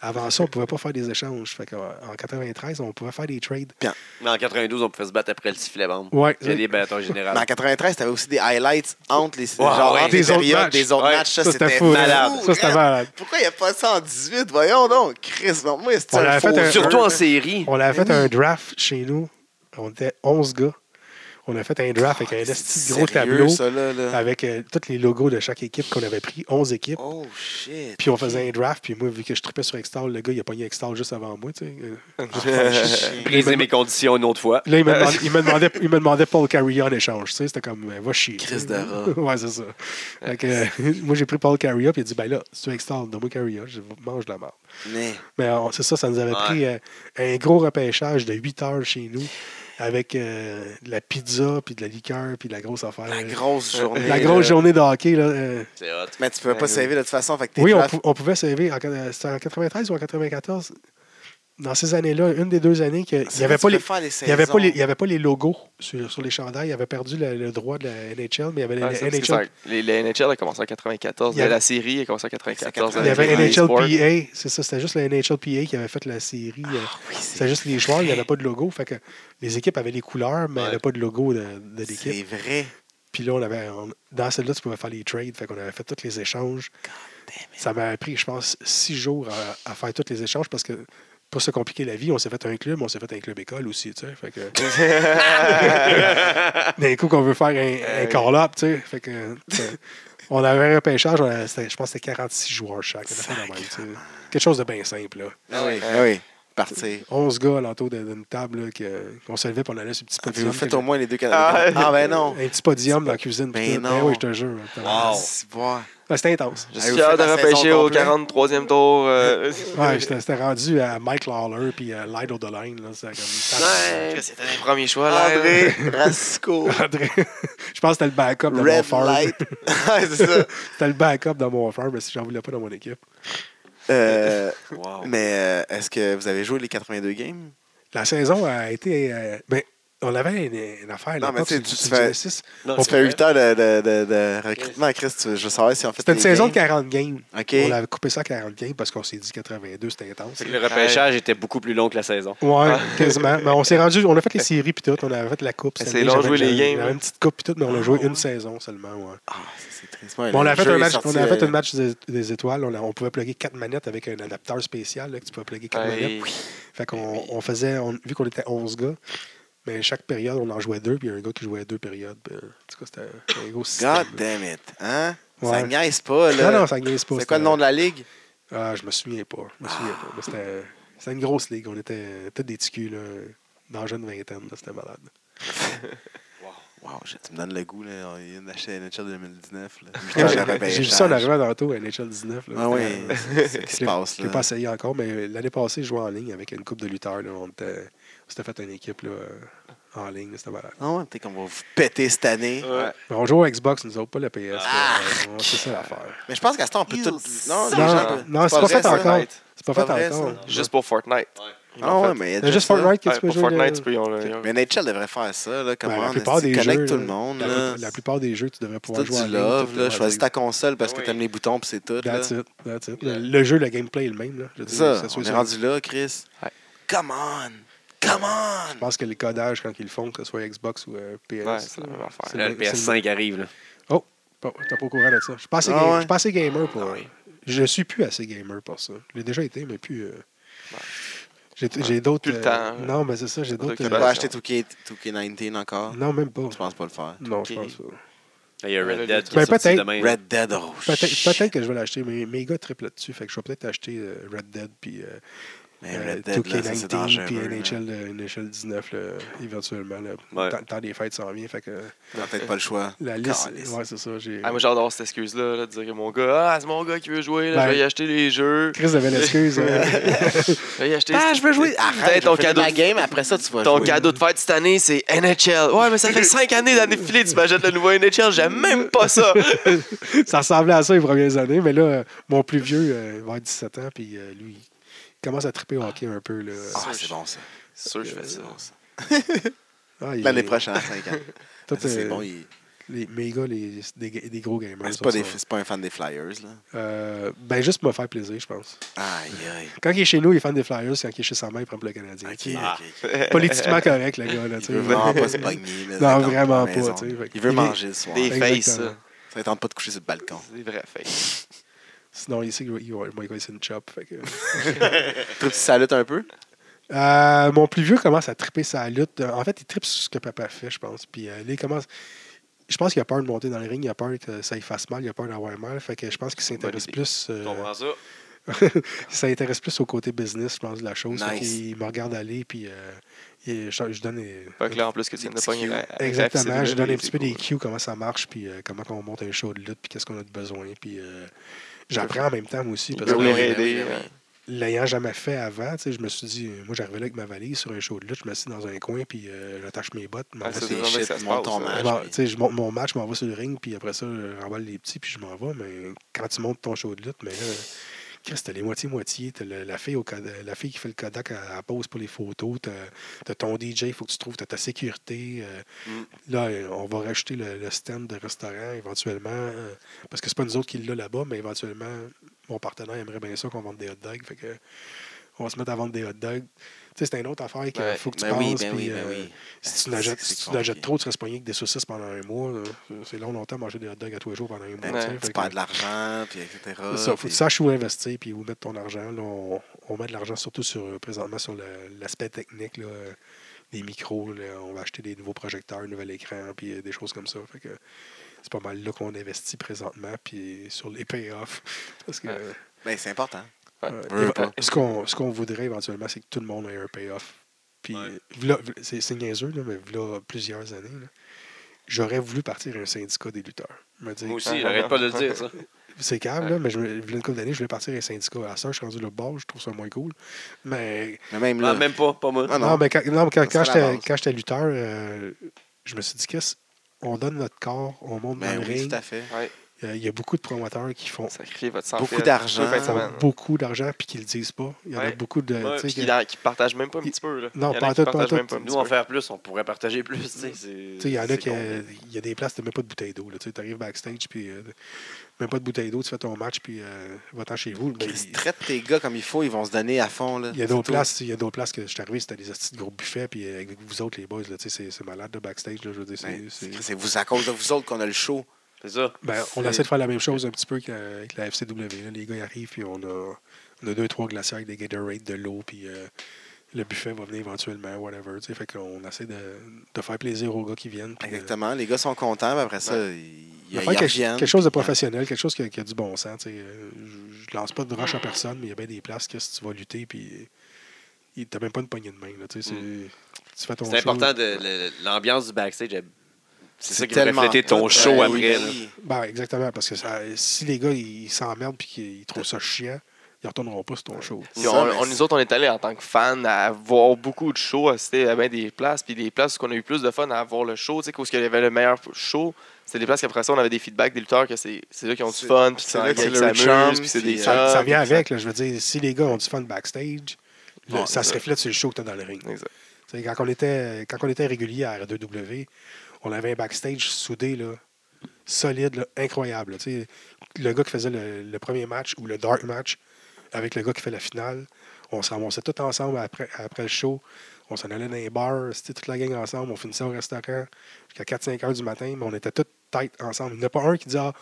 S4: Avant ça, on ne pouvait pas faire des échanges. Fait qu'en- en 93, on pouvait faire des trades.
S1: Mais en 92, on pouvait se battre après le sifflet bombe.
S4: Ouais.
S1: Il y a des batteurs
S3: Mais en
S1: général.
S3: 93, t'avais aussi des highlights entre les,
S1: Ouais,
S3: genre,
S1: ouais.
S3: entre les
S4: Des autres
S3: périodes
S4: matchs.
S3: des autres
S1: Ouais.
S3: matchs. Ça,
S4: Ça, c'était
S3: c'était
S4: fou.
S1: malade.
S4: Ça, c'était malade.
S3: Pourquoi il n'y a pas ça en 18? Voyons donc. Chris, non, moi, c'était
S4: On
S3: un
S4: avait
S3: faux
S4: fait un-
S3: jeu.
S1: Surtout en série.
S4: On avait
S3: Mais
S4: fait
S3: oui.
S4: un draft chez nous. On était 11 gars. On a fait un draft avec un
S3: Ah, C'est
S4: esti de gros
S3: sérieux,
S4: tableau
S3: ça, là, là.
S4: avec euh, tous les logos de chaque équipe qu'on avait pris, 11 équipes.
S3: Oh, shit.
S4: Puis on faisait un draft, puis moi, vu que je tripais sur Extall, le gars, il a pogné Extall juste avant moi, tu sais. Euh,
S1: Briser mes conditions une autre fois.
S4: Là, il
S3: Euh, <laughs>
S4: me, demandait, il me demandait, il me demandait Paul Carrier en échange. Tu sais, c'était comme, euh, va chier.
S3: Chris de rat.
S4: <laughs> ouais, c'est ça. Fait que, euh, <laughs> moi, j'ai pris Paul Carrier, puis il a dit, ben là, si tu extends, donne-moi Carrier, je mange de la merde.
S3: Mais,
S4: Mais on- c'est ça, ça nous avait
S1: Ouais.
S4: pris euh, un gros repêchage de 8 heures chez nous, avec euh, de la pizza, puis de la liqueur, puis de la grosse affaire.
S3: la grosse journée.
S4: La
S3: là.
S4: grosse journée de hockey, là. euh,
S1: C'est hot.
S3: Mais tu peux pas saver de toute façon. Fait que tes
S4: oui, on,
S3: drafts-
S4: pou- on pouvait sauver. en- euh, C'était en 93 ou en 94? Dans ces années-là, une des deux années, que- il
S3: Ah, c'est
S4: n'y avait
S3: vrai,
S4: pas
S3: tu
S4: les
S3: peux faire
S4: il n'y avait, pas les-
S3: saisons.
S4: il y avait pas les logos sur, sur les chandails. Il avait perdu le, le droit de la NHL, mais il y avait
S2: Ouais,
S4: les
S2: c'est parce que
S4: NHL.
S2: Ah, ça- les, les NHL a commencé en 94.
S4: Il y avait-
S2: La série a commencé en 94.
S3: ça-
S4: Il y avait
S2: avec les sports.
S4: NHLPA, c'est ça, c'était juste le NHLPA qui avait fait la série. euh, c'était juste les joueurs, il n'y avait pas de logo. Fait que les équipes avaient les couleurs, mais il n'y avait
S1: Ouais.
S4: pas de logo de, de l'équipe.
S3: C'est vrai.
S4: Puis là, on avait, on- dans celle-là, tu pouvais faire les trades. Fait qu'on avait fait tous les échanges. Ça m'avait pris, je pense, six jours à, à faire tous les échanges parce que pour se compliquer la vie, on s'est fait un club, mais on s'est fait un club école aussi, tu sais.
S3: <laughs>
S4: Fait que. D'un coup, qu'on veut faire un, un call-up, tu sais. Fait que. tu sais, On avait un repêchage, on avait- c'était- je pense que c'était 46 joueurs chaque. une affaire de même, tu sais. Quelque chose de bien simple, là.
S3: Ah oui, ah oui. Partir.
S4: 11 gars alentour de- d'une table, là, que- qu'on se levait pour aller sur le petit
S3: Puis vous
S4: podium.
S3: faites
S4: que-
S3: au moins les deux
S2: Ah,
S3: Canadiens. Ah, ben non.
S4: Un petit podium dans la cuisine.
S3: Ben
S4: puis tout.
S3: non.
S4: oui, je te jure. hein,
S3: Ah, c'est bon.
S4: Ouais, Ben, C'était intense.
S2: Je
S3: Ah,
S2: suis
S3: vous
S2: fier
S3: faites
S2: de
S3: la
S2: repêcher
S3: saison
S2: au
S3: complète?
S2: 43e tour. euh,
S4: Ouais, j'étais j'étais rendu à Mike Lawler puis à Lido Delaine. Là, c'était comme...
S2: Parce que C'était un premier choix, là.
S3: André Rasco.
S4: André- je pense que c'était <laughs> le backup de mon
S3: Red
S4: farm.
S3: Light. <laughs> Ah, c'est ça.
S4: <laughs> C'était le backup de mon farm, mais si j'en voulais pas dans mon équipe.
S3: Euh,
S1: Wow.
S3: Mais euh, est-ce que vous avez joué les 82 games?
S4: La saison a été. euh, ben, on avait une, une affaire. à
S3: Non, mais
S4: l'époque
S3: tu sais, tu-
S4: sur- sur
S3: tu
S4: le
S3: fais-
S4: Genesis.
S1: Non,
S3: On
S1: c'est
S3: fait
S1: vrai.
S3: 8 heures de, de, de, de recrutement, Chris. tu veux- Je veux savoir si on fait
S4: C'était une
S3: les
S4: saison de
S3: games.
S4: 40 games.
S3: OK.
S4: On avait coupé ça à 40 games parce qu'on s'est dit 82, c'était intense.
S1: C'est que Le repêchage était beaucoup plus long que la saison.
S4: Ouais,
S3: Ah.
S4: quasiment. Mais on s'est rendu, on a fait les séries puis tout, on avait fait la coupe. cette
S2: C'est
S4: année,
S2: long de
S4: j'avais-
S2: jouer les
S4: j'avais-
S2: games,
S4: j'avais
S2: hein.
S4: une petite coupe puis tout, mais on a joué une saison seulement. Ouais.
S3: Ah, ça, c'est triste. Ouais,
S4: Bon, on
S3: le
S4: a fait
S3: jeu
S4: un
S3: est
S4: match,
S3: sorti,
S4: on a fait
S3: euh,
S4: un match des, des étoiles. On, a- on pouvait plugger quatre manettes avec un adapteur spécial là, que tu pouvais plugger quatre manettes.
S2: Aïe.
S4: Fait qu'on on faisait, on- vu qu'on était 11 gars, mais chaque période, on en jouait deux, puis il y a un gars qui jouait deux périodes. puis, euh, en tout cas, c'était un gros système.
S3: God damn it. Hein?
S4: Ouais.
S3: Ça niaise pas, là.
S4: non, non, ça gagne pas.
S3: C'est quoi le nom de la ligue?
S4: Ah, je me souviens pas. Je me souviens pas. Mais c'était-
S3: Ah.
S4: C'était une grosse ligue. On était tous des ticus, là, dans la jeune vingtaine. là, C'était malade.
S3: Wow, je- tu me donnes le goût, là. On vient d'acheter NHL 2019. là. Huit heures de
S4: <laughs> J'ai vu ça en
S3: repêchage.
S4: arrivant tantôt à NHL 19. là.
S3: Ah
S4: <laughs>
S3: oui, c'est
S4: C'était-
S3: ce qui se
S4: Je l'ai-
S3: passe,
S4: Je l'ai
S3: là.
S4: pas essayé encore, mais l'année passée, je jouais en ligne avec une coupe de lutteurs. là. On était- on s'était fait une équipe là, euh, en ligne. C'était malade.
S3: Non, Ah ouais, peut-être qu'on va vous péter cette année.
S2: Ouais.
S4: Mais on joue au Xbox, nous autres, pas le PS. là.
S3: Ah!
S4: Ouais, c'est ça l'affaire.
S3: Mais je pense qu'à ce temps, on peut
S1: Ils
S3: tout.
S1: sont-
S3: Non, les
S4: Non,
S3: gens peuvent-
S4: non, c'est pas
S3: vrai,
S4: fait
S3: ça.
S4: encore.
S2: Fortnite.
S4: C'est pas fait
S3: pas vrai,
S4: encore.
S1: ça.
S2: Juste pour Fortnite. Ils
S3: Ah
S2: l'ont
S3: ouais,
S2: fait.
S3: mais il y a
S4: C'est
S3: déjà
S4: juste
S3: ça.
S4: Fortnite que
S2: Ouais,
S4: tu peux
S2: pour
S4: jouer.
S2: Fortnite,
S4: là.
S2: tu peux. ils ont le- ils ont-
S3: Mais NHL devrait faire ça, là.
S4: Ben,
S3: Comment?
S4: la
S3: on
S4: plupart des
S3: connecte
S4: jeux,
S3: tout
S4: là,
S3: le monde,
S4: la,
S3: là.
S4: la plupart des jeux, tu devrais pouvoir
S3: C'est tout
S4: jouer en
S3: du
S4: ligne.
S3: love,
S4: tu
S3: là.
S4: devrais
S3: Choisis ta console parce que
S1: Oui.
S3: t'aimes les boutons, puis c'est tout. là.
S4: That's it, that's it. Le, le jeu, le gameplay est le même. Là. Je veux
S3: C'est ça.
S4: dire, soit
S3: On est
S4: sur-
S3: rendu là, Chris.
S2: Ouais.
S3: Come on! Come
S4: Je
S3: on!
S4: pense que les codages, quand ils le font, que ce soit Xbox ou euh, PS.
S2: Ouais, c'est la même affaire.
S4: c'est
S1: Là, le
S4: c'est
S1: PS5 arrive. Là.
S4: Oh, pas- t'es pas au courant de ça. Je suis pas assez,
S3: Ah
S4: ga-
S3: ouais.
S4: je suis pas assez gamer pour.
S2: Ah oui.
S4: Je suis plus assez gamer pour ça. Je l'ai déjà été, mais plus. euh, J'ai j'ai d'autres.
S2: Plus le
S4: euh,
S2: temps, hein.
S4: Non, mais c'est ça, j'ai d'autres.
S3: T'as
S2: t'as
S4: euh,
S3: pas
S2: raison.
S3: acheté 2K, 2K19 encore?
S4: Non, même pas.
S3: Je pense pas le faire.
S4: Non, je
S2: Ok.
S4: pense pas.
S1: Il y a Red
S2: Ben,
S1: Dead qui
S4: ben,
S1: est sorti
S4: peut-être.
S1: demain.
S3: Red Dead, oh
S4: Peut-être
S3: shit.
S4: peut-être que je vais l'acheter, mais mes gars triplent là-dessus. Fait que je vais peut-être acheter euh, Red Dead puis euh,
S3: Mais
S4: Euh,
S3: Eh, Red Dead, là, ça, c'est
S4: 2K19 puis
S3: dangereux. là.
S4: NHL, euh, NHL 19 là, éventuellement. Là,
S1: Ouais.
S4: Tant- Tant des fêtes s'en vient. Fait que
S3: T'as peut-être pas le choix.
S4: la liste.
S3: Calisse.
S4: Ouais, c'est ça. J'ai...
S2: Ah, moi, j'adore cette excuse-là, là, de dire que mon gars, ah, c'est mon gars qui veut jouer, là,
S4: Ben,
S2: je vais y acheter les jeux.
S4: Chris avait
S2: <laughs>
S4: l'excuse. hein.
S2: Je vais y acheter.
S3: Ah, je veux jouer. Arrête,
S2: Peut-être
S3: ton
S2: ton
S3: cadeau.
S2: cadeau
S3: ma
S2: de-
S3: game, après ça, tu vas
S2: Ton
S3: jouer.
S2: cadeau de fête cette année, c'est NHL. Ouais, mais ça
S4: <laughs>
S2: fait 5 années d'année filée, tu m'achètes le nouveau NHL, j'aime même pas
S4: <laughs>
S2: ça. <laughs>
S4: ça ressemblait à ça les premières années. Mais là, euh, mon plus vieux, euh, il va avoir 17 ans. Puis euh, lui, il commence à triper au hockey un peu. Là.
S3: Ah, c'est bon, ça.
S2: C'est sûr que je fais ça.
S4: Ah, il-
S3: L'année prochaine, 5 ans.
S4: tout,
S3: Ça, C'est
S4: euh,
S3: bon, il- Ah,
S4: les, mes gars, les, c'est des, des gros gamers.
S3: c'est pas,
S4: ça.
S3: des- c'est pas un fan des Flyers, là.
S4: Euh, ben, juste pour me faire plaisir, je pense.
S3: Aïe, aïe.
S4: Quand il est chez nous, il est fan des Flyers. Quand il est chez sa mère, il prend pour le Canadien.
S3: Ok,
S4: Il est
S3: ok, ok.
S4: Politiquement correct, le gars. Là,
S3: <laughs> Il
S4: tu
S3: veut
S4: sais.
S3: vraiment pas se pogner. mais
S4: Non,
S3: ça tente
S4: vraiment
S3: la maison.
S4: pas, tu sais, fait que-
S3: Il veut
S4: il est-
S3: manger le soir.
S2: Des
S4: Exactement.
S2: faces, ça.
S3: Ça lui tente pas de coucher sur le balcon.
S2: C'est des vraies faces.
S4: Sinon, il sait que il va- il va essayer une chop. fait que-
S3: Trouve tu salutes un peu?
S4: Euh, mon plus vieux commence à triper sa lutte. En fait, il tripe sur ce que papa fait, je pense. Puis euh, là, il commence. Je pense qu'il a peur de monter dans le ring, il a peur que ça lui fasse mal, il a peur d'avoir mal. Fait que je pense qu'il s'intéresse
S2: idée.
S4: plus. euh,
S1: Je
S4: <laughs>
S1: comprends ça.
S4: ça intéresse plus au côté business, je pense, de la chose.
S3: Nice.
S4: Fait qu'il me regarde aller, puis euh, il- je, je donne. les-
S2: Fait que là, en plus, que tu viens de
S3: petits
S2: pogner.
S3: cues.
S2: avec la
S4: Exactement, je
S2: FCW,
S4: donne un
S2: c'est
S4: petit peu des
S2: cool.
S4: cues, comment ça marche, puis euh, comment on monte un show de lutte, puis qu'est-ce qu'on a de besoin. Puis euh, j'apprends en même temps, moi aussi.
S2: Il
S4: Parce
S2: peut
S3: Oui,
S4: que,
S2: venir
S3: oui,
S2: aider. hein.
S3: oui, oui.
S2: ouais.
S4: l'ayant jamais fait avant, tu sais, je me suis dit, moi j'arrivais là avec ma valise sur un show de lutte, je m'assis dans un coin, puis euh, j'attache mes bottes, je m'en
S2: Ah,
S4: vais
S2: c'est
S4: sur-
S2: vraiment
S3: tes
S2: que ça
S3: chips,
S2: se
S3: monte
S2: passe,
S3: ton
S2: ça.
S3: match.
S4: Genre, Bah, tu
S3: puis-
S4: sais, je monte mon match, je m'en vais sur le ring, puis après ça, je remballe les petits, puis je m'en vais. Mais quand tu montes ton show de lutte, mais là, Chris, t'as les moitiés-moitiés. T'as le- la, fille au Kodak- la fille qui fait le Kodak à, la pause pour les photos. T'as t'as ton DJ, il faut que tu trouves. T'as ta sécurité. euh, Là, euh, on va rajouter le, le stand de restaurant éventuellement. euh, parce que c'est pas nous autres qui l'a là-bas, mais éventuellement, mon partenaire aimerait bien ça qu'on vende des hot dogs. Fait que on va se mettre à vendre des hot dogs. Tu sais, c'est une autre affaire qu'il
S2: Ouais,
S4: faut que tu
S3: Ben oui,
S4: penses.
S3: ben
S4: puis,
S3: oui, ben
S4: euh,
S3: oui.
S4: si tu
S3: Ah,
S4: n'achètes
S3: c'est- c'est
S4: si tu n'achètes
S3: compliqué.
S4: trop, tu restes pogné avec des saucisses pendant un mois. là. C'est long, longtemps, manger des hot dogs à tous les jours pendant un mois.
S2: Ouais,
S4: tu sais, fait
S3: Tu
S4: que-
S3: perds de l'argent, puis etc.
S4: c'est ça, faut que
S3: puis-
S4: tu saches où investir puis où mettre ton argent. Là, on, on met de l'argent surtout sur, euh, présentement sur le- l'aspect technique, là, euh, des micros. là, on va acheter des nouveaux projecteurs, un nouvel écran, puis euh, des choses comme ça. Fait que c'est pas mal là qu'on investit présentement, puis sur les payoffs. <laughs> Parce que
S2: Ouais.
S4: euh,
S3: Ben, c'est important.
S2: Ouais.
S4: euh,
S3: Veux, veux
S4: éva-
S3: pas.
S4: ce qu'on ce qu'on voudrait éventuellement, c'est que tout le monde ait un payoff. Puis
S1: Ouais.
S4: euh, v'là- v'là- c'est c'est niaiseux, là, mais là plusieurs années, là, j'aurais voulu partir à un syndicat des lutteurs. Me dire,
S1: Moi aussi, j'arrête pas de le dire,
S3: <laughs>
S1: ça.
S4: c'est calme, là, mais je, me- il y a une couple d'années, je voulais partir à un syndicat. À ça, je suis rendu le bord, je trouve ça moins cool. Mais
S3: Mais même
S1: Ah,
S3: là.
S1: même pas, pas moi.
S3: Ah,
S4: non,
S3: non.
S4: mais quand, non, mais quand,
S3: Ça,
S4: quand
S3: c'est la
S4: j'étais-
S3: base.
S4: quand j'étais lutteur, euh, je me suis dit, qu'est-ce on donne notre corps, on monte dans
S3: Ben
S4: le
S3: oui,
S4: ring.
S3: tout à fait.
S2: Ouais,
S4: Euh, Il y a beaucoup de promoteurs qui font,
S2: sacrifier votre santé.
S3: Beaucoup d'argent.
S2: Deux fins de
S4: font
S2: semaine.
S4: beaucoup d'argent puis qui le disent pas. Il y en a
S2: Ouais.
S4: beaucoup de.
S1: Ouais,
S4: Euh, tu sais,
S2: Puis
S4: que-
S2: qui, qui partagent même pas un petit peu. Là.
S4: Non,
S2: Il y en a
S4: pas en
S2: qui
S4: tout, pas en
S2: partagent
S4: tout.
S2: même pas un
S1: Nous,
S2: petit
S1: en
S2: peu.
S1: faire plus, on pourrait partager plus. tu sais, c'est-
S4: Tu sais, Il y en a
S1: c'est
S4: qui.
S1: con.
S4: euh, Il y a des places, tu même pas de bouteille d'eau. là, Tu arrives backstage, puis euh, même pas de bouteille d'eau, tu fais ton match, puis euh, va-t'en chez vous. Ben,
S3: Ils traitent tes gars comme il faut, ils vont se donner à fond. Là.
S4: Il y a
S3: C'est
S4: d'autres
S3: tout.
S4: places, il y a d'autres places que je suis arrivé, c'était des hosties de gros buffets, puis euh, avec vous autres, les boys, là, tu sais, c'est c'est malade de backstage, là, je veux dire, c'est-
S3: Ben,
S4: c'est-
S3: C'est c'est vous à cause de vous autres qu'on a le show.
S1: C'est ça.
S4: Ben, on
S3: c'est-
S4: essaie de faire la même chose un petit peu qu'avec la FCW. là. Les gars ils arrivent, puis on a, on a deux, trois glacières avec des Gatorade, de l'eau, puis euh, le buffet va venir éventuellement, whatever, tu sais, fait qu'on essaie de, de faire plaisir aux gars qui viennent. puis, euh,
S3: Exactement. Les gars sont contents, mais après ça, ils,
S4: de
S3: ils
S4: faire quelque,
S3: reviennent,
S4: quelque chose de
S3: puis-
S4: professionnel, quelque chose qui a, qui a du bon sens. tu sais. Euh, Je, je lance pas de rush à personne, mais il y a bien des places que si tu vas lutter, puis il- t'as même pas une poignée de main. là, tu sais, c'est- Tu fais ton
S1: C'est
S4: show.
S1: important, de- le- l'ambiance du backstage, elle- c'est ça qui va
S3: tellement-
S1: refléter ton
S3: Ben
S1: show
S3: oui,
S1: après.
S3: ben
S1: là.
S3: oui.
S4: Ben, exactement, parce que ça- si les gars ils s'emmerdent puis qu'ils trouvent ça chiant, ils retourneront pas sur ton show.
S2: Puis
S3: Ça,
S2: on,
S3: mais
S2: on-
S3: c'est-
S2: nous autres, on est allés en tant que fans à voir beaucoup de shows, à assister à bien des places, puis des places où on a eu plus de fun à voir le show, tu sais, parce qu'il y avait le meilleur show. C'était des places qu'après ça, on avait des feedbacks des lutteurs que c'est c'est là qu'ils ont du
S3: C'est-
S2: fun, puis
S3: c'est
S2: c'est
S3: là
S2: là
S3: que
S2: qu'ils
S3: c'est leur charme,
S2: s'amusent, puis c'est
S3: puis,
S2: des
S3: euh,
S4: Ça,
S2: chums,
S4: ça vient
S2: puis
S4: avec, là, je veux dire, si les gars ont du fun backstage, là,
S2: Ouais,
S4: ça se
S2: ouais.
S4: reflète sur le show que tu as dans le ring.
S2: ça- Exact.
S4: Tu sais, Quand on, était, quand on était régulier à R2W, on avait un backstage soudé, là, solide, là, incroyable. là. Tu sais, Le gars qui faisait le, le premier match ou le dark match avec le gars qui fait la finale, on se ramassait tous ensemble après, après le show. On s'en allait dans les bars, c'était toute la gang ensemble. On finissait au restaurant jusqu'à 4-5 heures du matin, mais on était tous tête ensemble. Il n'y en a pas un qui dit ah,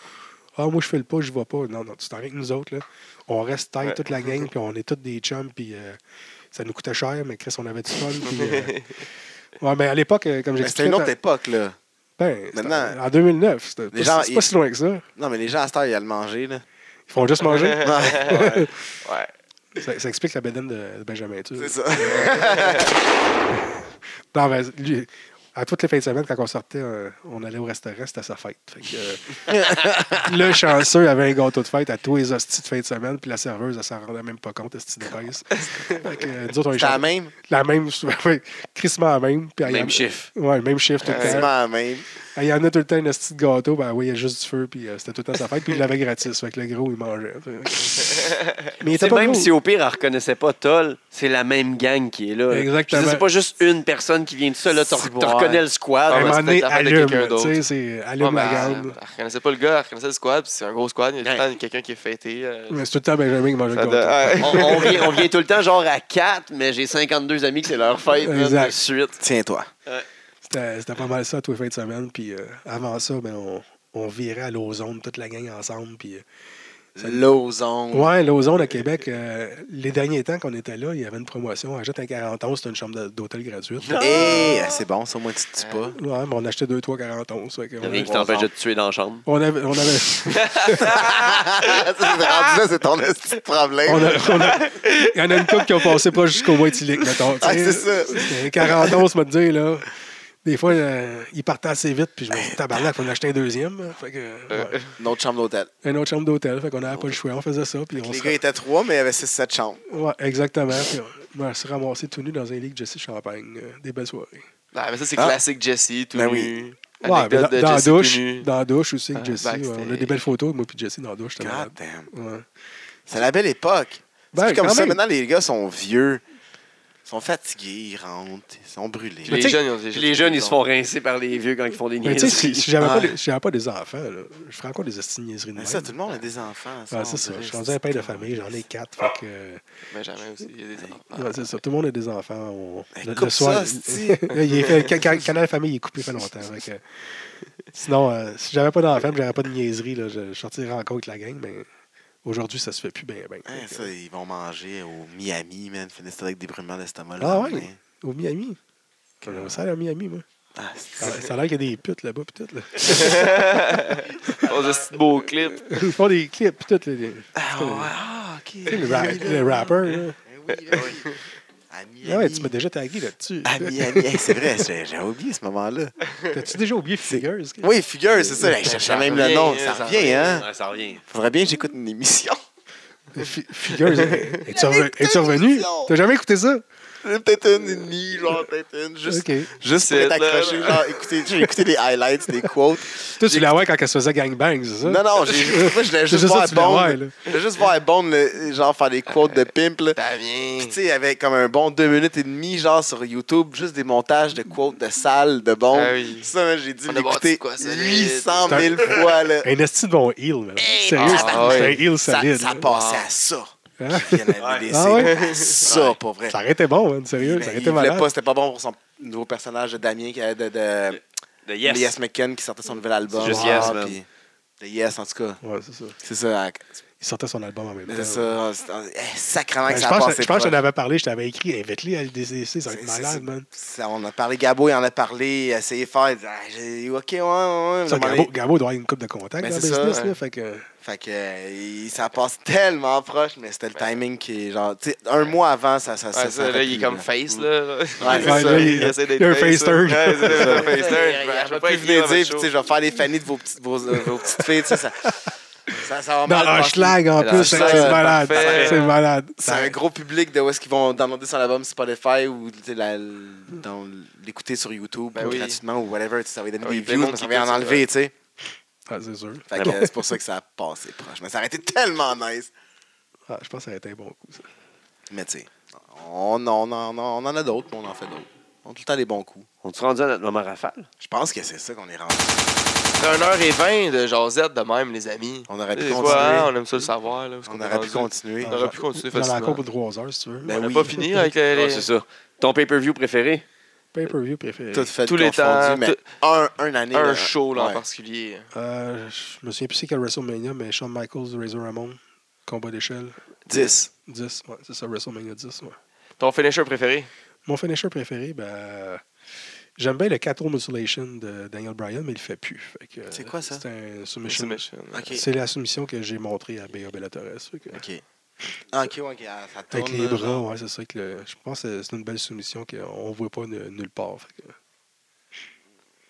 S4: ah, moi, je fais le pas, je ne vais pas. Non, non, tu t'en viens avec nous autres. Là. On reste tête,
S2: Ouais.
S4: toute
S3: <laughs>
S4: la gang, puis on est tous des chums, puis euh, ça nous coûtait cher, mais Chris, on avait
S3: <laughs>
S4: du fun. puis, euh, Ouais, mais à l'époque, euh, comme
S3: Mais Ben, C'était
S4: j'expliquais.
S3: une autre
S4: t'as-
S3: époque, là.
S4: ben, c'était
S3: Maintenant-
S4: en 2009, c'était pas,
S3: Les gens,
S4: c'est pas
S3: ils-
S4: si loin que ça.
S3: <laughs> Non, mais les gens à cette heure, ils allaient le manger, là.
S4: Ils font juste manger.
S2: ouais. ouais.
S4: Ça, ça explique la bédaine de de Benjamin Tulle.
S3: C'est ça.
S4: Non, mais lui, à toutes les fins de semaine, quand on sortait, euh, on allait au restaurant, c'était sa fête. Fait que,
S3: <laughs>
S4: euh, le chanceux avait un gâteau de fête à tous les hosties de fin de semaine, puis la serveuse, elle s'en rendait même pas compte, hostie de baisse. Fait que, euh, nous autres, on
S3: C'est
S4: est
S3: la
S4: chanceux.
S3: même.
S4: La même, <laughs> souvent, oui. Crissement la même. puis elle y en-
S2: Même chiffre.
S4: Ouais, le même chiffre tout le
S3: C'est
S4: temps.
S3: la même.
S4: Ah, Il y en a tout le temps une hostie de gâteau, ben oui, il y a juste du feu, puis euh, c'était tout le temps sa fête, puis il l'avait gratis. Fait que le gros, il mangeait.
S2: <laughs>
S4: Mais il était
S1: C'est
S4: pas
S1: même
S4: gros.
S1: si au pire, elle reconnaissait pas Toll, c'est la même gang qui est là.
S4: Exactement.
S1: Je veux dire, C'est pas juste une personne qui vient de ça. Là, tu
S2: Ouais.
S1: reconnais le squad.
S2: Ah,
S4: À un
S2: ben,
S4: moment
S2: c'est
S4: donné,
S2: peut-être la fête de
S4: allume,
S2: quelqu'un
S4: tu
S2: d'autre.
S4: sais, c'est
S2: Ouais,
S4: allume
S2: mais
S4: la
S2: elle
S4: gamme.
S2: ne connaissait pas le gars, elle reconnaissait le squad, puis c'est un gros squad. Il y a tout le
S1: Ouais.
S2: temps quelqu'un qui est fêté. euh,
S4: Mais c'est tout le temps Benjamin qui mangeait
S2: ça
S4: le
S2: de-
S4: gâteau.
S2: ouais.
S1: on, on vient, on vient tout le temps genre à 4, mais j'ai 52 amis que c'est leur fête là,
S4: Exact.
S1: de suite.
S3: Tiens-toi.
S4: C'était c'était pas mal ça tous les fins de semaine. Puis euh, avant ça, ben, on, on virait à l'ozone, toute la gang ensemble. Puis, euh,
S3: L'ozone.
S4: ouais, l'ozone à Québec, euh, les derniers temps qu'on était là, il y avait une promotion. Achète un 41, c'était une chambre de- d'hôtel gratuite.
S3: Eh, c'est bon, ça, au moins, tu te dis
S4: <laughs>
S3: pas.
S4: Ouais, mais on achetait 2 3 41. ça fait qu'on
S1: Il y a rien
S4: avait-
S1: qui t'empêche de te tuer dans la chambre.
S4: On avait, on, avait,
S3: Ah, ça, c'est rendu là, c'est ton petit problème.
S4: on, a- on a- il y en a une couple qui ont passé proche jusqu'au White-Lake, mettons. tu
S3: Ah, c'est
S4: sais.
S3: ça.
S4: C'était 41, se me dire, là. Des fois, euh, il partait assez vite, puis je me dis, tabarnak, faut en acheter un deuxième. Fait que, ouais.
S3: Une autre chambre d'hôtel.
S4: Une autre chambre d'hôtel, fait qu'on n'avait pas le choix, on faisait ça, puis on
S3: Les
S4: se
S3: gars étaient trois, mais il y avait 6-7 chambres.
S4: Ouais, exactement. Puis on- on se ramassé tout nu dans un lit de Jesse Champagne. euh, des belles soirées.
S2: <laughs> Ah, mais ça, c'est
S3: Ah.
S2: classique Jesse, tout
S3: Ben
S2: nu.
S4: Ouais, mais
S2: Anecdote
S4: dans,
S2: de
S4: dans la
S2: Jesse tout
S4: douche,
S2: nu.
S4: dans la douche aussi avec
S2: Ah,
S4: Jesse.
S2: backstage.
S4: ouais, on a des belles photos, moi puis Jesse, dans la douche. c'était
S3: God
S4: malade.
S3: damn.
S4: Ouais.
S3: C'est la belle époque. c'est
S4: Ben,
S3: plus comme
S4: quand
S3: ça,
S4: même.
S3: maintenant, les gars sont vieux. Ils sont fatigués, ils rentrent, ils sont brûlés.
S2: Puis
S1: Mais
S2: les
S1: tu sais,
S2: jeunes, ils ont des
S1: Puis les jeunes, ils se font rincer par les vieux quand ils font des
S4: Mais tu sais, si,
S1: niaiseries.
S4: si j'avais pas,
S3: Ouais.
S4: des- si j'avais pas des enfants, là, je ferais encore des estigniseries de
S3: Mais
S4: même.
S3: ça, tout le monde a des enfants.
S4: Ouais, c'est ça. Je suis rendu un père de famille, j'en ai quatre. Fait que, euh,
S2: Benjamin aussi, il y a
S4: <laughs>
S2: des enfants.
S4: ouais, c'est ça. Tout le monde a des enfants. on-
S3: Hey,
S4: le, le
S3: Ah. Ben, coupe
S4: soir,
S3: ça, c'ti.
S4: <laughs> il est fait- le can- canal famille est coupé fait longtemps. fait que- sinon, euh, si j'avais pas d'enfants, puis j'avais pas de niaiserie, là, je je sortirais encore avec la gang, mais aujourd'hui, ça se fait plus bien. Ben,
S3: Hein,
S4: Fait que-
S3: ça, ils vont manger au Miami, man. Finissent avec des brûlements d'estomac.
S4: Ah
S3: le
S4: ouais?
S3: lendemain.
S4: Au Miami. J'aimerais ça aller à Miami, moi.
S3: Ah, c'est-
S4: Ça ça a l'air qu'il y a des putes là-bas, pis tout. Là. <laughs>
S2: On a ce beau clip.
S4: Ils font des clips, pis tout. là, des-
S3: Ah, ouais, ah, ok.
S4: Tu sais, le, ra- le rapper, là.
S3: Eh oui, eh oui. À
S4: Ah ouais,
S3: Miami.
S4: tu m'as déjà tagué là-dessus.
S3: À Miami. Hey, c'est vrai, j'ai- j'ai oublié ce moment-là.
S4: T'as-tu déjà oublié Figures?
S3: Oui, figure, c'est ça. Hey, Ben, Je cherchais même le nom.
S2: revient,
S3: Ça
S2: ça
S3: revient, hein?
S1: Ouais, ça revient.
S3: Faudrait bien que j'écoute une émission. <laughs>
S4: Fi- Figures, es-tu revenu? es-tu revenu? T'as jamais écouté ça?
S3: Peut-être une et demie, genre, peut-être une. Juste,
S4: Ok.
S3: juste pour
S2: Vite,
S3: être accroché.
S2: là.
S3: Genre, écoutez, j'ai écouté des highlights, des
S4: <laughs>
S3: quotes.
S4: Toi, tu la ouais quand elle se faisait gangbang, c'est ça?
S3: Non, non, j'ai- moi, je voulais
S4: C'est
S3: juste
S4: juste ça,
S3: voir
S4: tu voulais voir,
S3: Bond.
S4: là.
S3: Je voulais juste voir Bond, le- genre, faire des quotes de pimp, là.
S2: T'as bien.
S3: Puis, tu sais, avec comme un bon deux minutes et demie, genre, sur YouTube, juste des montages de quotes de salles de Bond.
S2: Ah oui.
S3: Ça, man, j'ai dû
S2: On a
S3: l'écouter
S2: bâti quoi, ça,
S3: 800 000 fois, là.
S4: Un esti de bon heel, man. Sérieux,
S2: ah, ah,
S4: c'était c'était <laughs> un
S2: ouais.
S4: heel
S3: Ça,
S4: solide.
S3: ça
S4: là.
S3: passait à ça.
S4: Hein?
S3: Qu'il y en avait
S4: Ah ouais?
S3: laissé. À Ça, pour vrai.
S4: Ça aurait été bon, man, sérieux. Ça
S3: Mais
S4: aurait
S3: il
S4: été
S3: voulait
S4: malade.
S3: pas, c'était pas bon pour son nouveau personnage de Damien, qui de, de, de
S1: De
S3: Yes,
S1: yes.
S3: McCann, qui sortait son nouvel album.
S1: C'est juste Yes,
S3: Ah,
S1: man.
S3: puis- de Yes, en tout cas.
S4: Ouais, c'est ça.
S3: C'est ça. hein.
S4: Il sortait son album en même temps.
S3: C'est ça. c'est- eh, Sacrement
S4: Ben,
S3: que
S4: je
S3: ça a
S4: pense,
S3: passé
S4: je pense que
S3: proche.
S4: j'en avais parlé, je t'avais écrit, invite-les à LDCC, ça va être
S3: C'est- c'est-
S4: malade, man.
S3: Ça, on a parlé, Gabo, il en a parlé, il a essayé fort, il dit ah, j'ai- Ok, ouais, ouais, ouais.
S4: Ça,
S3: À un moment
S4: Gabo,
S3: donné-
S4: Gabo doit avoir une coupe de contact
S3: Ben,
S4: dans le
S3: c'est ça,
S4: business,
S2: ouais.
S4: là, fait que...
S3: Fait que euh, il- ça passe tellement proche, mais c'était le timing qui est genre. tu sais, un mois avant, ça. ça,
S2: Ouais, ça, là, il est comme
S3: fait.
S2: face, là. Ouais, <laughs> c'est
S3: là,
S2: ça,
S4: il-
S2: essaie d'être
S4: il y a un face
S2: ça.
S4: turn.
S2: Ouais, c'est ça, <laughs> il y a un face turn.
S3: Il
S2: Je peux
S3: va
S2: pas
S3: plus
S2: être venir
S3: venir
S2: dans
S3: dire,
S2: votre
S3: puis, tu
S2: show.
S3: sais, je vais faire les fanny de vos petites, vos, euh, vos petites filles, tu sais, ça. Ça, ça va
S4: Dans
S3: mal passer.
S4: Hushlag, en
S2: Dans
S4: plus, c'est
S2: Hushlag,
S4: c'est
S3: c'est
S4: malade.
S2: parfait.
S4: C'est malade.
S3: C'est
S2: Bah,
S3: un gros public de où est-ce qu'ils vont downloader son album Spotify ou tu sais, la- dans- l'écouter sur YouTube
S2: Ben oui.
S3: gratuitement ou whatever. tu sais, Ça va lui donner
S2: Ah
S3: des
S2: oui, plein de
S3: views,
S2: monde
S3: mais ça
S2: qui
S3: va en
S2: écoute ça,
S3: enlever, tu sais.
S4: Ah, c'est sûr.
S3: Fait
S2: Ben
S3: que, euh, c'est pour ça que ça a passé proche. Mais ça aurait été tellement nice.
S4: Ah, je pense que ça aurait été un bon coup, ça.
S3: Mais tu sais, on, on, en- on en a d'autres, mais on en fait d'autres. On a tout le temps des bons coups.
S1: On se rendu à notre moment rafale?
S3: Je pense que c'est ça qu'on est rendu.
S2: C'est 1h20 de Josette de même, les amis.
S3: On aurait pu
S2: Des fois,
S3: continuer.
S2: hein, on aime ça le savoir. Là, où est-ce
S3: On
S2: qu'on est
S3: aurait pu
S2: rendu.
S3: continuer.
S2: On
S4: Ah,
S2: aurait pu continuer
S4: J'en ai encore
S2: facilement.
S4: pour trois heures, si tu veux.
S3: Ben
S2: On n'a
S3: oui.
S2: pas fini avec les-
S1: Ah, c'est ça. Ton pay-per-view préféré?
S4: Pay-per-view préféré.
S3: Tout fait
S2: Tous les
S3: confondu,
S2: temps,
S3: mais
S2: tout-
S3: un, un année.
S2: un
S3: là,
S2: show là, en
S3: ouais.
S2: particulier.
S4: Euh, je me souviens plus c'est quel WrestleMania, mais Shawn Michaels, Razor Ramon, combat d'échelle,
S3: 10.
S4: 10. Ouais, c'est ça, WrestleMania 10. Ouais.
S2: Ton finisher préféré?
S4: Mon finisher préféré, ben, euh, j'aime bien le 4 Mutilation de Daniel Bryan, mais il le fait plus. Fait que, euh,
S3: C'est quoi, ça?
S4: C'est un
S2: Le
S4: submission.
S2: submission.
S3: Ok.
S4: C'est la soumission que j'ai montrée à Bea Bella Torres. fait que-
S3: Ok. Ok, ok, ah, ça tourne.
S4: Avec les
S3: là,
S4: bras,
S3: genre.
S4: ouais, c'est ça. Que le- je pense que c'est une belle soumission qu'on ne voit pas nu- nulle part. Fait que,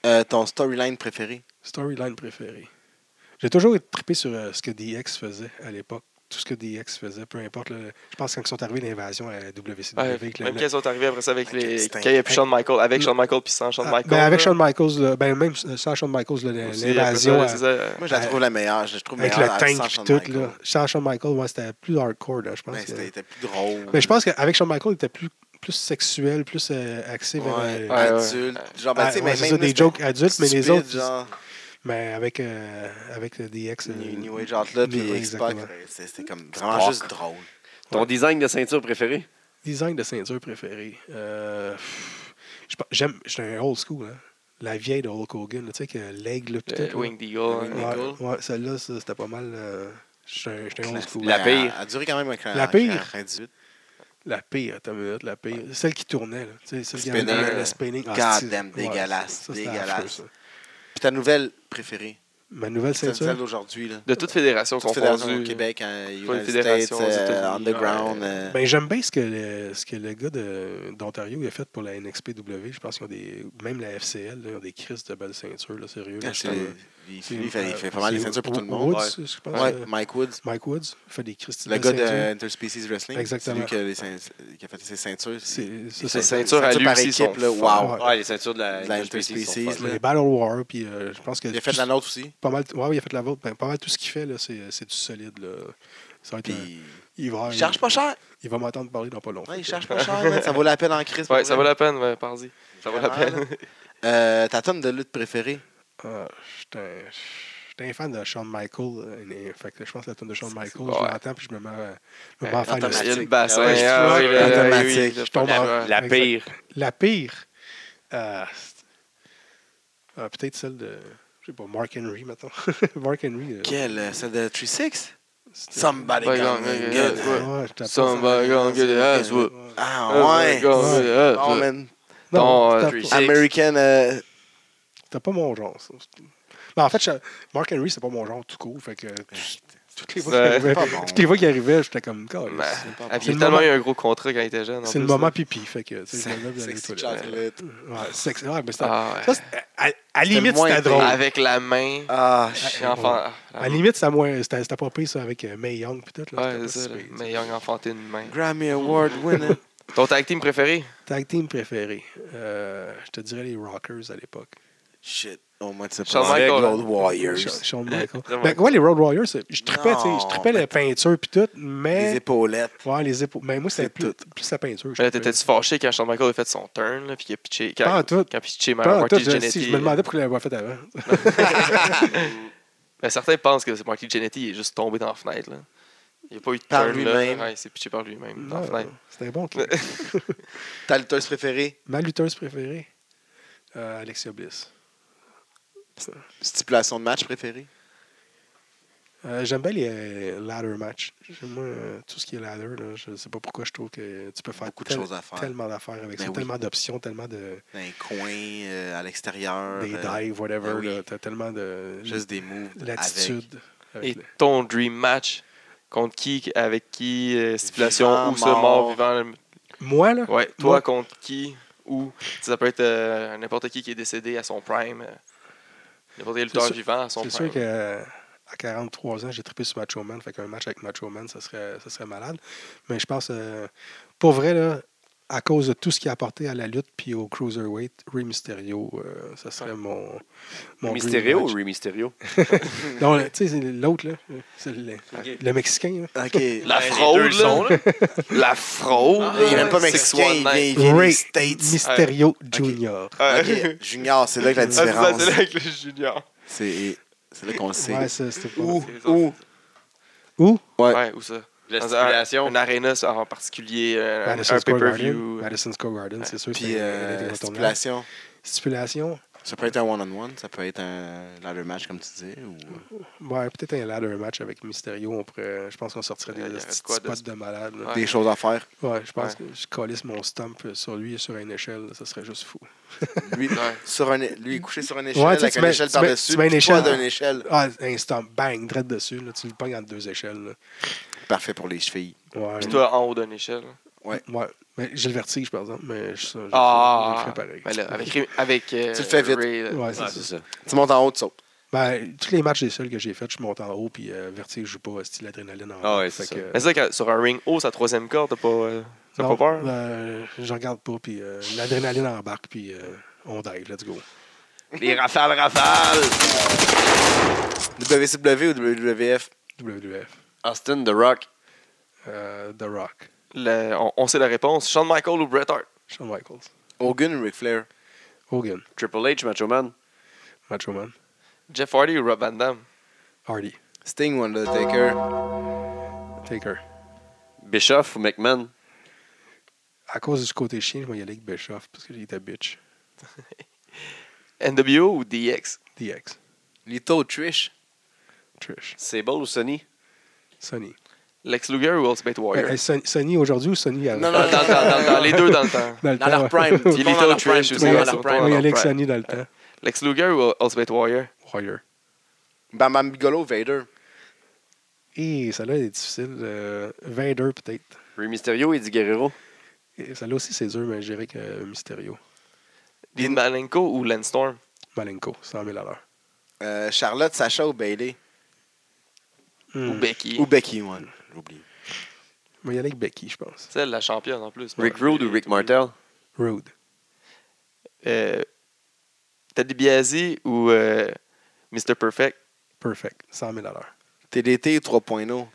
S3: Euh, ton storyline préféré?
S4: storyline préférée. J'ai toujours trippé sur euh, ce que DX faisait à l'époque. Tout ce que DX faisait, peu importe. là. je pense que quand ils sont arrivés l'invasion à WCW.
S2: Ouais,
S4: avec le-
S2: même
S4: le-
S2: quand ils sont arrivés après ça avec
S3: Avec le
S2: les.
S3: petit
S2: Quand il n'y a plus Shawn Michaels, avec
S4: Mm.
S2: Shawn Michaels puis sans Shawn
S4: Ah,
S2: Michaels.
S4: ben, avec
S2: là.
S4: Shawn Michaels, là, ben, même sans Shawn Michaels, là,
S2: Aussi,
S4: l'invasion
S2: après
S4: à-
S2: ça, c'est ça,
S3: Moi, je ah, la
S4: Euh,
S3: trouve la meilleure. Je la trouve
S4: avec le
S3: meilleure à
S4: tank
S3: Sacha
S4: et tout.
S3: Michael.
S4: Là. Sans Shawn Michaels, ouais, c'était plus hardcore, là, je pense.
S3: Ben,
S4: là.
S3: C'était c'était plus drôle.
S4: Mais je pense qu'avec Shawn Michaels, il était plus, plus sexuel, plus euh, axé vers.
S3: Ouais,
S4: euh,
S2: ouais.
S3: adulte. Genre, ben,
S4: ah,
S3: tu sais,
S4: ouais,
S3: mais
S4: c'est
S3: même
S4: ça,
S3: là,
S4: des
S3: c'était
S4: jokes adultes, mais les
S3: stupide,
S4: autres.
S3: genre,
S4: Mais avec, euh, avec euh, DX. euh,
S3: New, New Age Outlaw puis
S4: Ouais,
S3: X-Pac, ben,
S4: exactement.
S3: c'est- c'était comme vraiment juste drôle.
S1: Ton design de ceinture préféré?
S4: Design de ceinture préféré. Euh, pff, je pense- J'aime. Je suis un old school, hein. La vieille de Hulk Hogan, là, tu sais, que leg, là, pis
S2: euh,
S4: tout. là.
S2: Wing Deagle.
S3: Wing
S2: hein.
S3: Deagle.
S4: Ouais, ouais, celle-là, ça, c'était pas mal. euh, je suis un je suis un old school.
S1: La
S3: Ben,
S1: pire.
S3: Elle a duré quand même avec
S4: La pire.
S3: avec un 18.
S4: La pire, attends une minute, la pire. Celle qui tournait, là. tu sais, Celle qui
S3: Spinner.
S4: avait le spinning. ah,
S3: God
S4: c'est-
S3: damn, dégueulasse,
S4: ça, ça, c'était
S3: dégueulasse.
S4: affreux, ça.
S3: Puis ta nouvelle préférée?
S4: Ma nouvelle
S3: C'est celle
S4: ceinture.
S3: d'aujourd'hui, là.
S2: De toute fédération
S3: Toute fédération
S2: confondue.
S3: au Québec, en
S2: une
S3: United States,
S2: fédération aux
S3: euh,
S2: États-Unis,
S3: Underground.
S2: ouais.
S3: euh,
S4: Ben, j'aime bien ce que, le, ce que le gars de- d'Ontario il a fait pour la NXPW. Je pense qu'ils ont des. Même la FCL, là, ils ont des crises de belles ceintures, là, sérieux. là,
S3: quand
S4: je
S3: Ah, c'est-
S4: suis-
S3: il,
S4: c'est-
S3: il fait, il fait pas
S4: euh,
S3: mal les
S4: c'est
S3: ceintures pour
S4: Wo-
S3: tout le monde.
S4: Woods,
S2: ouais.
S4: je pense.
S3: Ouais,
S4: euh,
S3: Mike Woods,
S4: Mike Woods fait des crises
S3: le gars de Interspecies Wrestling.
S4: Exactement.
S3: C'est lui qui a, les ceint- qui a fait ses ceintures.
S4: C'est ça,
S3: Les
S4: c'est-
S2: ceintures à lui
S3: par
S2: aussi sont
S3: équipe, là.
S2: folles.
S3: Wow.
S4: Ouais.
S1: Ouais, les ceintures de la,
S3: De la
S1: interspecies
S3: interspecies,
S1: sont folles.
S4: Les Battle War, puis euh, je pense que.
S3: Il a fait de
S4: tout-
S3: la nôtre aussi.
S4: Pas mal, ouais, ouais, il a fait de la vôtre. Ben, pas mal tout ce qu'il fait, là, c'est c'est du solide. Là. Ça va être. un-
S3: Puis,
S4: il va,
S3: il charge pas cher.
S4: il va m'entendre parler dans pas longtemps.
S3: Ouais, il charge pas cher, man. ça vaut la peine en crise.
S2: Ouais, ça vaut la peine, ouais, par-y. Ça vaut la peine.
S3: Vraiment, Euh, ta tonne de lutte préférée?
S4: Ah, J'étais un- j'étais un fan de Shawn Michaels. euh, et- fait que je pense que la tune de Shawn Michaels, je
S2: ouais.
S4: l'entends puis je me mets, à- je me mets à faire le
S3: automatique.
S2: Automatique.
S4: style.
S2: Bassin.
S3: Ah ouais,
S2: ah oui,
S3: je-
S2: le-
S3: automatique.
S2: oui, oui,
S4: Je tombe
S2: pas
S4: en-
S2: le choix.
S1: La
S4: Exact.
S1: pire.
S4: La pire, euh, c'est- ah, peut-être celle de, je sais pas, Mark Henry, mettons. <laughs> Mark Henry. euh,
S3: Quelle? euh, Celle de 3-6?
S4: c'était-
S3: Somebody
S2: Ouais,
S3: gonna
S2: ouais,
S3: get
S2: ouais,
S3: it.
S2: ouais. Oh
S4: Ouais, j'étais pas-
S2: Somebody gonna get the ass
S4: Ouais.
S2: whoop.
S3: Ah ouais!
S4: Ouais.
S3: Non, man.
S4: Non,
S2: Ton, euh,
S4: c'était
S2: Trish.
S4: pas-
S2: Six.
S3: American. euh,
S4: c'était pas mon genre. ça. Non, en fait, je- Mark Henry, c'est pas mon genre tout court. Fait que tout- toutes les fois qu'il
S2: Ouais.
S4: arrivait,
S3: Pas bon.
S4: <laughs> toutes les fois qu'il arrivait, j'étais comme, Calisse,
S2: Ben,
S4: c'est pas
S2: ah,
S4: bon.
S2: puis
S4: C'est
S2: Il
S4: le
S2: a tellement
S4: moment-
S2: eu un gros contrat quand il était jeune. en
S4: C'est le
S2: plus, là.
S4: moment pipi. Fait que, tu sais, je me lève, j'allais aux
S3: Sexy
S4: toilettes.
S3: chocolate.
S4: Ouais, sexy. Ouais, mais c'était-
S2: Ah ouais.
S4: ça, c'était- à, à la limite,
S3: moins
S4: c'était
S3: pire.
S4: drôle. À
S2: Avec la main.
S3: Ah,
S2: Puis enfant.
S4: la limite, c'était moins- c'était c'était pas pire, ça, avec euh, May Young, peut-être. là, c'était
S2: Ouais,
S4: pas
S2: c'est
S4: si
S2: ça. là.
S4: pire, tu sais.
S2: Mais Young enfanté une main.
S3: Grammy Award winner.
S2: Ton tag team préféré
S4: Tag team préféré. Euh, je te dirais les Rockers à l'époque.
S3: Shit. Au moins, tu sais
S2: Shawn
S3: Oh, pas. Avec
S2: Michaels.
S3: Road Warriors.
S4: Shawn- Shawn Michaels.
S2: Vraiment.
S4: Ben, ouais, les Road Warriors, c'est- je tripais, tu sais, je
S3: Non,
S4: tripais la peinture puis tout, mais.
S3: Les épaulettes.
S4: Ouais, les épaules. Mais moi, c'était
S3: C'est
S4: plus,
S3: tout.
S4: plus la peinture. que je
S2: Mais là,
S4: tripais.
S2: T'étais-tu fâché quand Shawn Michaels a fait son turn, là, puis qu'il a pitché. Quand,
S4: Pas en tout.
S2: quand pitché
S4: Pas en tout,
S2: Marty
S4: je, si,
S2: Jannetty. euh?
S4: je me demandais pourquoi il l'avait
S2: <laughs>
S4: fait avant.
S2: Ben, certains pensent que c'est Marty Jannetty il est juste tombé dans la fenêtre. Là. Il n'a pas eu de
S3: Par
S2: turn. là.
S3: lui-même.
S2: Ouais, il s'est pitché par lui-même dans la
S4: <laughs> Non,
S2: fenêtre.
S4: C'était bon. ok.
S3: Ta lutteuse préférée?
S4: <laughs> Ma lutteuse préférée, euh, Alexia Bliss.
S3: Stipulation de match préférée?
S4: Euh, J'aime bien les euh, ladder match. J'aime moi, euh, tout ce qui est ladder. Là, je ne sais pas pourquoi je trouve que tu peux faire
S3: Beaucoup de choses à faire.
S4: tellement d'affaires avec
S3: Ben
S4: ça,
S3: oui.
S4: tellement d'options, tellement de
S3: Dans les coins, euh, à l'extérieur.
S4: des
S3: euh,
S4: dives, whatever.
S3: ben oui.
S4: Tu as tellement de
S3: Juste des moves. avec.
S4: l'attitude.
S2: Et
S4: avec le-
S2: ton dream match contre qui, avec qui, euh, stipulation
S3: Vivant,
S2: ou seulement
S3: mort.
S2: vivant. le-
S4: Moi, là,
S2: Ouais, toi
S4: Moi-
S2: contre qui ou ça peut être euh, n'importe qui qui est décédé à son prime. euh, n'importe quel lutteur
S4: sûr-
S2: vivant à son
S4: c'est
S2: prime.
S4: sûr que euh, à 43 ans, j'ai trippé sur Macho Man. Fait qu'un match avec Macho Man, ça serait, ça serait malade. Mais je pense, euh, pour vrai, là, à cause de tout ce qui a apporté à la lutte puis au Cruiserweight, Rey Mysterio, euh, ça serait mon, mon dream
S1: Mysterio ou
S4: match.
S1: Rey Mysterio?
S4: Non, le- tu sais, c'est l'autre, là. C'est le,
S1: Ok.
S4: le Mexicain, là.
S3: OK.
S2: La
S1: Ben, les
S2: fraude,
S1: deux
S2: là.
S1: le sont,
S3: <laughs>
S1: là.
S2: La fraude.
S3: Il est même pas
S2: Six
S3: mexicain,
S2: one
S3: il vient,
S2: nine.
S3: il vient
S4: Ray
S3: des States. Ah,
S4: Mysterio Jr.
S2: <laughs> Ouais.
S3: OK, Junior, c'est là que la
S2: Ah, c'est ça,
S3: différence.
S2: c'est là avec le junior.
S3: C'est c'est là qu'on le sait.
S4: Ouais, ça, c'était pas-
S3: Ou,
S2: c'est-
S3: ou,
S4: Ou
S3: Ouais.
S2: Ouais, ou ça.
S1: La
S4: Ah,
S2: Dans un-
S1: stipulation.
S2: Une arena en particulier, euh, un,
S4: Madison
S2: un
S4: Square Garden.
S2: pay-per-view. euh,
S4: Madison Square Garden, c'est sûr.
S3: puis
S4: c'était-
S3: euh,
S4: c'était retournable.
S3: stipulation.
S4: Stipulation.
S3: Ça peut être un one-on-one, ça peut être un ladder match, comme tu dis. Ou...
S4: Ouais, peut-être un ladder match avec Mysterio. On pourrait, je pense qu'on sortirait
S2: Ouais, il
S4: des
S2: y aurait
S4: petits
S2: de quoi de-
S4: spots de malade. là.
S2: Ouais.
S3: Des choses à faire.
S4: Ouais, je pense
S2: Ouais.
S4: que je collisse mon stomp sur lui sur une échelle. Ça serait juste fou.
S3: Lui,
S2: Ouais.
S3: sur un, é- lui couché sur une échelle,
S4: tu sais,
S3: avec
S4: tu
S3: une
S4: mets-
S3: échelle
S4: tu mets-
S3: par-dessus.
S4: tu mets une
S3: puis toi,
S4: <laughs> échelle.
S3: d'une échelle.
S4: Ah, un stomp, bang, direct dessus. là, tu le pognes entre deux échelles. là.
S3: Parfait pour les chevilles.
S4: Ouais.
S2: Puis toi, en haut d'une échelle.
S4: Ouais. Mais j'ai le vertige, par exemple. Mais je, ça, je- je
S2: Ah!
S4: le fais pareil.
S2: Ben là, avec Ré- avec, euh,
S3: Tu le fais vite.
S2: Ray, là.
S4: Ouais, c'est
S1: Ouais,
S4: ça.
S1: c'est ça.
S3: Tu montes en haut, tu sautes.
S4: Ben, tous les matchs des seuls que j'ai faits, je monte en haut, puis euh, vertige, je joue pas, style adrénaline en
S1: Ah
S4: haut.
S1: ouais, c'est ça.
S2: Mais c'est ça, quand- sur un ring haut, sa troisième corde, t'as pas, euh, t'as pas
S4: non,
S2: peur?
S4: ben, je regarde pas, puis euh, l'adrénaline embarque, puis euh, on dive, let's go.
S1: Les rafales, rafales.
S3: WCW ou WWF?
S4: WWF,
S1: Austin The Rock.
S4: euh, The Rock,
S2: Le- on, on sait la réponse. Shawn Michael ou Bret Hart?
S4: Shawn Michaels,
S3: Hogan ou Ric Flair?
S4: Hogan,
S1: Triple H, Macho Man.
S4: Macho Man,
S2: Jeff Hardy ou Rob Van Damme?
S4: Hardy,
S3: Sting ou Undertaker?
S4: Taker.
S1: Bischoff ou McMahon.
S4: À cause du côté chien, je vais y aller avec Bischoff, parce qu'il était bitch.
S2: NWO ou DX?
S4: DX,
S3: Lito ou Trish?
S4: Trish,
S1: Sable ou Sonny.
S4: Sonny.
S2: Lex Luger ou Ultimate Warrior?
S4: Eh, eh, Sonny, Sonny aujourd'hui ou Sonny à
S3: Non,
S2: Dans,
S3: non,
S2: le temps, dans- dans- dans les deux dans le temps.
S4: <laughs> Dans, le
S3: Dans
S4: temps,
S3: leur
S4: ouais.
S3: prime.
S2: Puis
S3: Tout le monde
S2: Lito
S3: dans leur
S2: Trish
S3: prime,
S2: aussi,
S3: tout le monde
S4: Oui,
S2: dans
S3: dans
S2: leur
S3: leur
S2: prime.
S4: On va y
S2: dans
S4: aller avec
S2: leur prime.
S4: Sonny dans le temps.
S2: Lex Luger ou Ultimate Warrior?
S4: Warrior.
S3: Bam Bam Bigolo ou Vader?
S4: Et celle-là, elle est difficile. Euh, Vader, peut-être.
S1: Rey Mysterio et Eddie Guerrero.
S4: Et Celle-là aussi, c'est dur, mais je dirais que euh, Mysterio.
S2: Dean Malenko ou Lance Storm?
S4: Malenko, 100 000 à l'heure.
S3: Euh, Charlotte, Sacha ou Bailey?
S2: Ou
S4: Hmm.
S2: Becky?
S3: Ou Becky, ouais. J'oublie.
S4: Je vais y aller avec Becky, je pense.
S2: C'est elle, la championne en plus.
S1: Rick Rude ou Rick Martel.
S4: Rude.
S2: Euh, Ted DiBiase ou euh, Mr. Perfect?
S4: Perfect. 100 000 à l'heure.
S3: TDT 3.0.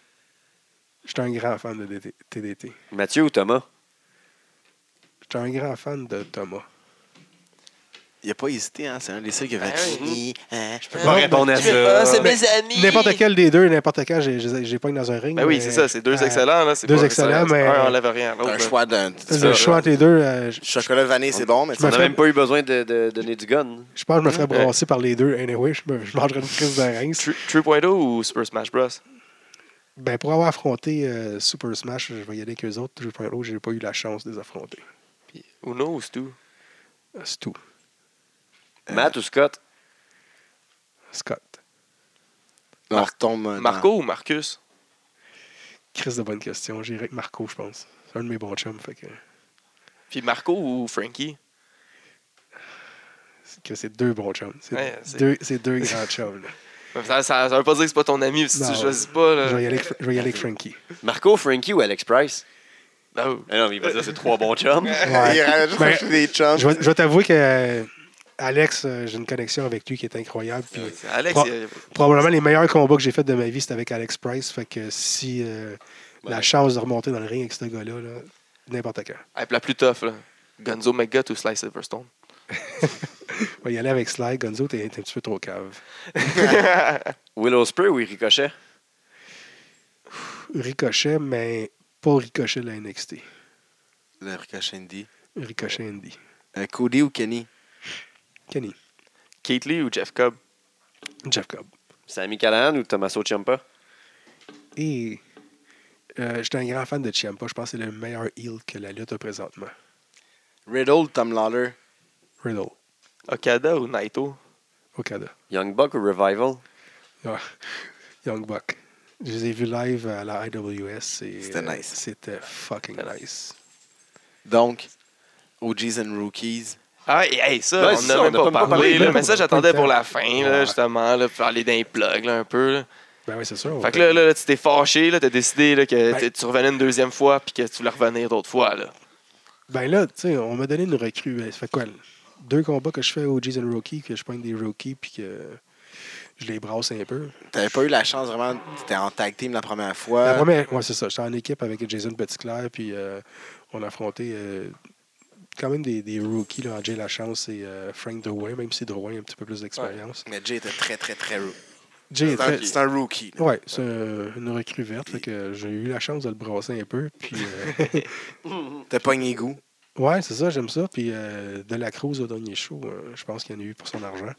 S4: J'étais un grand fan de DT TDT.
S1: Mathieu ou Thomas.
S4: J'étais un grand fan de Thomas.
S3: Il a pas hésité, hein? C'est un des seuls qui hein. avait
S2: Ah oui.
S3: dit. Je peux
S1: Pas répondre à ça.
S4: mes
S2: amis!
S4: N'importe quel des deux, n'importe quand, j'ai- j'ai j'ai pas une dans un ring.
S2: Ben oui,
S4: mais-
S2: c'est ça, c'est deux
S4: Euh,
S2: excellents. Là, c'est
S4: deux
S2: pas-
S4: excellents,
S2: c'est-
S4: mais-
S2: Un enlève rien à l'autre.
S3: un
S2: là.
S3: choix d'un. tu
S4: Le
S3: peux-
S4: choix entre les deux, euh, je
S3: Chocolat vanille, c'est bon, mais
S4: Ben, Je me
S1: On
S3: ça-
S1: n'a
S4: fais-
S1: même pas eu besoin de, de donner du gun.
S4: je pense que je me ferais
S2: Ouais.
S4: brasser par les deux. Anyway, je, me, je mangerais une crise de rince.
S2: Tru- 3.0 ou Super Smash Bros?
S4: Ben, pour avoir affronté euh, Super Smash, je vais y aller avec eux autres. Je point j'ai pas eu la chance de les affronter.
S2: Puis Uno ou Stu?
S4: Euh, C'est tout.
S1: Matt ou Scott.
S4: Scott. Ben,
S3: on retombe. dans-
S2: Marco ou Marcus?
S4: Chris de bonne question. J'irai avec Marco, je pense. C'est un de mes bons chums. Fait que,
S2: Puis Marco ou Frankie?
S4: que c'est deux bons chums. C'est
S2: Ouais, c'est-
S4: deux, c'est
S2: <laughs>
S4: deux grands chums. là.
S2: Ça, ça, ça veut pas dire que c'est pas ton ami si
S4: Non.
S2: tu choisis pas. Là.
S4: Ben Je vais y aller avec, Fra- je vais y aller avec Frankie.
S1: Marco, Frankie ou Alex Price.
S2: Non.
S1: Ah non, mais il va dire c'est trois bons chums.
S3: Il
S4: Ouais.
S3: rajoute
S4: Ben,
S3: des chums.
S4: je vais, je vais t'avouer que euh, Alex, euh, j'ai une connexion avec lui qui est incroyable. puis
S2: C'est Alex,
S4: Pro-
S2: il-
S4: probablement les meilleurs combats que j'ai faits de ma vie, c'était avec Alex Price. Fait que si euh, la
S1: Ouais.
S4: chance de remonter dans le ring avec ce gars-là, là, n'importe quand.
S2: Ah, puis la plus tough, là. Gonzo McGutt ou Sly Silverstone?
S4: Je vais y aller avec Sly. Gonzo, t'es t'es un petit peu trop cave.
S1: <laughs> Willow Spray ou Ricochet.
S4: Ricochet, mais pas Ricochet de la NXT.
S3: Le ricochet Indy.
S4: Ricochet Indy.
S3: Euh, Cody ou Kenny?
S4: Kenny.
S2: Keith Lee ou Jeff Cobb?
S4: Jeff Cobb.
S1: Sammy Callahan ou Tommaso Ciampa.
S4: Et euh, j'étais un grand fan de Ciampa. Je pense que c'est le meilleur heel que la lutte a présentement.
S3: Riddle, Tom Lawler.
S4: Riddle,
S2: Okada ou Naito?
S4: Okada,
S1: Young Buck ou Revival.
S4: Ah, <laughs> Young Buck. Je les ai vus live à la IWS. c'est-
S3: C'était nice.
S4: euh, C'était fucking nice.
S3: Donc, OGs and Rookies.
S2: Ah, et- hey, ça,
S1: Ouais,
S2: on
S1: c'est
S2: n'a
S1: ça,
S2: même
S1: on n'a
S2: pas
S1: pas
S2: parlé.
S1: parlé,
S2: là,
S1: là,
S2: mais ça,
S4: on a
S2: j'attendais
S4: pas
S2: pour
S4: le
S2: la
S4: temps.
S2: fin, là,
S4: Ouais.
S2: justement, là, pour parler d'un plug un peu. là.
S4: Ben oui, c'est sûr. on
S2: Fait que
S4: peut-
S2: là, là, tu t'es fâché, là, t'as décidé là, que
S4: Ben-
S2: t- tu revenais une deuxième fois puis que tu voulais revenir d'autres fois. Là.
S4: Ben là, tu sais, on m'a donné une recrue. Ça fait quoi? là? Deux combats que je fais aux Jason Rookie, que je pointe des rookies, puis que je les brasse un peu.
S3: T'avais pas eu la chance vraiment. T'étais en tag team la première fois.
S4: La première, ouais, c'est ça. J'étais en équipe avec Jason Petitclerc, puis euh, on a affronté euh, quand même des, des rookies, là, Jay Lachance et euh, Frank Drouin, même si Drouin a un petit peu plus d'expérience.
S3: Mais Jay était très, très, très. roo-
S4: Jay est
S3: C'est un-
S4: très.
S3: C'est un rookie. là.
S4: Ouais, c'est euh, une recrue verte, fait que j'ai eu la chance de le brasser un peu. Puis, euh,
S3: T'as pogné goût.
S4: ouais, c'est ça, j'aime ça. Puis euh, de la Cruz au dernier show, euh, je pense qu'il y en a eu pour son argent.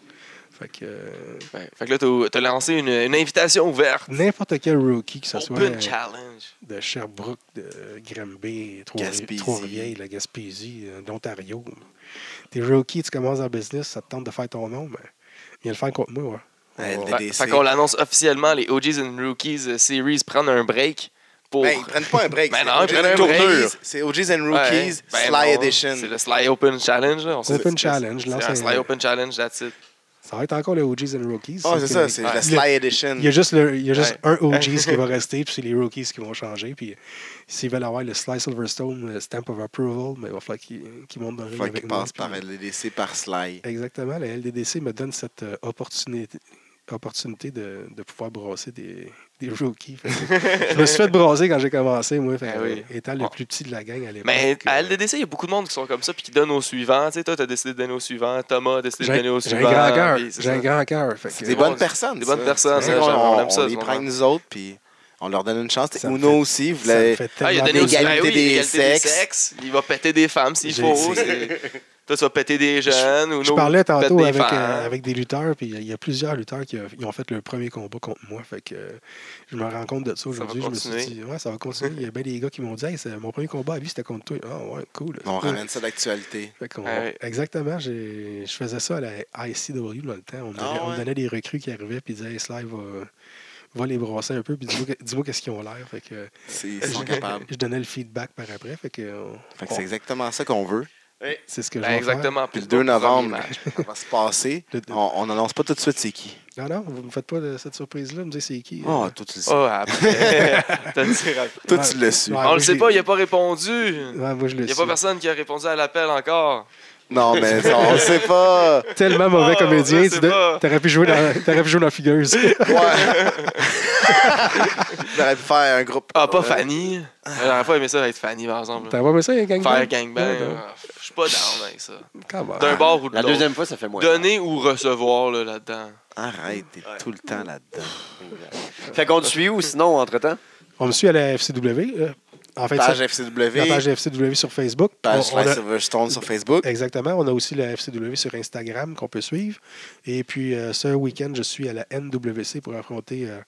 S4: Fait que euh,
S2: Ouais. Fait que là, t'as- t'as lancé une, une invitation ouverte.
S4: n'importe quel rookie, que ce soit
S2: Open
S4: euh,
S2: challenge.
S4: de Sherbrooke, de Granby,
S3: Gaspésie.
S4: Trois-Rivières, la Gaspésie, euh, l'Ontario. T'es rookie, tu commences en business, ça te tente de faire ton nom, mais viens le faire contre moi. ouais.
S3: Ouais,
S4: On va-
S3: le-
S2: Fait,
S3: DDC.
S2: fait qu'on l'annonce officiellement, les OGs and Rookies euh, Series prennent un break pour.
S5: Ben, ils prennent pas un break.
S2: <laughs> Ben
S5: c'est
S2: non,
S5: OGs
S2: ils prennent
S5: and
S2: un break.
S5: Rookies, C'est OGs and
S2: Ouais,
S5: Rookies,
S2: ben
S5: Sly
S2: non,
S5: Edition.
S2: C'est le Sly Open Challenge. là, on sait
S4: Open
S2: ce que c'est.
S4: Challenge, là,
S2: C'est un
S4: c'est-
S2: Sly Open Challenge, that's it.
S4: Ça va être encore le OGs and Rookies.
S3: Ah,
S5: Oh, c'est
S4: que-
S5: ça, c'est la
S2: Ouais.
S5: Sly Edition.
S4: Il y a juste, le- il y a juste
S2: Ouais.
S4: un OGs qui va rester, puis c'est les Rookies qui vont changer. Puis s'ils veulent avoir le Sly Silverstone le Stamp of Approval, mais il va falloir qu'ils qu'ils montent dans le
S3: Il
S4: ring
S3: faut
S4: avec
S3: qu'il
S4: moi,
S3: passe
S4: puis- euh,
S3: par LDC, par Sly.
S4: Exactement, la LDDC me donne cette euh, opportunité, opportunité de, de pouvoir brasser des, des rookies. Fait que je me suis fait brasser quand j'ai commencé, moi, fait que,
S2: Ah oui.
S4: euh, étant le
S2: Bon.
S4: plus petit de la gang à l'époque.
S2: Mais à
S4: euh,
S2: LDDC, il y a beaucoup de monde qui sont comme ça puis qui donnent au suivant. Tu sais, toi, t'as décidé de donner au suivant. Thomas a décidé de
S4: j'ai
S2: donner au
S4: j'ai
S2: suivant.
S4: un grand cœur.
S2: puis c'est
S4: J'ai
S2: ça.
S4: un grand cœur. fait que-
S3: C'est
S2: des
S3: des
S2: bon,
S3: bonnes personnes.
S2: des
S3: ça.
S2: bonnes personnes,
S3: C'est
S2: ça,
S3: vrai,
S2: genre,
S3: On,
S2: on aime ça,
S3: on
S2: ce
S3: les prend
S2: moment.
S3: nous autres, puis on leur donne une chance.
S4: Ça me
S3: Uno
S4: fait-
S3: aussi, vous
S4: ça me
S3: l'avez.
S4: fait
S2: Ah, il a donné
S4: tellement
S2: au
S3: L'égalité
S2: Ah oui,
S3: des
S2: l'égalité des
S3: sexes.
S2: sexes. Il va péter des femmes s'il
S4: J'ai-
S2: faut.
S4: c'est-
S2: c'est- Toi, tu vas péter des jeunes. ou
S4: Je
S2: non,
S4: parlais
S2: pète
S4: tantôt
S2: des
S4: avec,
S2: femmes.
S4: euh, avec des lutteurs, puis il y a plusieurs lutteurs qui euh, ils ont fait le premier combat contre moi. Fait que euh, je me rends compte de ça aujourd'hui.
S2: va
S4: Je me suis
S2: continuer.
S4: dit, ouais, ça va continuer. Il y a bien des gars qui m'ont dit, Hey, c'est- mon premier combat à vie, c'était contre toi. Ah, ouais, cool.
S3: On ramène ça d'actualité.
S4: Fait qu'on-
S2: Ouais.
S4: Exactement, j'ai- je faisais ça à la ICW dans le temps. On me donnait,
S3: Ah
S4: on me
S3: ouais?
S4: donnait des recrues qui arrivaient puis disaient hey, Sly, va, va les brasser un peu puis dis-moi que- dis-moi qu'est-ce qu'ils ont l'air. Fait que
S3: C'est- Ils sont capables.
S4: je donnais le feedback par après. Fait que euh,
S3: Fait que c'est exactement ça qu'on veut.
S4: c'est ce que
S2: Ben,
S4: je vais
S2: exactement.
S3: Puis le
S2: bon,
S3: 2 novembre,
S4: <laughs>
S2: premier match.
S3: ça va se passer.
S4: Le deux-
S3: On n'annonce pas tout de suite c'est qui.
S4: faire. Non, non, vous me faites pas de cette surprise-là. Me dites c'est qui.
S3: Oh, toi, tu le sais.
S2: Oh,
S4: <laughs>
S2: après. T'as dit rapide.
S3: Toi, tu le su.
S4: Ouais,
S2: On
S4: moi,
S2: le sait
S4: Ah, j'ai-
S2: pas, il a pas répondu.
S4: Ouais, moi, je le
S2: Il n'y a
S4: suis.
S2: pas personne qui a répondu à l'appel encore.
S3: Non, mais ça, on le sait pas.
S4: Tellement mauvais
S2: <laughs> Oh,
S4: comédien,
S2: je
S4: tu
S2: sais
S4: dois-
S2: pas.
S4: t'aurais pu
S2: <laughs>
S4: jouer dans t'aurais pu jouer dans Figueuse.
S3: Ouais. <laughs> J'aurais pu faire un groupe. Euh,
S2: Ah, pas Fanny. J'aurais pas aimé ça être Fanny, par exemple.
S4: T'as pas aimé ça, hein, les gangbang?
S2: Faire gangbang.
S4: Ouais, non.
S2: ah, Je suis pas down avec ça.
S4: Come on.
S2: D'un bord ou de
S1: La
S2: l'autre.
S1: deuxième fois, ça fait moins.
S2: Donner ou recevoir là, là-dedans.
S3: Arrête, t'es tout le temps là-dedans.
S1: Fait qu'on te suit où sinon, entre-temps?
S4: On me suit à la FCW. euh, en fait,
S3: Page
S4: sur- la
S3: FCW,
S4: page de FCW sur Facebook.
S3: page
S4: On- on a-
S3: Sly Silverstone sur Facebook.
S4: Exactement. On a aussi la FCW sur Instagram qu'on peut suivre. Et puis, euh, ce week-end, je suis à la NWC pour affronter euh,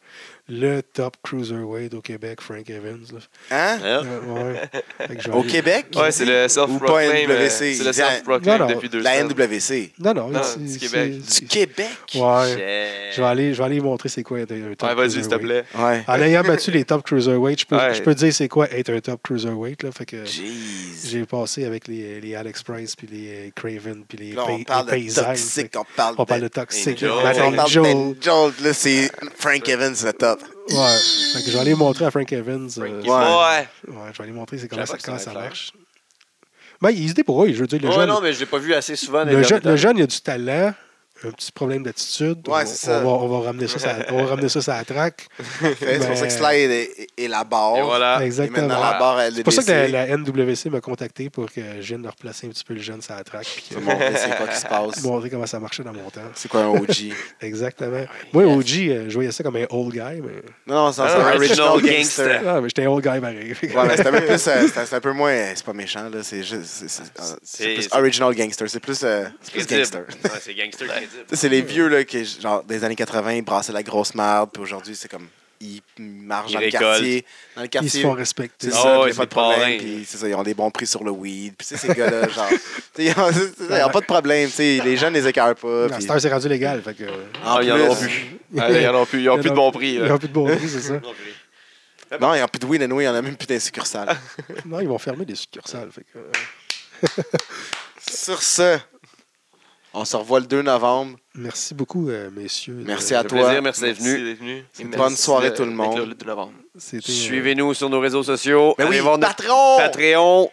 S4: le top cruiserweight au Québec, Frank Evans. là.
S3: Hein?
S4: Euh, ouais.
S3: <laughs>
S4: Fait que je vais
S3: Au
S4: aller-
S3: Québec?
S2: Ouais, c'est le self-proclaim.
S3: Ou pas
S2: euh,
S3: NWC.
S2: C'est le self-proclaim
S4: Non, non.
S2: depuis deux
S3: La
S2: semaines.
S3: NWC.
S4: Non, non.
S2: Non,
S4: c'est-
S2: du
S4: c'est-
S2: Québec.
S4: c'est-
S3: Du Québec?
S1: Hein?
S4: Ouais.
S1: Shit.
S4: Je vais aller, je vais aller montrer c'est quoi être un top
S2: Ouais, vas-y, s'il te
S4: cruiserweight.
S2: plaît.
S3: Ouais.
S4: En ayant battu les top cruiserweight, je peux,
S2: Ouais.
S4: je peux dire c'est quoi être un top cruiserweight. Là, fait que
S3: Jeez.
S4: j'ai passé avec les, les Alex Price, puis les Craven, puis les,
S3: Là,
S4: pay-
S3: on parle
S4: les
S3: de
S4: paysans, fait
S3: toxique,
S4: que-
S3: on parle
S4: on parle de
S3: de...
S4: toxique.
S2: Angel.
S4: Matt
S3: On parle
S4: Angel.
S3: d'Angel, là, c'est Frank Evans, le top.
S4: Ouais. Fait que je vais aller montrer à Frank Evans. euh,
S2: Frankie
S3: Ouais.
S2: Boy.
S4: ouais, je vais aller montrer c'est comment,
S2: J'avoue
S4: ça,
S2: que
S4: comment
S2: c'est
S4: ça
S2: un flair.
S4: marche. Ben, il se débrouille, je veux dire. Le,
S1: Ouais,
S4: jeune,
S1: non, mais je l'ai pas vu assez souvent. dans les
S4: le, jeune,
S1: derniers
S4: le
S1: temps.
S4: jeune, il a du talent, un petit problème d'attitude.
S3: Ouais,
S4: on,
S3: c'est ça.
S4: on va, on va ramener ça, sur la- on va ramener ça sur la track.
S3: <laughs> C'est pour ça que Sly est, est la barre.
S2: Et voilà.
S3: Et maintenant,
S4: Ben. Exactement.
S3: la barre, elle
S4: C'est pour ça que la, la NWC m'a contacté pour que je vienne leur placer un petit peu le jeune sur la track. Puis que-
S3: c'est quoi qui se passe.
S4: montrer comment ça marchait dans mon temps.
S3: C'est quoi un
S4: <laughs>
S3: OG?
S4: Exactement.
S3: Ah,
S4: Moi, OG, euh, je voyais ça comme un old
S3: <laughs>
S4: guy, mais,
S3: Non, non, c'est
S2: Ah,
S3: c'est un
S1: original
S3: original
S1: gangster.
S3: gangster.
S4: Ah, mais j'étais un old guy pareil.
S3: Ouais,
S4: <laughs>
S3: mais c'est un peu plus. euh, c'est c'est un peu moins. euh, C'est pas méchant, là. C'est juste. c'est- c'est- euh, C'est plus
S1: c'est-
S3: original gangster. C'est plus. euh, C'est plus gangster. <laughs>
S1: Crédible. Ouais, c'est gangster crédible.
S3: Tu sais, C'est les vieux, là, qui, genre, des années 80, ils brassaient la grosse merde, puis aujourd'hui, c'est comme. Ils marchent
S1: Ils
S3: dans le
S1: récoltent.
S3: quartier. Dans le
S4: Ils se
S3: quartier.
S4: font respecter.
S3: C'est
S1: Ah
S3: ça,
S1: ouais,
S3: il a
S1: c'est
S3: pas de
S1: des parrains,
S3: problème.
S1: là.
S3: Puis c'est ça, ils ont des bons prix sur le weed. Puis tu sais, ces gars-là,
S1: <laughs>
S3: genre. tu sais, Ils ont, c'est ça, ils ont pas de problème. tu sais, Les jeunes les écœurent pas.
S4: La
S3: puis
S4: star, c'est rendu légal. Fait que... euh,
S3: en
S2: Ah, ils en ont
S3: plus-
S2: plus. Ah, Ils en ont plus. Ils ont plus de bon prix.
S4: Ils
S2: là.
S4: n'ont plus de bon prix,
S2: <laughs>
S4: c'est ça.
S3: Non, il n'y a plus de weed, anyway, il y en a même plus
S1: <laughs>
S3: des succursales.
S4: Non, ils vont fermer des succursales. Fait que... euh,
S3: Sur ce, on se revoit le 2 novembre. Merci.
S4: Merci beaucoup, euh, messieurs.
S3: Merci
S4: Euh,
S3: à
S1: Le
S3: toi.
S1: plaisir, merci d'être
S2: Merci
S1: venu.
S2: d'être venu. Et
S3: bonne
S2: merci
S3: soirée,
S2: de-
S3: tout le
S2: d'être
S3: monde.
S2: là Le 2 novembre.
S4: c'était, euh,
S1: Suivez-nous sur nos réseaux sociaux.
S3: Ben
S1: Allez
S3: oui,
S1: voir notre
S3: patron!
S1: Patreon.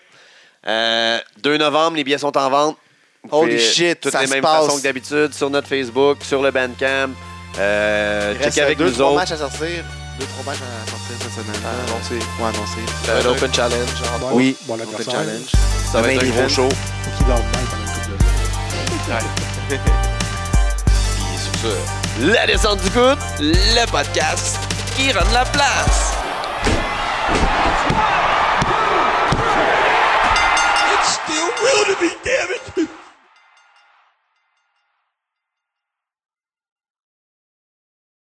S1: Euh, 2 novembre, les billets sont en vente. Vous
S3: Holy
S1: pouvez-
S3: shit,
S1: Toutes
S3: ça
S1: les
S3: se
S1: mêmes
S3: passe.
S1: façons que d'habitude, sur notre Facebook, sur le Bandcamp. Euh,
S3: Il
S1: check
S3: reste
S1: avec
S3: deux,
S1: nous
S3: trois
S1: autres.
S3: matchs à sortir. Deux, trois matchs à sortir cette semaine.
S2: Ah, annoncé.
S3: Ouais, annoncé.
S2: Un open challenge.
S4: Bon,
S3: Oui,
S4: bon
S3: on fait le
S4: adversaire,
S3: challenge.
S1: Euh, Ça va
S3: Main
S1: être un
S3: event.
S1: gros show.
S4: faut qu'ils dorment bien pendant une couple de jours.
S1: Puis sur ça, la descente du coude, le podcast qui rend la place.
S6: It's still real to me, damn it!